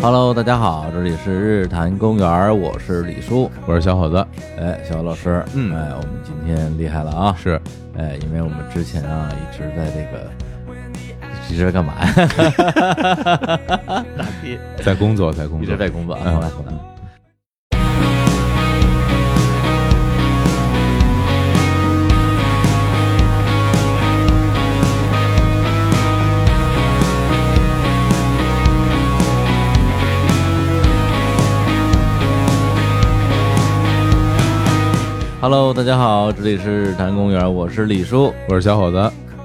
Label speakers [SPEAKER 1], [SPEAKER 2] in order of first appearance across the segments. [SPEAKER 1] Hello，大家好，这里是日坛公园，我是李叔，
[SPEAKER 2] 我是小伙子，
[SPEAKER 1] 哎，小老师，
[SPEAKER 2] 嗯
[SPEAKER 1] 哎，我们今天厉害了啊，
[SPEAKER 2] 是
[SPEAKER 1] 哎，因为我们之前啊一直在这个一直在干嘛呀？
[SPEAKER 2] 在工作，在工
[SPEAKER 1] 一
[SPEAKER 2] 作
[SPEAKER 1] 直，在工作啊，
[SPEAKER 2] 嗯
[SPEAKER 1] 后来后来。Hello，大家好，这里是日坛公园，我是李叔。
[SPEAKER 2] 我是小伙子，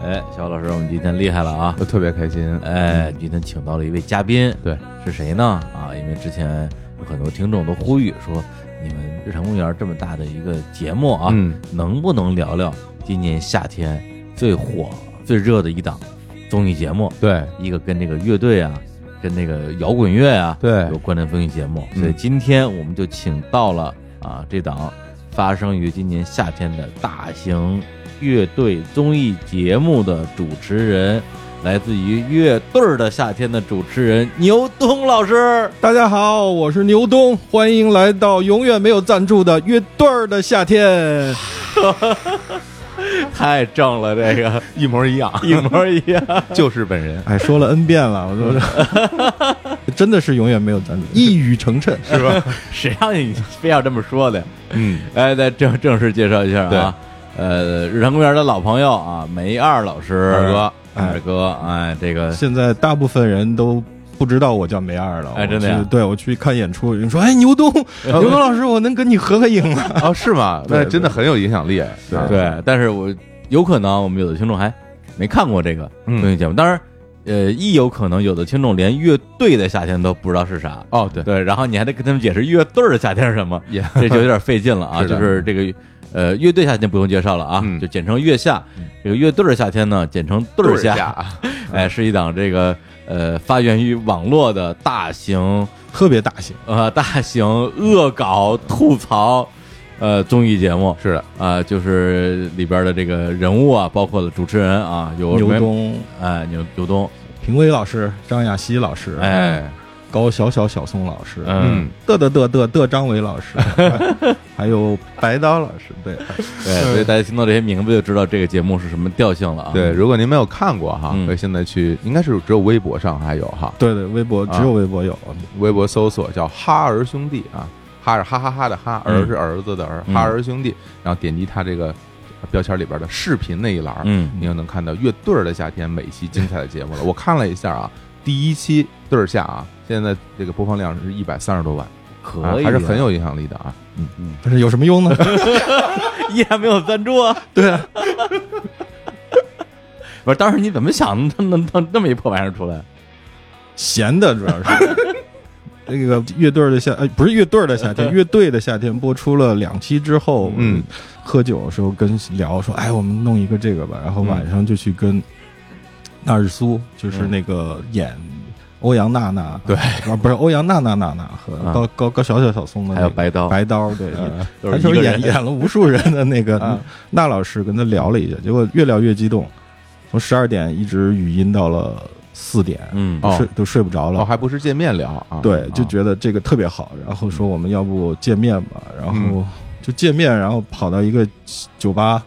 [SPEAKER 1] 哎，小老师，我们今天厉害了啊！
[SPEAKER 2] 我特别开心。
[SPEAKER 1] 哎，今天请到了一位嘉宾，
[SPEAKER 2] 对，
[SPEAKER 1] 是谁呢？啊，因为之前有很多听众都呼吁说，你们日常公园这么大的一个节目啊，
[SPEAKER 2] 嗯，
[SPEAKER 1] 能不能聊聊今年夏天最火、最热的一档综艺节目？
[SPEAKER 2] 对
[SPEAKER 1] 一个跟这个乐队啊，跟那个摇滚乐啊，
[SPEAKER 2] 对
[SPEAKER 1] 有关的综艺节目。
[SPEAKER 2] 嗯
[SPEAKER 1] 所以今天我们就请到了啊这档发生于今年夏天的大型乐队综艺节目的主持人，来自于《乐队儿的夏天》的主持人牛东老师。
[SPEAKER 3] 大家好，我是牛东，欢迎来到永远没有赞助的乐队儿的 夏天。
[SPEAKER 1] 太正了，这个
[SPEAKER 2] 一模一样，
[SPEAKER 1] 一模一样。
[SPEAKER 2] 就是本人，
[SPEAKER 3] 哎，说了 n 遍了，我说这 真的是永远没有赞助，一语 成谶。
[SPEAKER 2] 是吧？
[SPEAKER 1] 谁让你非要这么说的？
[SPEAKER 2] 嗯，
[SPEAKER 1] 哎，再正正式介绍一下啊，呃，日常公园的老朋友啊，梅二老师，
[SPEAKER 2] 二哥，
[SPEAKER 3] 哎
[SPEAKER 1] 二哥，哎，这个
[SPEAKER 3] 现在大部分人都不知道我叫梅二了，
[SPEAKER 1] 哎真的呀
[SPEAKER 3] 我去对我去看演出，人说哎牛 东，牛东老师，我能跟你合个影啊吗？
[SPEAKER 2] 哦，是吗？
[SPEAKER 3] 对
[SPEAKER 2] 那
[SPEAKER 3] 对
[SPEAKER 2] 真的很有影响力，啊，
[SPEAKER 1] 对，但是我有可能我们有的听众还没看过这个
[SPEAKER 2] 嗯
[SPEAKER 1] 综艺节目，当然，呃，一有可能有的听众连乐队的夏天都不知道是啥，
[SPEAKER 2] 哦，对，
[SPEAKER 1] 对，然后你还得跟他们解释乐队的夏天是什么，
[SPEAKER 2] 也
[SPEAKER 1] 这就有点费劲了啊，
[SPEAKER 2] 是的
[SPEAKER 1] 就是这个。呃，乐队夏天不用介绍了啊，
[SPEAKER 2] 嗯
[SPEAKER 1] 就简称月夏。这个乐队的夏天呢，简称队儿夏。
[SPEAKER 2] 下，
[SPEAKER 1] 哎，是一档这个呃发源于网络的大型
[SPEAKER 3] 特别大型，
[SPEAKER 1] 呃大型恶搞吐槽呃综艺节目
[SPEAKER 2] 是的，
[SPEAKER 1] 啊、就是里边的这个人物啊，包括了主持人啊，有
[SPEAKER 3] 牛东、
[SPEAKER 1] 哎牛牛东
[SPEAKER 3] 评委老师、张雅熙老师、
[SPEAKER 1] 哎
[SPEAKER 3] 高小小小宋老师，
[SPEAKER 1] 嗯
[SPEAKER 2] 嗯，
[SPEAKER 3] 嘚嘚嘚嘚嘚张伟老 师，还有白刀老师，对，
[SPEAKER 1] 对，所以大家听到这些名字就知道这个节目是什么调性了啊。
[SPEAKER 2] 对，，如果您没有看过哈
[SPEAKER 1] 嗯，
[SPEAKER 2] 可以现在去，应该是只有微博上还有哈，
[SPEAKER 3] 对对，微博
[SPEAKER 2] 啊
[SPEAKER 3] 只有微博有，嗯
[SPEAKER 2] 微博搜索叫“哈儿兄弟”啊，哈是哈哈哈的哈，
[SPEAKER 1] 嗯
[SPEAKER 2] 儿是儿子的儿，
[SPEAKER 1] 嗯
[SPEAKER 2] 哈儿兄弟。然后点击他这个标签里边的视频那一栏，
[SPEAKER 1] 嗯
[SPEAKER 2] 你就能看到乐队儿的夏天每期精彩的节目了。我看了一下啊，第一期队儿下啊，现在这个播放量是一百三十多万，啊
[SPEAKER 1] 可以、
[SPEAKER 2] 还是很，有影响力的啊。
[SPEAKER 3] 但是有什么用呢？
[SPEAKER 1] 依然没有赞助啊。
[SPEAKER 3] 对啊，
[SPEAKER 1] 不是，当时你怎么想的弄弄弄那么一破玩意儿出
[SPEAKER 2] 嗯
[SPEAKER 1] 来？
[SPEAKER 3] 闲的主 要是。这个乐队的夏，呃，不是乐队的 夏天，乐队的夏天播出了两期之后，
[SPEAKER 2] 嗯，
[SPEAKER 3] 喝酒的时候跟聊说，哎，我们弄一个这个吧，然
[SPEAKER 1] 嗯
[SPEAKER 3] 后晚上就去跟纳日苏，就是那个演欧阳娜娜，
[SPEAKER 2] 对
[SPEAKER 3] 啊，不是欧阳娜娜娜娜和
[SPEAKER 1] 啊
[SPEAKER 3] 高高高小小小松的
[SPEAKER 1] 还
[SPEAKER 3] 那个，
[SPEAKER 1] 有白刀，啊
[SPEAKER 3] 白刀，对，
[SPEAKER 2] 嗯
[SPEAKER 1] 都
[SPEAKER 3] 他
[SPEAKER 1] 是
[SPEAKER 3] 就
[SPEAKER 1] 一个
[SPEAKER 3] 演
[SPEAKER 1] 人
[SPEAKER 3] 演了无数人的那个
[SPEAKER 2] 啊
[SPEAKER 3] 那老师跟他聊了一下，结果越聊越激动，从十二点一直语音到了四点，
[SPEAKER 1] 嗯
[SPEAKER 2] 哦
[SPEAKER 3] 睡都睡不着
[SPEAKER 2] 哦，
[SPEAKER 3] 了。
[SPEAKER 2] 还不是见面聊啊？
[SPEAKER 3] 对，就
[SPEAKER 2] 得
[SPEAKER 3] 觉得这个特别好，然后说我们要不见面吧，然后就见面，然后跑到一个酒吧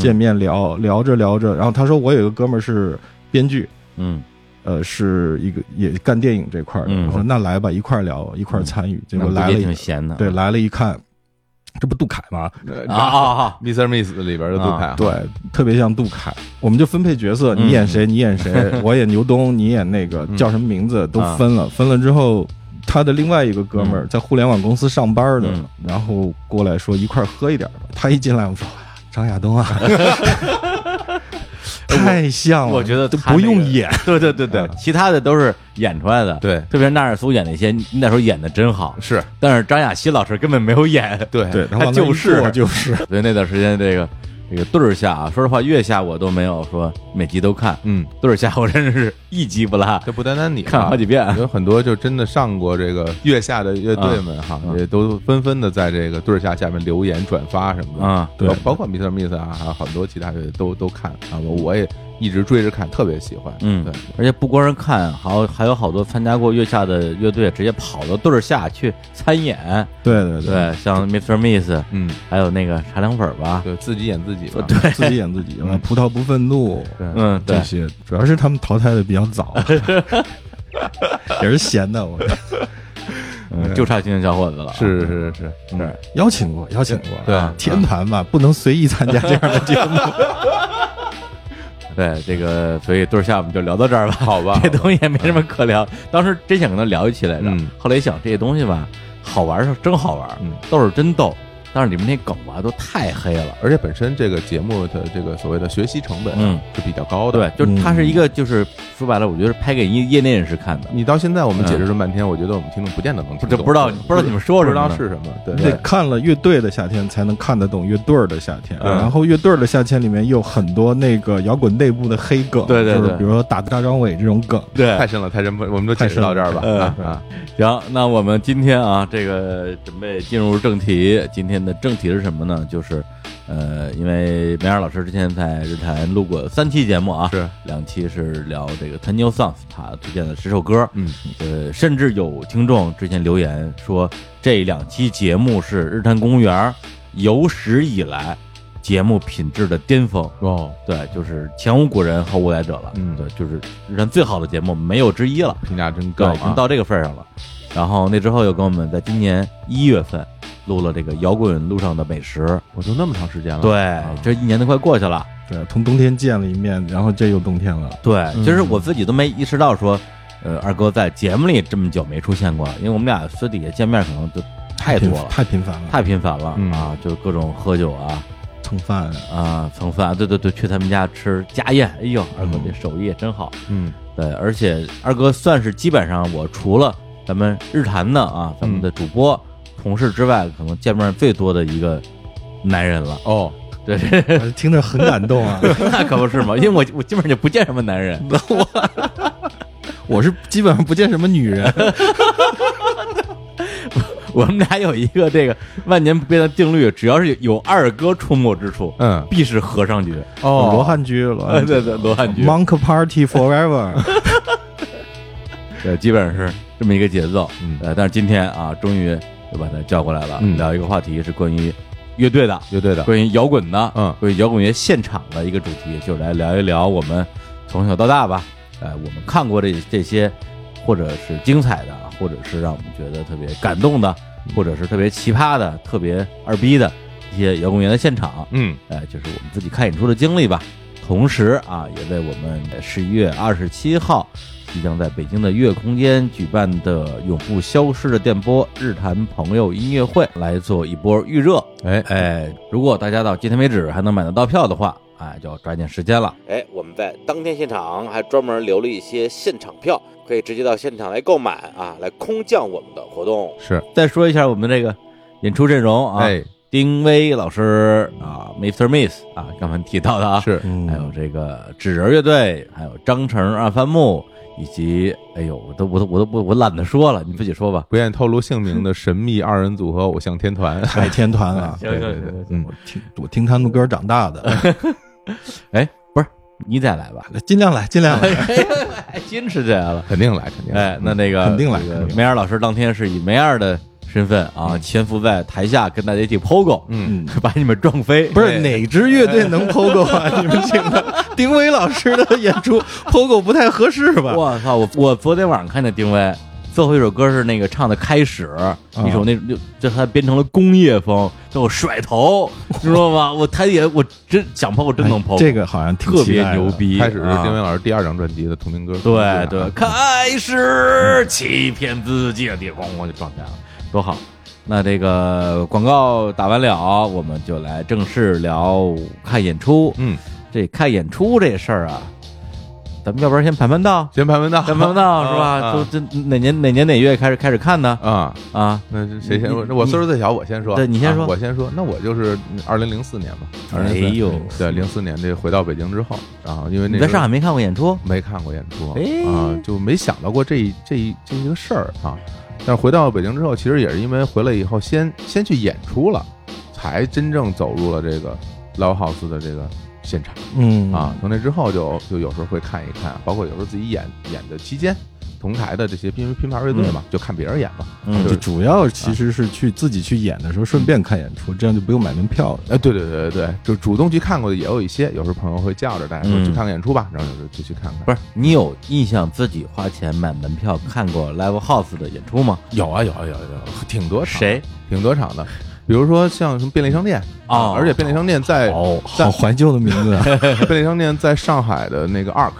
[SPEAKER 3] 见，面聊聊着聊着，然后他说我有一个哥们儿是编剧，
[SPEAKER 1] 嗯
[SPEAKER 3] 呃，是一个也干电影这块儿的，
[SPEAKER 1] 嗯
[SPEAKER 3] 我说那来吧，一块儿聊，一块儿参与，结
[SPEAKER 1] 嗯，
[SPEAKER 3] 果
[SPEAKER 1] 那
[SPEAKER 3] 来
[SPEAKER 1] 估计
[SPEAKER 3] 了
[SPEAKER 1] 挺
[SPEAKER 3] 一
[SPEAKER 1] 闲的，
[SPEAKER 3] 对来了一看，这不杜凯吗？
[SPEAKER 1] 啊啊 啊！
[SPEAKER 2] Mr. Miss 里边的杜凯啊，
[SPEAKER 3] 对，特别像杜凯。我们就分配角色，
[SPEAKER 1] 嗯
[SPEAKER 3] 你演谁，你 演谁，我演牛东，你演那个
[SPEAKER 2] 嗯
[SPEAKER 3] 叫什么名字，都
[SPEAKER 1] 啊
[SPEAKER 3] 分了。分了之后，他的另外一个哥们儿在互联网公司上班的
[SPEAKER 1] 嗯，
[SPEAKER 3] 然后过来说一块儿喝一点儿吧。他一进来，我说哎呀张亚 东啊，太像了，
[SPEAKER 1] 我觉得
[SPEAKER 3] 都
[SPEAKER 1] 他
[SPEAKER 3] 不
[SPEAKER 1] 那
[SPEAKER 3] 用
[SPEAKER 1] 个
[SPEAKER 3] 演。
[SPEAKER 1] 对对对 对，其他的都是演出来的。
[SPEAKER 2] 对
[SPEAKER 1] 特别是纳尔苏演那些，那时候演的真好，
[SPEAKER 2] 是，
[SPEAKER 1] 但是张雅熙老师根本没有演。
[SPEAKER 2] 对
[SPEAKER 3] 对，然后往那
[SPEAKER 1] 就
[SPEAKER 3] 一
[SPEAKER 1] 是
[SPEAKER 3] 坐就是，
[SPEAKER 1] 所以那段时间，这个这个对儿下啊，说实话，月下我都没有说每集都看，
[SPEAKER 2] 嗯，
[SPEAKER 1] 对儿下我真是一集不落，
[SPEAKER 2] 这不单单你
[SPEAKER 1] 看
[SPEAKER 2] 啊
[SPEAKER 1] 好几遍。
[SPEAKER 2] 有很多就真的上过这个月下的乐队们哈，
[SPEAKER 1] 啊
[SPEAKER 2] 也都纷纷的在这个对儿下下面留言、转发什么的
[SPEAKER 1] 啊
[SPEAKER 3] 对
[SPEAKER 2] 包包括 Mr. Miss 啊，还有很多其他乐队都都看啊，我我也一直追着看，特别喜欢。
[SPEAKER 1] 嗯
[SPEAKER 2] 对，
[SPEAKER 1] 而且不光是看，还有还有好多参加过月下的乐队，直接跑到队儿下去参演。
[SPEAKER 3] 对对，啊
[SPEAKER 1] 对，像 Mr. Miss，
[SPEAKER 2] 嗯，
[SPEAKER 1] 还有那个茶凉粉儿吧。
[SPEAKER 2] 对自己演自己嘛，
[SPEAKER 1] 对
[SPEAKER 3] 自己演自己，
[SPEAKER 1] 嗯
[SPEAKER 3] 葡萄不愤怒
[SPEAKER 2] 对，
[SPEAKER 1] 嗯，对
[SPEAKER 3] 这，些，主要是他们淘汰的比较 早，也是闲的。我
[SPEAKER 1] 嗯就差青年小伙子了。
[SPEAKER 2] 是是是
[SPEAKER 1] 嗯
[SPEAKER 2] 是，
[SPEAKER 3] 邀请过，邀请过，
[SPEAKER 2] 对
[SPEAKER 3] 啊天团嘛，不能随意参加这样的节 目。
[SPEAKER 1] 对，这个，所以对儿下我们就聊到这儿吧。
[SPEAKER 2] 好吧，
[SPEAKER 1] 这东西也没什么可聊，当时真想跟他聊一起来着，
[SPEAKER 2] 嗯
[SPEAKER 1] 后来一想这些东西吧，好玩是真好玩，
[SPEAKER 2] 嗯
[SPEAKER 1] 逗是真逗，但是里面那梗吧都太黑了。
[SPEAKER 2] 而且本身这个节目的这个所谓的学习成本
[SPEAKER 1] 嗯
[SPEAKER 2] 啊是比较高的。
[SPEAKER 1] 对，就是它是
[SPEAKER 2] 嗯
[SPEAKER 1] 一个，就是说白了，我觉得是拍给业业内人士看的，
[SPEAKER 2] 你到现在我们解释这么半天，我觉得我们听众不见得能
[SPEAKER 1] 不
[SPEAKER 2] 听
[SPEAKER 1] 嗯这
[SPEAKER 2] 懂，
[SPEAKER 1] 不知道不知道你们说
[SPEAKER 2] 不
[SPEAKER 1] 什
[SPEAKER 2] 知
[SPEAKER 1] 么
[SPEAKER 2] 道
[SPEAKER 1] 呢，
[SPEAKER 2] 是什么，对
[SPEAKER 3] 你得看了乐队的夏天，才能看得懂乐队儿的夏天。
[SPEAKER 2] 嗯
[SPEAKER 3] 然后乐队儿的夏天里面有很多那个摇滚内部的黑梗，
[SPEAKER 1] 对对
[SPEAKER 3] 就是
[SPEAKER 1] 对
[SPEAKER 3] 比如说打大张伟这种梗。
[SPEAKER 2] 太
[SPEAKER 1] 对，
[SPEAKER 2] 深了，太深，我们就解释到这儿吧。
[SPEAKER 1] 嗯
[SPEAKER 2] 啊啊，
[SPEAKER 1] 行，那我们今天啊，这个准备进入正题，今天的正题是什么呢？就是，呃，因为梅尔老师之前在日坛录过三期节目啊，
[SPEAKER 2] 是，
[SPEAKER 1] 两期是聊这个 Ten New Songs，他推荐的十首歌，
[SPEAKER 2] 嗯，
[SPEAKER 1] 呃，甚至有听众之前留言说，这两期节目是日坛公园有史以来节目品质的巅峰。
[SPEAKER 2] 哦，
[SPEAKER 1] 对，就是前无古人后无来者了。
[SPEAKER 2] 嗯
[SPEAKER 1] 对，就是日坛最好的节目没有之一了。
[SPEAKER 2] 评价真
[SPEAKER 1] 对
[SPEAKER 2] 高，
[SPEAKER 1] 已经
[SPEAKER 2] 啊，
[SPEAKER 1] 到这个份儿上了。然后那之后又跟我们在今年一月份录了这个摇滚路上的美食。
[SPEAKER 2] 我都那么长时间了，
[SPEAKER 1] 对
[SPEAKER 2] 啊，
[SPEAKER 1] 这一年都快过去了。
[SPEAKER 3] 对，从冬天见了一面，然后这又冬天了。
[SPEAKER 1] 对，其实我自己都没意识到说，呃，二哥在节目里这么久没出现过，因为我们俩私底下见面可能就太多
[SPEAKER 3] 频
[SPEAKER 1] 了，
[SPEAKER 3] 太频繁了，
[SPEAKER 1] 太频繁了、
[SPEAKER 2] 嗯
[SPEAKER 1] 啊，就是各种喝酒啊
[SPEAKER 3] 蹭饭。
[SPEAKER 1] 啊蹭饭，对对对，去他们家吃家宴，哎呦，二哥
[SPEAKER 2] 嗯
[SPEAKER 1] 这手艺也真好，
[SPEAKER 2] 嗯，
[SPEAKER 1] 对，而且二哥算是基本上我除了咱们日坛的啊，咱
[SPEAKER 2] 嗯
[SPEAKER 1] 们的主播、同事之外，可能见面最多的一个男人了，
[SPEAKER 2] 哦，
[SPEAKER 1] 对，
[SPEAKER 3] 我听着很感动 啊！
[SPEAKER 1] 那可不是嘛，因为我我基本上就不见什么男人，
[SPEAKER 2] 嗯
[SPEAKER 3] 我是基本上不见什么女人，
[SPEAKER 1] 我们俩有一个这个万年不变的定律，只要是有有二哥出没之处，
[SPEAKER 2] 嗯，
[SPEAKER 1] 必是和尚局。
[SPEAKER 2] 哦，
[SPEAKER 3] 罗汉居，罗汉居
[SPEAKER 1] 哎对对，哎罗汉局，
[SPEAKER 3] ，Monk Party Forever，
[SPEAKER 1] 对，基本上是这么一个节奏。
[SPEAKER 2] 嗯
[SPEAKER 1] 呃，但是今天啊，终于又把他叫过来了，
[SPEAKER 2] 嗯
[SPEAKER 1] 聊一个话题是关于乐队的，
[SPEAKER 2] 乐队的，
[SPEAKER 1] 关于摇滚的，
[SPEAKER 2] 嗯
[SPEAKER 1] 关于摇滚乐现场的一个主题，就是来聊一聊我们从小到大吧，呃，我们看过这这些，或者是精彩的，或者是让我们觉得特别感动的，
[SPEAKER 2] 嗯
[SPEAKER 1] 或者是特别奇葩的、特别二逼的一些摇滚乐的现场，
[SPEAKER 2] 嗯，
[SPEAKER 1] 呃，就是我们自己看演出的经历吧。同时啊，也为我们十一月二十七号即将在北京的月空间举办的《永不消失的电波》日坛朋友音乐会来做一波预热。
[SPEAKER 2] 哎，
[SPEAKER 1] 哎，如果大家到今天为止还能买得到票的话，哎，就抓紧时间了。哎，我们在当天现场还专门留了一些现场票，可以直接到现场来购买啊，来空降我们的活动。
[SPEAKER 2] 是，
[SPEAKER 1] 再说一下我们这个演出阵容啊，
[SPEAKER 2] 哎，
[SPEAKER 1] 丁薇老师啊，Mr. Miss 啊，刚才提到的啊，
[SPEAKER 2] 是，
[SPEAKER 1] 还
[SPEAKER 3] 嗯
[SPEAKER 1] 有这个纸人乐队，还有张成二番木，以及哎呦，我都我都我都不我懒得说了，你自己说吧。
[SPEAKER 2] 不愿意透露姓名的神秘二人组合偶像 天团，
[SPEAKER 3] 海天团啊！
[SPEAKER 1] 行行行行
[SPEAKER 2] 嗯
[SPEAKER 3] 我听我听他们歌长大的，
[SPEAKER 1] 哎，不是你再来吧，
[SPEAKER 3] 尽量来，尽量来。
[SPEAKER 1] 坚持这样了。
[SPEAKER 2] 肯定来，肯定来嗯
[SPEAKER 1] 哎，那那个
[SPEAKER 3] 肯定来
[SPEAKER 1] 这个
[SPEAKER 3] 肯定来
[SPEAKER 1] 梅尔老师当天是以梅尔的身份啊，潜伏在台下跟大家一起 POGO，
[SPEAKER 2] 嗯，
[SPEAKER 1] 把你们撞飞。
[SPEAKER 3] 不
[SPEAKER 1] 哎
[SPEAKER 3] 是哪支乐队能 POGO 啊？你们请的丁薇老师的演出 POGO 不太合适吧？
[SPEAKER 1] 我操！我我昨天晚上看见丁薇最后一首歌是那个唱的开始，一首那就就他变成了工业风，叫我甩头，知道吗？我台底下我真想抛，我真能抛、
[SPEAKER 3] 哎这个好像挺
[SPEAKER 1] 特
[SPEAKER 3] 期
[SPEAKER 1] 别
[SPEAKER 3] 待的
[SPEAKER 1] 牛。逼。
[SPEAKER 2] 开始是丁
[SPEAKER 1] 啊
[SPEAKER 2] 薇老师第二张专辑的同名歌，啊
[SPEAKER 1] 对对， 开始欺骗自己的地咣咣就撞起来了，多好！那这个广告打完了，我们就来正式聊看演出。
[SPEAKER 2] 嗯，
[SPEAKER 1] 这看演出这事儿啊，咱们要不然先盘盘 道，
[SPEAKER 2] 先盘文道，
[SPEAKER 1] 咱盘盘道 是吧？
[SPEAKER 2] 啊
[SPEAKER 1] 都这哪年哪年哪月开始开始看呢？
[SPEAKER 2] 啊，
[SPEAKER 1] 啊，
[SPEAKER 2] 那是谁
[SPEAKER 1] 你
[SPEAKER 2] 先？我
[SPEAKER 1] 你
[SPEAKER 2] 我岁数最小，我先说。
[SPEAKER 1] 对你先
[SPEAKER 2] 啊
[SPEAKER 1] 说
[SPEAKER 2] 我先说。那我就是二零零四年吧。
[SPEAKER 1] 哎呦，
[SPEAKER 2] 对，零四年这回到北京之后，然后因为那
[SPEAKER 1] 你
[SPEAKER 2] 个
[SPEAKER 1] 在上海没看过演出？
[SPEAKER 2] 没看过演出
[SPEAKER 1] 哎
[SPEAKER 2] 啊，就没想到过这一这一这一个事儿啊。但是回到北京之后，其实也是因为回来以后先先去演出了，才真正走入了这个 live house 的这个现场
[SPEAKER 3] 嗯
[SPEAKER 2] 啊。从那之后就就有时候会看一看，包括有时候自己演演的期间，同台的这些拼拼盘乐队嘛，就看别人演嘛。
[SPEAKER 1] 嗯
[SPEAKER 2] 就
[SPEAKER 3] 就是主要其实是去自己去演的时候顺便看演出，这样就不用买门票了。
[SPEAKER 2] 哎，对对对对对，就主动去看过的也有一些，有时候朋友会叫着大家说
[SPEAKER 1] 嗯
[SPEAKER 2] 去看看演出吧，然后有时候就去看看。
[SPEAKER 1] 不是你有印象自己花钱买门票看过 Live House 的演出吗？
[SPEAKER 2] 有啊有啊有啊有啊，挺多场的
[SPEAKER 1] 谁
[SPEAKER 2] 挺多场的，比如说像什么便利商店啊
[SPEAKER 1] 哦
[SPEAKER 2] 而且便利商店在
[SPEAKER 3] 哦，
[SPEAKER 2] 在
[SPEAKER 3] 好怀旧的名字啊！
[SPEAKER 2] 便利商店在上海的那个 ARK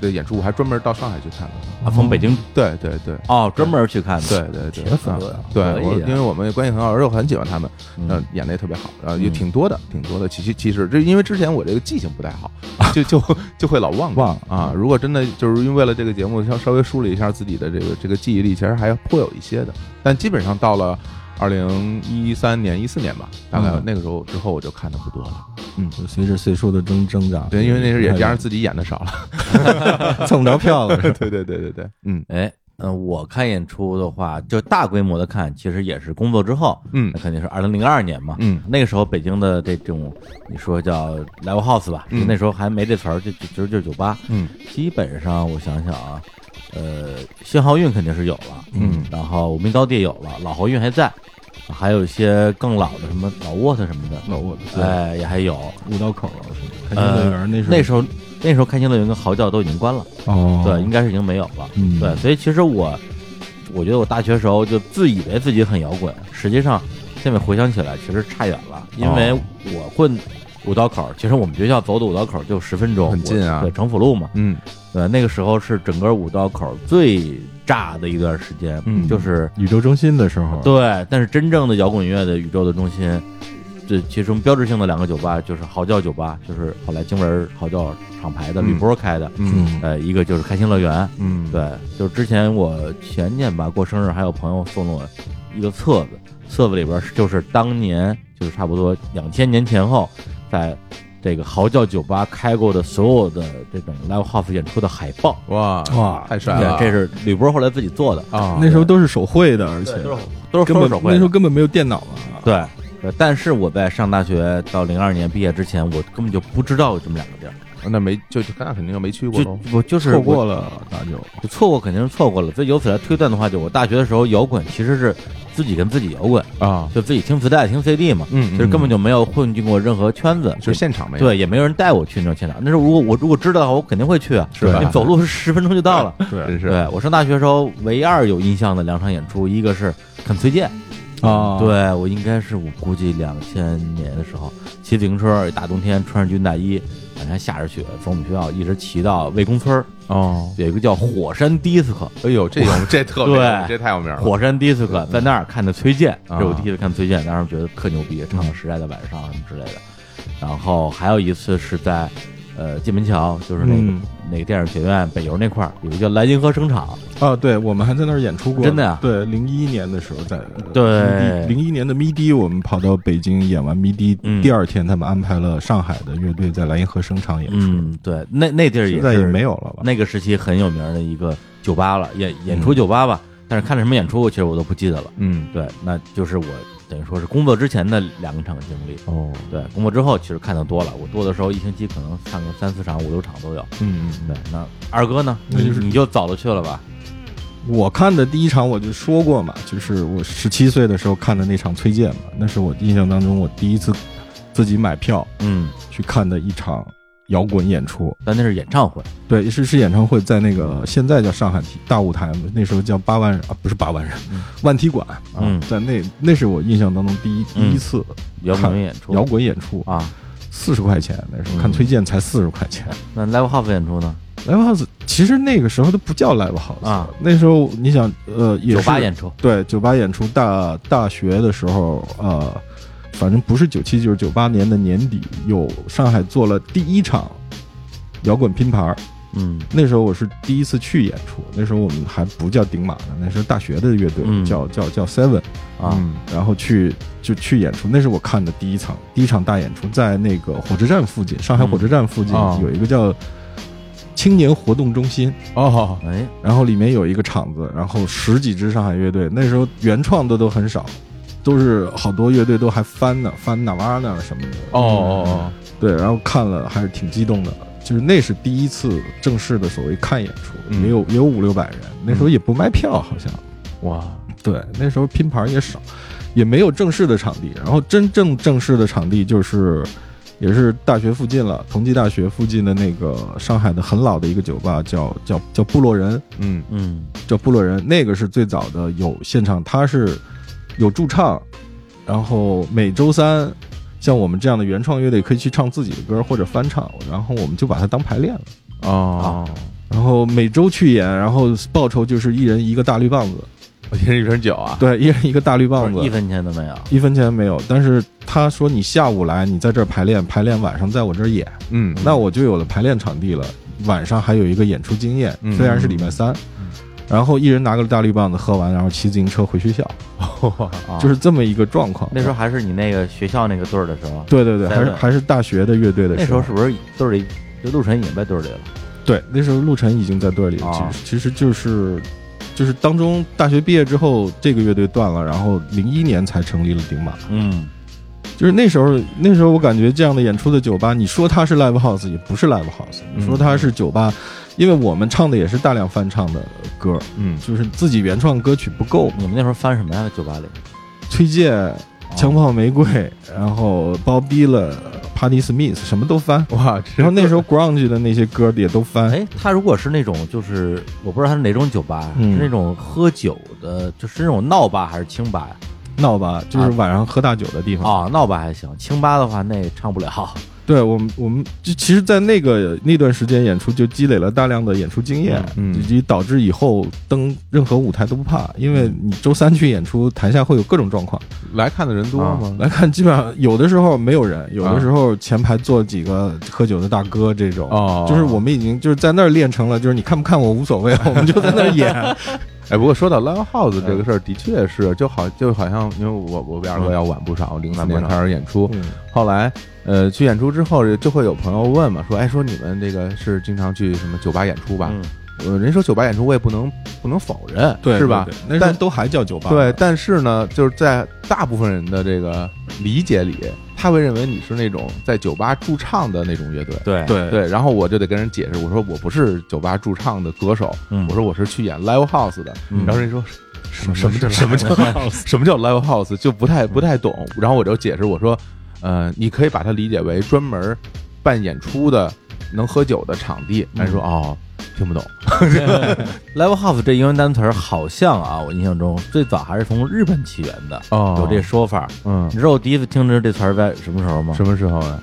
[SPEAKER 2] 的演出，我还专门到上海去看过。
[SPEAKER 1] 啊，从北京
[SPEAKER 2] 对对对
[SPEAKER 1] 哦，专门去看的。
[SPEAKER 2] 哦对对对，
[SPEAKER 3] 铁粉
[SPEAKER 2] 啊对
[SPEAKER 1] 可以啊
[SPEAKER 2] 我因为我们关系很好，而且我很喜欢他们，
[SPEAKER 1] 嗯
[SPEAKER 2] 呃，演的也特别好，然后也
[SPEAKER 1] 嗯
[SPEAKER 2] 挺多的，挺多的。其实其实这因为之前我这个记性不太好，就就就会老忘记
[SPEAKER 3] 忘了
[SPEAKER 2] 啊。如果真的就是因为为了这个节目，稍稍微梳理一下自己的这个这个记忆力，其实还颇有一些的。但基本上到了二零一三年、一四年吧，大概
[SPEAKER 3] 嗯
[SPEAKER 2] 那个时候之后，我就看的不多了。
[SPEAKER 3] 就随着岁数的增增长，
[SPEAKER 2] 对，因为那时候也
[SPEAKER 3] 嗯
[SPEAKER 2] 加上自己演的少了。
[SPEAKER 3] 蹭不着票了。
[SPEAKER 2] 对
[SPEAKER 3] 是 吧
[SPEAKER 2] 对对对对，嗯
[SPEAKER 1] 哎，嗯、我看演出的话，就大规模的看，其实也是工作之后，
[SPEAKER 2] 嗯
[SPEAKER 1] 那肯定是二零零二年嘛，
[SPEAKER 2] 嗯
[SPEAKER 1] 那个时候北京的这种你说叫 live house 吧，
[SPEAKER 2] 嗯
[SPEAKER 1] 就那时候还没这词儿，就就就就是酒吧，
[SPEAKER 2] 嗯
[SPEAKER 1] 基本上我想想啊，呃，新豪运肯定是有了，
[SPEAKER 2] 嗯
[SPEAKER 1] 然后无名高地有了，老豪运还在，还有一些更老的什么老沃特什么的，
[SPEAKER 3] 那我的
[SPEAKER 1] 哎，也还有。呃
[SPEAKER 3] 五道口是吧开心乐园那时候
[SPEAKER 1] 那时候，那时候开心乐园跟嚎叫都已经关了，
[SPEAKER 3] 哦，
[SPEAKER 1] 对，应该是已经没有了。
[SPEAKER 3] 嗯
[SPEAKER 1] 对，所以其实我，我觉得我大学时候就自以为自己很摇滚，实际上现在回想起来，其实差远了。因为
[SPEAKER 2] 哦
[SPEAKER 1] 我混五道口，其实我们学校走的五道口就十分钟，
[SPEAKER 2] 很近啊
[SPEAKER 1] 我对，城府路嘛。
[SPEAKER 2] 嗯
[SPEAKER 1] 对，那个时候是整个五道口最炸的一段时间，
[SPEAKER 2] 嗯
[SPEAKER 1] 就是
[SPEAKER 3] 宇宙中心的时候，
[SPEAKER 1] 对。但是真正的摇滚乐的宇宙的中心，这其中标志性的两个酒吧就是嚎叫酒吧，就是后来经文嚎叫厂牌的
[SPEAKER 2] 嗯
[SPEAKER 1] 吕波开的，
[SPEAKER 2] 嗯
[SPEAKER 1] 呃，一个就是开心乐园，
[SPEAKER 2] 嗯，
[SPEAKER 1] 对，就是之前我前年吧过生日，还有朋友送了我一个册子，册子里边儿是就是当年就是差不多两千年前后，在这个嚎叫酒吧开过的所有的这种 live house 演出的海报。
[SPEAKER 2] 哇
[SPEAKER 3] 哇
[SPEAKER 2] 太帅了，
[SPEAKER 1] 对，这是吕波后来自己做的，
[SPEAKER 2] 啊，
[SPEAKER 3] 那时候都是手绘的，而且
[SPEAKER 1] 都是
[SPEAKER 3] 根
[SPEAKER 1] 双
[SPEAKER 3] 本
[SPEAKER 1] 手绘
[SPEAKER 3] 那时候
[SPEAKER 1] 的。
[SPEAKER 3] 根本没有电脑啊嘛。
[SPEAKER 1] 对，呃但是我在上大学到零二年毕业之前，我根本就不知道有这么两个地儿，
[SPEAKER 2] 那没就就那肯定就没去过喽
[SPEAKER 1] 就。我就是
[SPEAKER 3] 错
[SPEAKER 1] 我
[SPEAKER 3] 过了那就
[SPEAKER 1] 就错过肯定是错过了。所以由此来推断的话，就我大学的时候摇滚其实是自己跟自己摇滚，
[SPEAKER 2] 啊，
[SPEAKER 1] 就自己听磁带、听 CD 嘛，
[SPEAKER 2] 嗯
[SPEAKER 1] 其实根本就没有混进过任何圈子，
[SPEAKER 2] 就是现场没有。
[SPEAKER 1] 对，也没有人带我去那种现场。那时候如果我如果知道的话，我肯定会去啊，
[SPEAKER 2] 是吧
[SPEAKER 1] 你走路十分钟就到了。
[SPEAKER 2] 真
[SPEAKER 3] 对
[SPEAKER 2] 是
[SPEAKER 1] 对我上大学时候唯二有印象的两场演出，一个是肯崔健，
[SPEAKER 2] 哦
[SPEAKER 3] 啊，
[SPEAKER 1] 对我应该是我估计两千年的时候，骑自行车，大冬天穿着军大衣，晚上下着雪，从我们学校一直骑到魏公村儿，
[SPEAKER 2] 哦，
[SPEAKER 1] 有一个叫火山迪斯科，
[SPEAKER 2] 哎呦，这有这特别
[SPEAKER 1] 对
[SPEAKER 2] 这太有名了。
[SPEAKER 1] 火山迪斯科在那儿看的崔健，这
[SPEAKER 2] 啊
[SPEAKER 1] 是我第一次看崔健，当时觉得特牛逼，
[SPEAKER 3] 嗯
[SPEAKER 1] 唱《时代的晚上》什么之类的。然后还有一次是在呃金门桥，就是那个、
[SPEAKER 3] 嗯
[SPEAKER 1] 那个电影学院北邮那块儿，有一个叫莱茵河声场，
[SPEAKER 3] 啊，对，我们还在那儿演出过，
[SPEAKER 1] 真的呀
[SPEAKER 3] 对，零一年的时候在，
[SPEAKER 1] 对
[SPEAKER 3] 零一年的 MIDI，我们跑到北京演完 MIDI，、
[SPEAKER 1] 嗯
[SPEAKER 3] 第二天他们安排了上海的乐队在莱茵河声场演出，
[SPEAKER 1] 嗯，对，那那地儿也
[SPEAKER 3] 现在也
[SPEAKER 1] 是
[SPEAKER 3] 没有了吧？嗯
[SPEAKER 1] 那个时期很有名的一个酒吧了，演演出酒吧吧。但是看了什么演出，其实我都不记得了。
[SPEAKER 2] 嗯，
[SPEAKER 1] 对，那就是我等于说是工作之前的两场经历。
[SPEAKER 2] 哦，
[SPEAKER 1] 对，工作之后其实看的多了，我多的时候一星期可能看个三四场、五六场都有。
[SPEAKER 2] 嗯
[SPEAKER 1] 对，那二哥呢？
[SPEAKER 3] 那就是
[SPEAKER 1] 你你就早了去了吧？
[SPEAKER 3] 我看的第一场我就说过嘛，就是我十七岁的时候看的那场崔健嘛，那是我印象当中我第一次自己买票
[SPEAKER 1] 嗯，
[SPEAKER 3] 去看的一场摇滚演出。
[SPEAKER 1] 但那是演唱会，
[SPEAKER 3] 对，是是演唱会，在那个现在叫上海体大舞台嘛，那时候叫八万人啊，不是八万人
[SPEAKER 1] 嗯，
[SPEAKER 3] 万体馆啊
[SPEAKER 1] 嗯，
[SPEAKER 3] 在那那是我印象当中第一第
[SPEAKER 1] 嗯
[SPEAKER 3] 一次
[SPEAKER 1] 摇滚演出，
[SPEAKER 3] 摇滚演出，
[SPEAKER 1] 啊。
[SPEAKER 3] 四十块钱那时
[SPEAKER 1] 嗯
[SPEAKER 3] 候看崔健才四十块钱
[SPEAKER 1] 那 live house 演出呢？
[SPEAKER 3] ，live house 其实那个时候都不叫 live house
[SPEAKER 1] 啊，
[SPEAKER 3] 那时候你想呃也
[SPEAKER 1] 酒
[SPEAKER 3] 是
[SPEAKER 1] 吧演出，
[SPEAKER 3] 对酒吧演出，大大学的时候呃，反正不是九七就是九八年的年底，有上海做了第一场摇滚拼盘儿。
[SPEAKER 1] 嗯
[SPEAKER 3] 那时候我是第一次去演出，那时候我们还不叫顶马呢，那时候大学的乐队
[SPEAKER 1] 嗯
[SPEAKER 3] 叫、叫叫 Seven，
[SPEAKER 1] 啊，
[SPEAKER 2] 嗯
[SPEAKER 3] 然后去就去演出，那是我看的第一场第一场大演出，在那个火车站附近，上海火车站附近、
[SPEAKER 2] 嗯
[SPEAKER 3] 有一个叫青年活动中心，
[SPEAKER 2] 哦，
[SPEAKER 1] 哎，
[SPEAKER 3] 然后里面有一个场子，然后十几支上海乐队，那时候原创的都很少，都是好多乐队都还翻呢，翻哪哇呢什么的嗯
[SPEAKER 2] 哦哦哦，
[SPEAKER 3] 对，然后看了还是挺激动的，就是那是第一次正式的所谓看演出，
[SPEAKER 2] 嗯
[SPEAKER 3] 也有也有五六百人，那时候也不卖票好像，
[SPEAKER 2] 哦
[SPEAKER 1] 哇，
[SPEAKER 3] 对，那时候拼盘也少，也没有正式的场地，然后真正正式的场地就是。也是大学附近了，同济大学附近的那个上海的很老的一个酒吧，叫叫叫部落人，
[SPEAKER 2] 嗯
[SPEAKER 1] 嗯
[SPEAKER 3] 叫部落人，那个是最早的有现场，它是有驻唱，然后每周三，像我们这样的原创乐队可以去唱自己的歌或者翻唱，然后我们就把它当排练了。
[SPEAKER 2] 哦，
[SPEAKER 3] 然后每周去演，然后报酬就是一人一个大绿棒子，
[SPEAKER 2] 我一人一瓶酒啊，
[SPEAKER 3] 对，一人一个大绿棒
[SPEAKER 1] 不
[SPEAKER 3] 子，
[SPEAKER 1] 是一分钱都没有，
[SPEAKER 3] 一分钱没有。但是他说你下午来，你在这儿排练，排练晚上在我这儿演，
[SPEAKER 2] 嗯，
[SPEAKER 3] 那我就有了排练场地了，晚上还有一个演出经验，
[SPEAKER 2] 嗯
[SPEAKER 3] 虽然是礼拜三。然后一人拿个大绿棒子喝完，然后骑自行车回学校，
[SPEAKER 1] 啊
[SPEAKER 3] 就是这么一个状况。
[SPEAKER 1] 那时候还是你那个学校那个队儿的时候，
[SPEAKER 3] 对对对，还是
[SPEAKER 1] Seven
[SPEAKER 3] 还是大学的乐队的
[SPEAKER 1] 那时
[SPEAKER 3] 时
[SPEAKER 1] 候是不是队儿里就陆晨已经在队儿里了？
[SPEAKER 3] 对，那时候陆晨已经在队里了。
[SPEAKER 1] 啊
[SPEAKER 3] 其实其实就是就是当中大学毕业之后，这个乐队断了，然后零一年才成立了顶马。
[SPEAKER 1] 嗯，
[SPEAKER 3] 就是那时候那时候我感觉这样的演出的酒吧，你说它是 live house 也不是 live house，你
[SPEAKER 1] 嗯
[SPEAKER 3] 说它是酒吧，因为我们唱的也是大量翻唱的歌，
[SPEAKER 2] 嗯
[SPEAKER 3] 就是自己原创歌曲不够，
[SPEAKER 1] 你们那时候翻什么呀？酒吧里？
[SPEAKER 3] 崔健。哦
[SPEAKER 1] 哦
[SPEAKER 3] 枪炮玫瑰，然后 Bob Dylan、Patti Smith 什么都翻，
[SPEAKER 2] 哇，
[SPEAKER 3] 然后那时候 grunge 的那些歌也都翻，
[SPEAKER 1] 哎，他如果是那种，就是我不知道他是哪种酒吧，
[SPEAKER 3] 嗯
[SPEAKER 1] 是那种喝酒的，就是那种闹吧还是清吧呀？
[SPEAKER 3] 闹
[SPEAKER 2] 啊
[SPEAKER 3] 吧，就是晚上喝大酒的
[SPEAKER 2] 哦
[SPEAKER 3] 地方。
[SPEAKER 1] 啊，闹吧还行，清吧的话那个唱不了。
[SPEAKER 3] 对我们，我们就其实，在那个那段时间演出就积累了大量的演出经验，
[SPEAKER 2] 嗯
[SPEAKER 3] 以及导致以后登任何舞台都不怕，因为你周三去演出，台下会有各种状况。
[SPEAKER 2] 来看的人多
[SPEAKER 1] 啊
[SPEAKER 2] 吗？
[SPEAKER 3] 来看，基本上有的时候没有人，有
[SPEAKER 2] 嗯啊
[SPEAKER 3] 的时候前排坐几个喝酒的大哥这种。
[SPEAKER 2] 哦，
[SPEAKER 3] 就是我们已经就是在那儿练成了，就是你看不看我无所 谓，我们就在那儿演。
[SPEAKER 2] 哎，不过说到 live house 这个事儿，的确是，就好就好像，因为我我比二哥要晚不少，零四年开始演出，
[SPEAKER 3] 嗯
[SPEAKER 2] 后来呃去演出之后，就会有朋友问嘛，说哎说你们这个是经常去什么酒吧演出吧？
[SPEAKER 1] 嗯，
[SPEAKER 2] 呃，人说酒吧演出，我也不能不能否认，
[SPEAKER 3] 对，
[SPEAKER 2] 是吧？
[SPEAKER 3] 对？对那时候
[SPEAKER 2] 但
[SPEAKER 3] 都还叫酒吧。
[SPEAKER 2] 对，但是呢，就是在大部分人的这个理解里，他会认为你是那种在酒吧驻唱的那种乐队。
[SPEAKER 1] 对，
[SPEAKER 3] 对
[SPEAKER 2] 对，然后我就得跟人解释，我说我不是酒吧驻唱的歌手，
[SPEAKER 1] 嗯
[SPEAKER 2] 我说我是去演 live house 的。
[SPEAKER 1] 嗯
[SPEAKER 2] 然后人说什么什么叫什么叫
[SPEAKER 1] live
[SPEAKER 2] house，什么 叫 live house 就不太不太懂。然后我就解释我说，呃，你可以把它理解为专门办演出的能喝酒的场地。人说哦，听不懂。
[SPEAKER 1] Live House 这英文单词儿好像啊，我印象中最早还是从日本起源的，
[SPEAKER 2] 哦
[SPEAKER 1] 有这说法。
[SPEAKER 2] 嗯
[SPEAKER 1] 你，知道我第一次听着这词儿在什么时候吗？
[SPEAKER 2] 什么时候啊？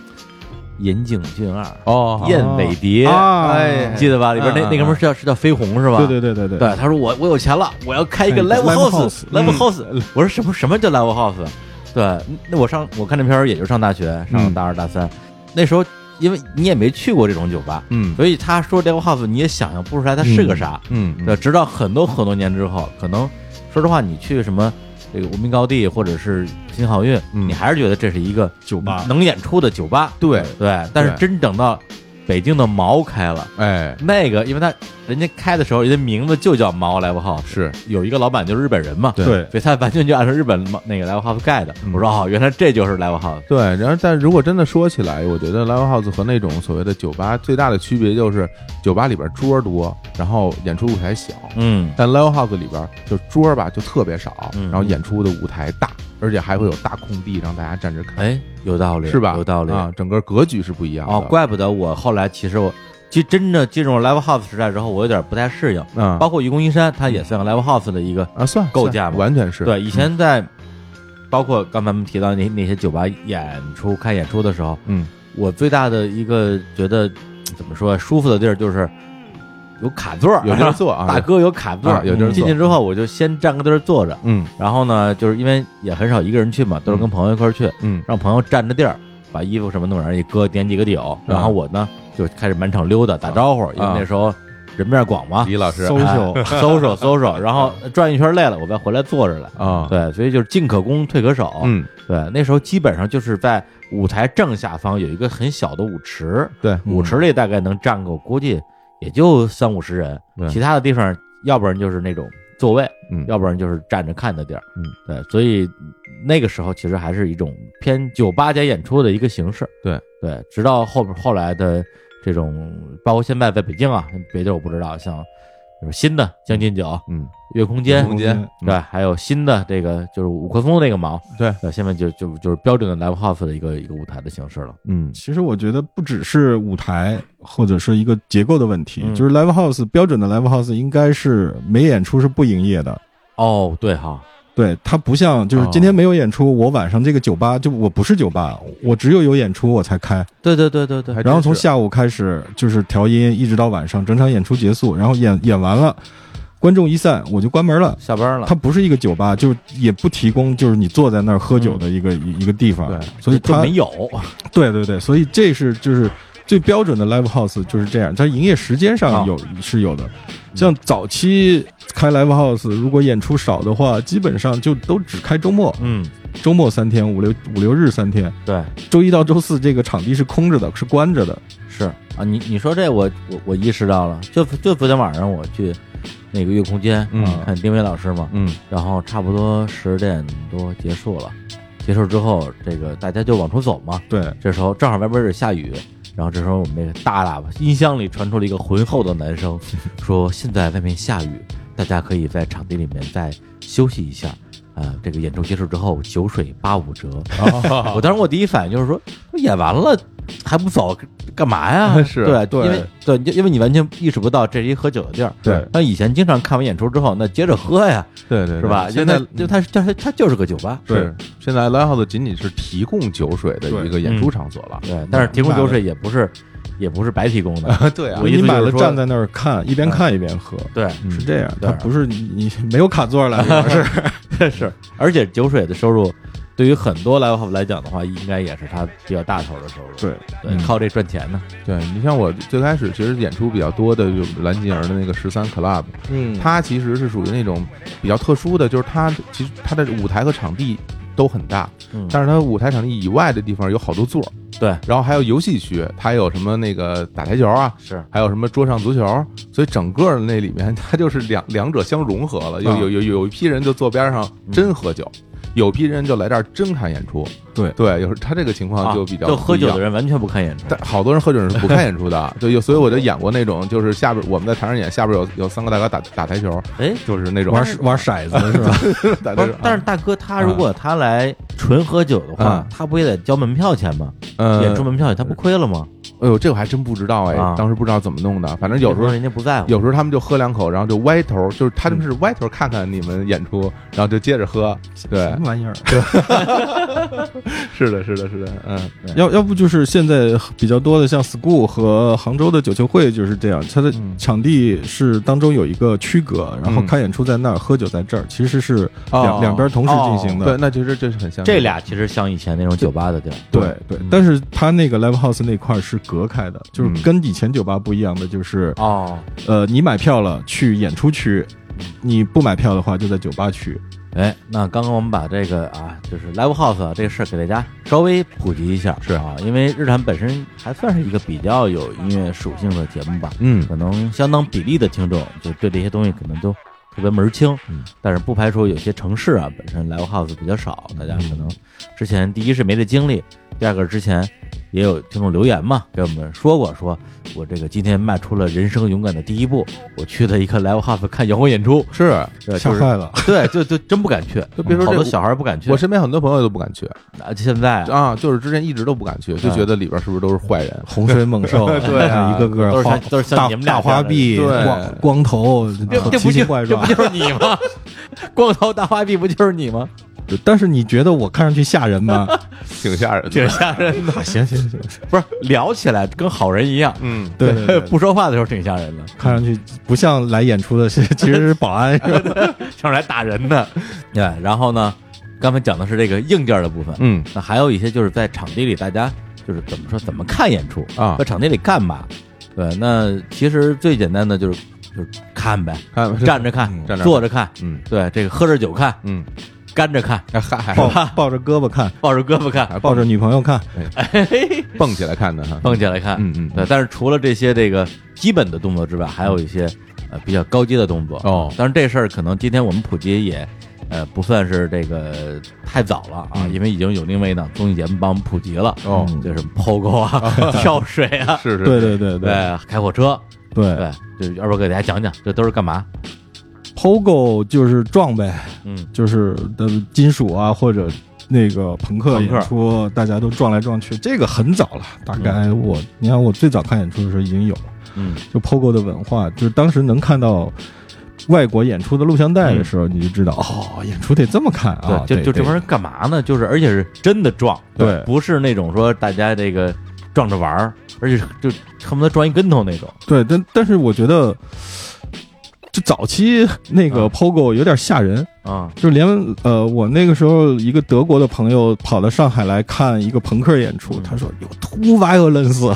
[SPEAKER 1] 岩井俊二，
[SPEAKER 2] 哦
[SPEAKER 1] 燕尾蝶，
[SPEAKER 3] 啊
[SPEAKER 1] 哎，记得吧？里边那
[SPEAKER 2] 嗯嗯
[SPEAKER 1] 那哥们儿是叫是叫飞鸿是吧？
[SPEAKER 3] 对对对对对
[SPEAKER 1] 对，他说我我有钱了，我要开一个
[SPEAKER 3] 开
[SPEAKER 1] live
[SPEAKER 3] 一个
[SPEAKER 1] house
[SPEAKER 3] live
[SPEAKER 1] live house。我说什么什么叫 live house？对，那我上我看这片儿也就上大学，上
[SPEAKER 2] 嗯
[SPEAKER 1] 大二大三，那时候因为你也没去过这种酒吧，
[SPEAKER 2] 嗯
[SPEAKER 1] 所以他说 live house 你也想象不出来它是个啥。
[SPEAKER 2] 嗯嗯
[SPEAKER 1] 对，直到很多很多年之后，可能说实话，你去什么这个无名高地或者是新好运，
[SPEAKER 2] 嗯
[SPEAKER 1] 你还是觉得这是一个
[SPEAKER 3] 酒吧
[SPEAKER 1] 能演出的酒吧。
[SPEAKER 2] 对
[SPEAKER 1] 对，但是
[SPEAKER 2] 对
[SPEAKER 1] 真等到北京的毛开了。
[SPEAKER 2] 哎
[SPEAKER 1] 那个，因为他人家开的时候，人家名字就叫毛 live house，
[SPEAKER 2] 是
[SPEAKER 1] 有一个老板就是日本人嘛，
[SPEAKER 2] 对
[SPEAKER 3] 对
[SPEAKER 1] 所以他完全就按照日本那个 live house 盖的。
[SPEAKER 2] 嗯
[SPEAKER 1] 我说哦，原来这就是 live house，
[SPEAKER 2] 对，然后但如果真的说起来，我觉得 live house 和那种所谓的酒吧最大的区别就是，酒吧里边桌多，然后演出舞台小。
[SPEAKER 1] 嗯
[SPEAKER 2] 但 live house 里边就桌吧就特别少，
[SPEAKER 1] 嗯
[SPEAKER 2] 然后演出的舞台大，而且还会有大空地让大家站着看，
[SPEAKER 1] 哎，有道理，
[SPEAKER 2] 是吧？
[SPEAKER 1] 有道理
[SPEAKER 2] 啊，整个格局是不一样的。
[SPEAKER 1] 哦，怪不得我后来其实我，其实真的进入 live house 时代之后，我有点不太适应。
[SPEAKER 2] 啊
[SPEAKER 1] 包括愚公移山，它也算个 live house 的一个。
[SPEAKER 2] 啊，算
[SPEAKER 1] 构架
[SPEAKER 2] 算
[SPEAKER 1] 嘛
[SPEAKER 2] 完全嗯是嗯
[SPEAKER 1] 对，以前在包括刚才我们提到那那些酒吧演出看演出的时候，
[SPEAKER 2] 嗯
[SPEAKER 1] 我最大的一个觉得怎么说啊舒服的地儿就是有卡座儿，
[SPEAKER 2] 有地儿坐啊，
[SPEAKER 1] 大哥有卡座儿，嗯
[SPEAKER 2] 啊有地儿坐
[SPEAKER 1] 进去之后，我就先占个地儿坐着，
[SPEAKER 2] 嗯
[SPEAKER 1] 然后呢，就是因为也很少一个人去嘛，都是跟朋友一块儿去，
[SPEAKER 2] 嗯
[SPEAKER 1] 让朋友占着地儿，把衣服什么弄往上一搁，点几个酒，然
[SPEAKER 2] 嗯
[SPEAKER 1] 后我呢就开始满场溜达打招呼，因为那时候人面广嘛，
[SPEAKER 2] 李老师
[SPEAKER 3] 搜 social
[SPEAKER 1] 搜手搜手，然后转一圈累了，我再回来坐着来。
[SPEAKER 2] 啊，
[SPEAKER 1] 对，所以就是进可攻，退可守。，
[SPEAKER 2] 嗯
[SPEAKER 1] 对，那时候基本上就是在舞台正下方有一个很小的舞池，
[SPEAKER 2] 对
[SPEAKER 1] 舞池里大概能站个，我估计也就三五十人
[SPEAKER 2] 对，
[SPEAKER 1] 其他的地方要不然就是那种座位，
[SPEAKER 2] 嗯
[SPEAKER 1] 要不然就是站着看的地儿，
[SPEAKER 2] 嗯，
[SPEAKER 1] 对，所以那个时候其实还是一种偏酒吧加演出的一个形式，
[SPEAKER 2] 对
[SPEAKER 1] 对，直到后边后来的这种，包括现在在北京啊，别的我不知道，像比如新的将进酒、
[SPEAKER 2] 嗯，
[SPEAKER 1] 月空间，
[SPEAKER 2] 空间
[SPEAKER 1] 对吧，还有新的这个就是五棵松那个毛，
[SPEAKER 2] 对
[SPEAKER 1] 呃，现在就就就是标准的 live house 的一个一个舞台的形式了。
[SPEAKER 2] 嗯
[SPEAKER 3] 其实我觉得不只是舞台或者是一个结构的问题，
[SPEAKER 1] 嗯
[SPEAKER 3] 就是 live house 标准的 live house 应该是没演出是不营业的，
[SPEAKER 1] 哦，对哈，
[SPEAKER 3] 对，它不像就是
[SPEAKER 2] 哦
[SPEAKER 3] 今天没有演出，我晚上这个酒吧就我不是酒吧，我只有有演出我才开，
[SPEAKER 1] 对对对对对
[SPEAKER 2] 还真
[SPEAKER 3] 然后从
[SPEAKER 2] 是
[SPEAKER 3] 下午开始就是调音，一直到晚上整场演出结束，然后演演完了，观众一散我就关门了。
[SPEAKER 1] 下班了
[SPEAKER 3] 它，不是一个酒吧，就也不提供就是你坐在那儿喝酒的一个一、一个地方，
[SPEAKER 2] 对，
[SPEAKER 3] 所以
[SPEAKER 1] 就
[SPEAKER 3] 它
[SPEAKER 1] 没有，
[SPEAKER 3] 对对对，所以这是就是最标准的 live house 就是这样，它营业时间
[SPEAKER 1] 啊
[SPEAKER 3] 上有、是有的。像早期开 live house，如果演出少的话，基本上就都只开周末，
[SPEAKER 1] 嗯，
[SPEAKER 3] 周末三天，五六五六日三天，
[SPEAKER 1] 对，
[SPEAKER 3] 周一到周四这个场地是空着的，是关着的。
[SPEAKER 1] 是啊，你你说这我我我意识到了，就就昨天晚上我去那个月空间、
[SPEAKER 2] 嗯
[SPEAKER 1] 啊看丁薇老师嘛，
[SPEAKER 2] 嗯
[SPEAKER 1] 然后差不多十点多结束了，结束之后这个大家就往出走嘛，
[SPEAKER 3] 对，
[SPEAKER 1] 这时候正好外边儿也下雨，然后这时候我们那个大喇叭音箱里传出了一个浑厚的男声，说现在外面下雨，大家可以在场地里面再休息一下。啊、这个演出结束之后，酒水八五折。
[SPEAKER 2] 啊
[SPEAKER 1] 我当时我第一反应就是说，我演完了还不走，干嘛呀？
[SPEAKER 2] 是
[SPEAKER 1] 对
[SPEAKER 3] 对
[SPEAKER 1] 因为对，因为因为你完全意识不到这是一喝酒的地儿。
[SPEAKER 3] 对
[SPEAKER 1] 但以前经常看完演出之后，那接着喝呀，
[SPEAKER 2] 对对
[SPEAKER 1] 是吧？
[SPEAKER 2] 现在
[SPEAKER 1] 就它它它它就是个酒吧。
[SPEAKER 3] 对
[SPEAKER 2] 是现在 live house 仅仅是提供酒水的一个
[SPEAKER 1] 嗯
[SPEAKER 2] 演出场所了。
[SPEAKER 1] 对，但是提供酒水也不是也不是白提供 的。
[SPEAKER 2] 对啊
[SPEAKER 1] 我，意
[SPEAKER 3] 你
[SPEAKER 1] 思
[SPEAKER 3] 买
[SPEAKER 1] 就是
[SPEAKER 3] 了
[SPEAKER 1] 说
[SPEAKER 3] 站在那儿看，一边看一边喝。
[SPEAKER 1] 对，
[SPEAKER 3] 是这样，
[SPEAKER 1] 对啊
[SPEAKER 3] 它不是你你没有卡座了，是
[SPEAKER 1] 是，而且酒水的收入，对于很多 live house 来讲的话，应该也是他比较大头的收入。
[SPEAKER 3] 对
[SPEAKER 1] 对，
[SPEAKER 2] 嗯
[SPEAKER 1] 靠这赚钱呢。
[SPEAKER 2] 对你像我最开始其实演出比较多的，就是兰吉尔的那个十三 club，
[SPEAKER 3] 嗯
[SPEAKER 2] 它其实是属于那种比较特殊的，就是它其实它的舞台和场地都很大，
[SPEAKER 1] 嗯，
[SPEAKER 2] 但是它舞台场地以外的地方有好多座儿，
[SPEAKER 1] 对，
[SPEAKER 2] 然后还有游戏区，它有什么那个打台球啊，
[SPEAKER 1] 是
[SPEAKER 2] 还有什么桌上足球，所以整个那里面它就是两两者相融合了。有
[SPEAKER 3] 啊
[SPEAKER 2] 有有有一批人就坐边上
[SPEAKER 1] 嗯
[SPEAKER 2] 真喝酒，有批人就来这儿真看演出。
[SPEAKER 3] 对
[SPEAKER 2] 对，有时他这个情况就比较
[SPEAKER 1] 啊就喝酒
[SPEAKER 2] 不
[SPEAKER 1] 的
[SPEAKER 2] 一样。
[SPEAKER 1] 人完全不看演出。
[SPEAKER 2] 但好多人喝酒是不看演 出的，对，有所以我就演过那种，就是下边我们在台上演，下边有有三个大哥打打台球，
[SPEAKER 1] 哎，
[SPEAKER 2] 就是那种
[SPEAKER 3] 玩玩骰子 是吧？
[SPEAKER 2] 打
[SPEAKER 1] 不
[SPEAKER 2] 台
[SPEAKER 1] 是
[SPEAKER 2] 球，。
[SPEAKER 1] 但是大哥他如果他来纯喝酒的话
[SPEAKER 2] 啊，
[SPEAKER 1] 他不也得交门票钱吗？
[SPEAKER 2] 呃
[SPEAKER 1] 演出，门票钱他不亏了吗？
[SPEAKER 2] 哎呦，这我还真不知道哎
[SPEAKER 1] 啊，
[SPEAKER 2] 当时不知道怎么弄的，反正有时候
[SPEAKER 1] 人家不在乎。
[SPEAKER 2] 有时候他们就喝两口，然后就歪头，就是他们是歪头看看你们演出，然后就接着喝。对
[SPEAKER 3] 什，么玩意儿？
[SPEAKER 2] 是的，是的，是的，嗯，
[SPEAKER 3] 要要不就是现在比较多的像 school 和杭州的九球会就是这样，它的
[SPEAKER 2] 嗯
[SPEAKER 3] 场地是当中有一个区隔，然后
[SPEAKER 2] 嗯
[SPEAKER 3] 看演出在那儿，喝酒在这儿，其实是两、
[SPEAKER 2] 哦
[SPEAKER 3] 两边同时进行的。
[SPEAKER 1] 哦
[SPEAKER 2] 对，那就是这是很像
[SPEAKER 1] 这俩其实像以前那种酒吧的地儿。
[SPEAKER 3] 对对
[SPEAKER 1] 嗯
[SPEAKER 3] 但是它那个 live house 那块儿是隔开的，就是
[SPEAKER 2] 嗯
[SPEAKER 3] 跟以前酒吧不一样的，就是
[SPEAKER 1] 哦，
[SPEAKER 3] 呃，你买票了去演出区，你不买票的话就在酒吧区。
[SPEAKER 1] 哎，那刚刚我们把这个啊，就是 live house 啊这个事儿给大家稍微普及一下，
[SPEAKER 2] 是
[SPEAKER 1] 啊，因为日产本身还算是一个比较有音乐属性的节目吧，
[SPEAKER 2] 嗯
[SPEAKER 1] 可能相当比例的听众就对这些东西可能都特别门儿清，
[SPEAKER 2] 嗯
[SPEAKER 1] 但是不排除有些城市啊本身 live house 比较少，大
[SPEAKER 2] 嗯
[SPEAKER 1] 家可能之前第一是没这经历，第二个之前也有听众留言嘛，给我们说过说，我这个今天迈出了人生勇敢的第一步，我去了一个 live house 看摇滚演出，
[SPEAKER 2] 是
[SPEAKER 1] 对，
[SPEAKER 3] 吓
[SPEAKER 1] 就是
[SPEAKER 3] 坏了，
[SPEAKER 1] 对，就就真不敢去，
[SPEAKER 2] 就别说这
[SPEAKER 1] 好多小孩儿不敢去。
[SPEAKER 2] 我身边很多朋友都不敢去
[SPEAKER 1] 啊现在
[SPEAKER 2] 啊，就是之前一直都不敢去，就
[SPEAKER 1] 嗯
[SPEAKER 2] 觉得里边是不是都是坏人？
[SPEAKER 3] 洪水 猛兽，
[SPEAKER 2] 对啊
[SPEAKER 3] 一个个
[SPEAKER 1] 都是像
[SPEAKER 3] 花
[SPEAKER 1] 都是像
[SPEAKER 3] 大
[SPEAKER 1] 你们俩
[SPEAKER 3] 大
[SPEAKER 1] 这样
[SPEAKER 3] 花
[SPEAKER 1] 的
[SPEAKER 3] 臂、
[SPEAKER 2] 对
[SPEAKER 3] 光光头，奇奇怪
[SPEAKER 1] 这
[SPEAKER 3] 状
[SPEAKER 1] 不。就是你吗？光头大花臂不就是你吗？
[SPEAKER 3] 但是你觉得我看上去吓人吗？
[SPEAKER 2] 挺吓人
[SPEAKER 1] 挺
[SPEAKER 2] 的。
[SPEAKER 1] 吓人的，
[SPEAKER 3] 行行行，
[SPEAKER 1] 不是聊起来跟好人一样，
[SPEAKER 2] 嗯，
[SPEAKER 3] 对对对
[SPEAKER 1] 不说话的时候挺吓人的，
[SPEAKER 3] 看上去不像来演出的， 是其实是保安，是吧？
[SPEAKER 1] 上来打人的。对，然后呢，刚才讲的是这个硬件的部分，
[SPEAKER 2] 嗯
[SPEAKER 1] 那还有一些就是在场地里大家就是怎么说怎么看演出，
[SPEAKER 2] 啊
[SPEAKER 1] 在，场地里干嘛？对，那其实最简单的就是就是看呗，
[SPEAKER 2] 看
[SPEAKER 1] 站着看，
[SPEAKER 2] 站着
[SPEAKER 1] 坐着看，
[SPEAKER 2] 嗯
[SPEAKER 1] 对，这个喝着酒看，
[SPEAKER 2] 嗯，
[SPEAKER 1] 干着看，
[SPEAKER 2] 哎嗨，
[SPEAKER 3] 抱抱着胳膊看，
[SPEAKER 1] 抱着胳膊看，
[SPEAKER 2] 还
[SPEAKER 3] 抱着女朋友看，
[SPEAKER 2] 蹦起来看的哈，
[SPEAKER 1] 蹦起来看。
[SPEAKER 2] 嗯嗯
[SPEAKER 1] 对，但是除了这些这个基本的动作之外，还有一些呃比较高阶的动作。
[SPEAKER 2] 哦
[SPEAKER 1] 当然这事儿可能今天我们普及也呃，不算是这个太早了啊，
[SPEAKER 2] 嗯
[SPEAKER 1] 因为已经有另外一档综艺节目帮我们普及了，
[SPEAKER 2] 哦，
[SPEAKER 3] 嗯
[SPEAKER 1] 就是 POGO 啊、 跳水啊、
[SPEAKER 2] 是 是，
[SPEAKER 3] 对对对对
[SPEAKER 1] 对、开火车，
[SPEAKER 3] 对
[SPEAKER 1] 对，就是二宝给大家讲讲，这都是干嘛？
[SPEAKER 3] ，POGO 就是撞呗，
[SPEAKER 1] 嗯
[SPEAKER 3] 就是的金属啊，或者那个朋克
[SPEAKER 1] 朋克
[SPEAKER 3] 演出，大家都撞来撞去，这个很早了，大概我、你看我最早看演出的时候已经有了，
[SPEAKER 1] 嗯
[SPEAKER 3] 就 POGO 的文化，就是当时能看到。外国演出的录像带的时候，你就知道、哦，演出得这么看
[SPEAKER 2] 哦
[SPEAKER 3] 啊！
[SPEAKER 1] 对，就
[SPEAKER 3] 得
[SPEAKER 1] 就这
[SPEAKER 3] 得
[SPEAKER 1] 帮人干嘛呢？就是而且是真的撞，
[SPEAKER 3] 对
[SPEAKER 1] 不是那种说大家这个撞着玩儿，而且就恨不得撞一跟头那种。
[SPEAKER 3] 对，但但是我觉得，就早期那个 POGO 有点吓人，
[SPEAKER 1] 啊，
[SPEAKER 3] 就连呃，我那个时候一个德国的朋友跑到上海来看一个朋克演出，他说有 too violence，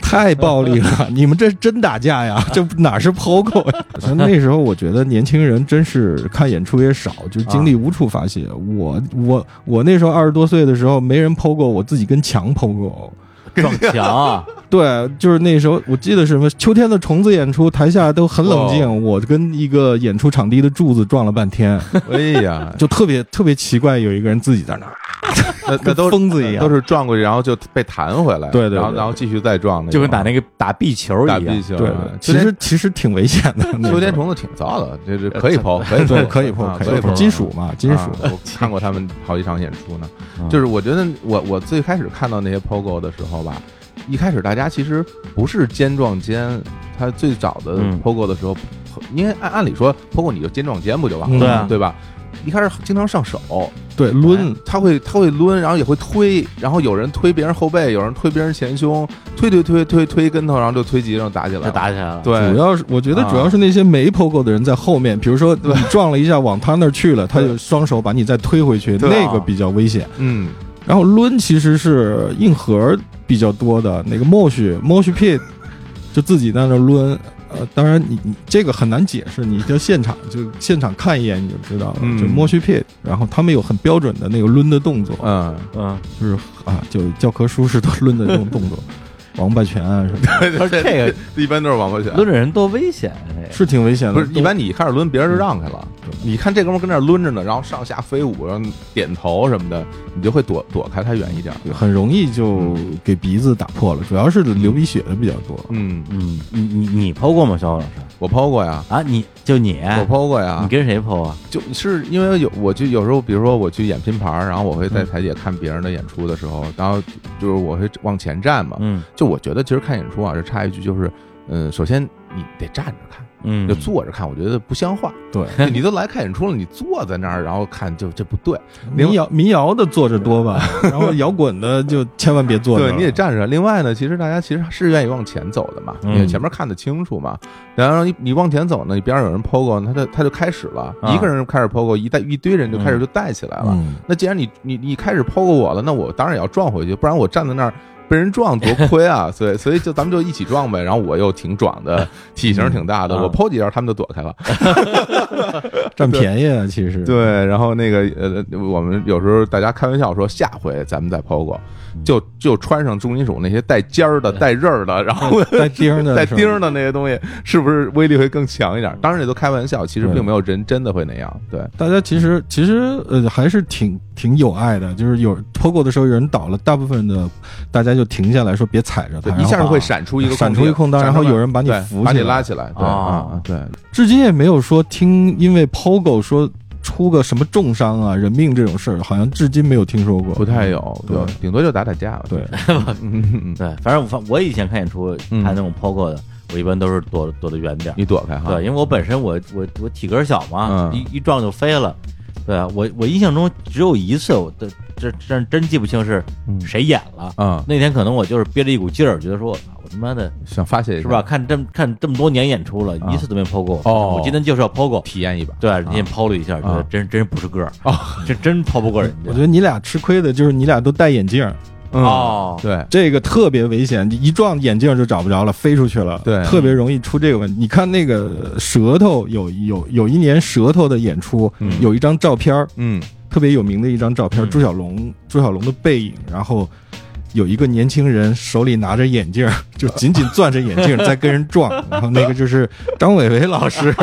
[SPEAKER 3] 太啊暴力了， 你们这是真打架呀？这哪是 POGO 呀？所以那时候我觉得年轻人真是看演出也少，就精力无处发泄。我我我那时候二十多岁的时候，没人 POGO，我自己跟墙 POGO。
[SPEAKER 1] 撞墙啊，
[SPEAKER 3] 对，就是那时候，我记得是什么秋天的虫子演出，台下都很冷静。
[SPEAKER 2] 哦
[SPEAKER 3] 我跟一个演出场地的柱子撞了半 天，
[SPEAKER 2] 哎呀，
[SPEAKER 3] 就特别特别奇怪，有一个人自己在那儿，
[SPEAKER 2] 那那都
[SPEAKER 3] 跟疯子一样
[SPEAKER 2] 都是撞过去，然后就被弹回来，
[SPEAKER 3] 对对对
[SPEAKER 2] 然后然后继续再撞那种，
[SPEAKER 1] 就跟打那个打壁球
[SPEAKER 2] 打
[SPEAKER 1] 一
[SPEAKER 2] 壁
[SPEAKER 1] 样。
[SPEAKER 2] 球，
[SPEAKER 3] 对
[SPEAKER 2] 啊，
[SPEAKER 3] 其实其实挺危险的。那时
[SPEAKER 2] 秋
[SPEAKER 3] 候
[SPEAKER 2] 天虫子挺糟的，这是可以剖，可以
[SPEAKER 3] 对
[SPEAKER 2] 剖，
[SPEAKER 3] 可以碰，
[SPEAKER 2] 啊
[SPEAKER 3] 可
[SPEAKER 2] 可
[SPEAKER 3] 以
[SPEAKER 2] 以
[SPEAKER 3] 碰
[SPEAKER 2] 剖
[SPEAKER 3] 金属嘛，金属
[SPEAKER 2] 啊。我看过他们好几场演出呢
[SPEAKER 1] 嗯。
[SPEAKER 2] 就是我觉得我我最开始看到那些 POGO 的时候吧，一开始大家其实不是肩撞肩，他最早的
[SPEAKER 1] 嗯
[SPEAKER 2] POGO 的时候，因为按按理说 POGO 你就肩撞肩不就完了，
[SPEAKER 3] 嗯
[SPEAKER 1] 对啊
[SPEAKER 2] 对吧？一开始经常上手
[SPEAKER 3] 对，抡
[SPEAKER 2] 哎，他会他会抡，然后也会推，然后有人推别人后背，有人推别人前胸，推推推推推跟头，然后就推急，然后打起来
[SPEAKER 1] 就
[SPEAKER 2] 了。
[SPEAKER 1] 打起来了，
[SPEAKER 2] 对
[SPEAKER 3] 主，要是我觉得
[SPEAKER 2] 啊
[SPEAKER 3] 主要是那些没 POGO 的人在后面，比如说你撞了一下往他那儿去了，他就双手把你再推回去，
[SPEAKER 2] 对
[SPEAKER 1] 啊
[SPEAKER 3] 那个比较危险。
[SPEAKER 2] 嗯，
[SPEAKER 3] 然后抡其实是硬核比较多的，那个 mosh mosh pit 就自己在那抡。呃，当然你你这个很难解释，你就现场就现场看一眼你就知道了，
[SPEAKER 2] 嗯
[SPEAKER 3] 就 mosh pit。然后他们有很标准的那个抡的动作，
[SPEAKER 2] 嗯，
[SPEAKER 1] 嗯，
[SPEAKER 3] 就是啊，就教科书式的抡的那种动作， 王八拳啊什么的，
[SPEAKER 1] 不是这个
[SPEAKER 2] 一般都是王八拳。
[SPEAKER 1] 抡着人多危险啊！这个
[SPEAKER 3] 是挺危险的。
[SPEAKER 2] 不是，一
[SPEAKER 3] 都
[SPEAKER 2] 般你开始抡，别人就让开了。
[SPEAKER 3] 对
[SPEAKER 2] 你看这哥们儿跟那儿抡着呢，然后上下飞舞，然后点头什么的，你就会躲躲开他远一点。
[SPEAKER 3] 很容易就给鼻子打破了，主要是流鼻血的比较多。
[SPEAKER 2] 嗯，
[SPEAKER 1] 嗯，你你你剖过吗，小伙老师？
[SPEAKER 2] 我抛过呀，
[SPEAKER 1] 啊，你就你，
[SPEAKER 2] 我抛过呀
[SPEAKER 1] 你，跟谁剖啊？
[SPEAKER 2] 就是因为有我就有时候，比如说我去演拼盘儿，然后我会在台姐看别人的演出的时候，然后就是我会往前站嘛。
[SPEAKER 1] 嗯
[SPEAKER 2] 就我觉得，其实看演出啊，这插一句就是，嗯，首先你得站着看，
[SPEAKER 1] 嗯，
[SPEAKER 2] 就坐着看，我觉得不像话。
[SPEAKER 3] 对，
[SPEAKER 2] 你都来看演出了，你坐在那儿然后看，就这不对。另
[SPEAKER 3] 民谣民谣的坐着 多吧，然后摇滚的就千万别坐着了。
[SPEAKER 2] 对，你得站着。另外呢，其实大家其实是愿意往前走的嘛，
[SPEAKER 1] 嗯
[SPEAKER 2] 因为前面看得清楚嘛。然后你你往前走呢，你边上有人 POGO，他就他就开始了，
[SPEAKER 1] 啊
[SPEAKER 2] 一个人开始 POGO，一带一堆人就开始就带起来了。
[SPEAKER 3] 嗯。
[SPEAKER 2] 那既然你你你开始 POGO 我了，那我当然也要撞回去，不然我站在那儿。被人撞多亏啊，所以所以就咱们就一起撞呗。然后我又挺壮 的，体型挺大的，
[SPEAKER 1] 啊
[SPEAKER 2] 我抛几下他们就躲开了。
[SPEAKER 3] 占便宜啊，其实，
[SPEAKER 2] 对，然后那个呃，我们有时候大家开玩笑说，下回咱们再 POGO，就就穿上重金属那些带尖儿的、带刃儿的，然后
[SPEAKER 3] 带钉儿的，
[SPEAKER 2] 带钉儿的那些东西，是不是威力会更强一点？当然这都开玩笑，其实并没有人真的会那样。对，
[SPEAKER 3] 大家其实其实呃还是挺挺有爱的，就是有脱过的时候有人倒了，大部分的大家就停下来说别踩着
[SPEAKER 2] 对
[SPEAKER 3] 他，然后
[SPEAKER 2] 一下就
[SPEAKER 3] 把
[SPEAKER 2] 会闪出一个
[SPEAKER 3] 闪出一个空当，然后有人把
[SPEAKER 2] 把
[SPEAKER 3] 你扶
[SPEAKER 2] 把
[SPEAKER 3] 起
[SPEAKER 2] 你
[SPEAKER 3] 来。
[SPEAKER 2] 拉起来。对
[SPEAKER 1] 啊
[SPEAKER 2] 啊，对，
[SPEAKER 3] 至今也没有说听因为 POGO 说出个什么重伤啊、人命这种事儿，好像至今没有听说过。
[SPEAKER 2] 不太有，
[SPEAKER 3] 对
[SPEAKER 2] 对，顶多就打打架吧。
[SPEAKER 3] 对，
[SPEAKER 2] 嗯，嗯嗯
[SPEAKER 1] 对，反正我反我以前看演出看
[SPEAKER 2] 嗯
[SPEAKER 1] 那种剖过的，我一般都是躲躲得远点儿。
[SPEAKER 2] 你躲开哈。
[SPEAKER 3] 啊
[SPEAKER 1] 对，因为我本身我我我体格小嘛，
[SPEAKER 2] 嗯
[SPEAKER 1] 一一撞就飞了。对啊我我印象中只有一次，我的这这真记不清是
[SPEAKER 2] 嗯，
[SPEAKER 1] 谁演了。
[SPEAKER 2] 啊，
[SPEAKER 1] 那天可能我就是憋着一股劲儿，觉得说我他妈的
[SPEAKER 2] 想发泄一下，
[SPEAKER 1] 是吧？？看这么看这么多年演出了，
[SPEAKER 2] 啊
[SPEAKER 1] 一次都没剖过。
[SPEAKER 2] 哦
[SPEAKER 1] 我今天就是要剖过。
[SPEAKER 2] 体验一把。
[SPEAKER 1] 对，啊人家抛了一下，觉得
[SPEAKER 2] 啊
[SPEAKER 1] 真真不是个儿
[SPEAKER 2] 哦，
[SPEAKER 1] 这真抛不过人
[SPEAKER 3] 我觉
[SPEAKER 1] 家。
[SPEAKER 3] 得你俩吃亏的就是你俩都戴眼镜儿，
[SPEAKER 2] 嗯
[SPEAKER 1] 哦
[SPEAKER 2] 对，
[SPEAKER 3] 这个特别危险，一撞眼镜就找不着了，飞出去了。
[SPEAKER 2] 对
[SPEAKER 3] 特别容易出这个问题。你看那个舌头有有有一年舌头的演出，
[SPEAKER 2] 嗯
[SPEAKER 3] 有一张照片儿
[SPEAKER 2] 嗯
[SPEAKER 3] 特别有名的一张照片儿，
[SPEAKER 1] 嗯
[SPEAKER 3] 朱小龙朱小龙的背影，然后。有一个年轻人手里拿着眼镜儿，就紧紧攥着眼镜儿在跟 人撞，然后那个就是张伟伟老师，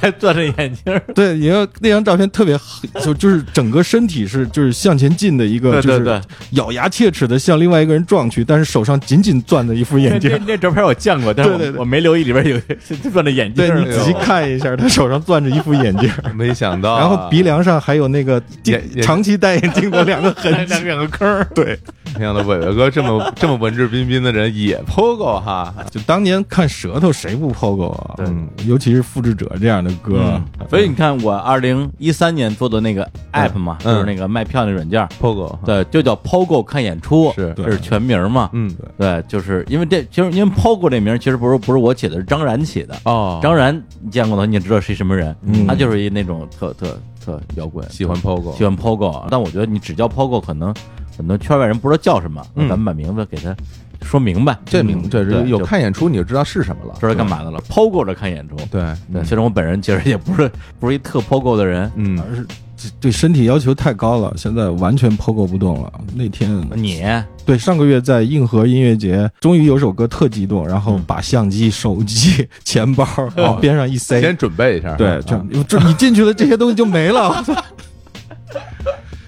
[SPEAKER 1] 还攥着眼睛儿，
[SPEAKER 3] 对，因为那张照片特别黑，就就是整个身体是就是向前进的一个，
[SPEAKER 1] 对对
[SPEAKER 3] 就是
[SPEAKER 1] 对
[SPEAKER 3] 咬牙切齿的向另外一个人撞去，但是手上紧紧攥着一副眼
[SPEAKER 1] 那那
[SPEAKER 3] 镜。
[SPEAKER 1] 那照片我见过，但是
[SPEAKER 3] 对对
[SPEAKER 1] 我
[SPEAKER 3] 对
[SPEAKER 1] 我没留意里边有 就攥着眼镜
[SPEAKER 3] 对
[SPEAKER 1] 儿
[SPEAKER 3] 你
[SPEAKER 1] 呢。
[SPEAKER 3] 仔细看一下，他手上攥着一副眼镜，
[SPEAKER 2] 没想到啊，
[SPEAKER 3] 然后鼻梁上还有那个
[SPEAKER 2] 眼眼
[SPEAKER 3] 长期戴眼镜的两个痕迹。
[SPEAKER 1] 两个坑 儿，
[SPEAKER 3] 对，
[SPEAKER 2] 没想到伟伟哥这么这么文质彬彬的人也 POGO 哈，
[SPEAKER 3] 就当年看舌头谁不 POGO 啊？
[SPEAKER 1] 对
[SPEAKER 3] 嗯，尤其是复制者这样的歌，
[SPEAKER 1] 所以你看，我二零一三年做的那个 app 嘛，
[SPEAKER 2] 嗯
[SPEAKER 1] 就是那个卖票那软件儿，
[SPEAKER 2] POGO
[SPEAKER 1] 对，就叫 POGO 看演出，
[SPEAKER 2] 是
[SPEAKER 1] 这是全名嘛？
[SPEAKER 2] 嗯
[SPEAKER 1] 对，就是因为这，其实因为 POGO 这名儿其实不是不是我起的，是张然起的。
[SPEAKER 2] 哦，
[SPEAKER 1] 张然，你见过他，你也知道是什么人，
[SPEAKER 3] 嗯
[SPEAKER 1] 他就是一那种特特特摇滚，
[SPEAKER 2] 喜欢 POGO，
[SPEAKER 1] 喜欢 POGO，但我觉得你只叫 POGO，可能很多圈外人不知道叫什么，
[SPEAKER 2] 嗯
[SPEAKER 1] 咱们把名字给他说明白，嗯
[SPEAKER 2] 这名这
[SPEAKER 1] 对
[SPEAKER 2] 是有
[SPEAKER 1] 就
[SPEAKER 2] 看演出你就知道是什么了，
[SPEAKER 1] 知道干嘛的了。POGO 着看演出，
[SPEAKER 2] 对？
[SPEAKER 1] 对，虽然我本人其实也不是不是一特 POGO 的人，
[SPEAKER 2] 嗯，
[SPEAKER 3] 而是这对身体要求太高了，现在完全 POGO 不动了。那天
[SPEAKER 2] 嗯
[SPEAKER 1] 你
[SPEAKER 3] 对，上个月在硬核音乐节，终于有首歌特激动，然后把相机、手机、钱包往边上一塞，
[SPEAKER 2] 先准备一下，
[SPEAKER 3] 对，
[SPEAKER 2] 啊
[SPEAKER 3] 这样就你进去了，这些东西就没了， 我操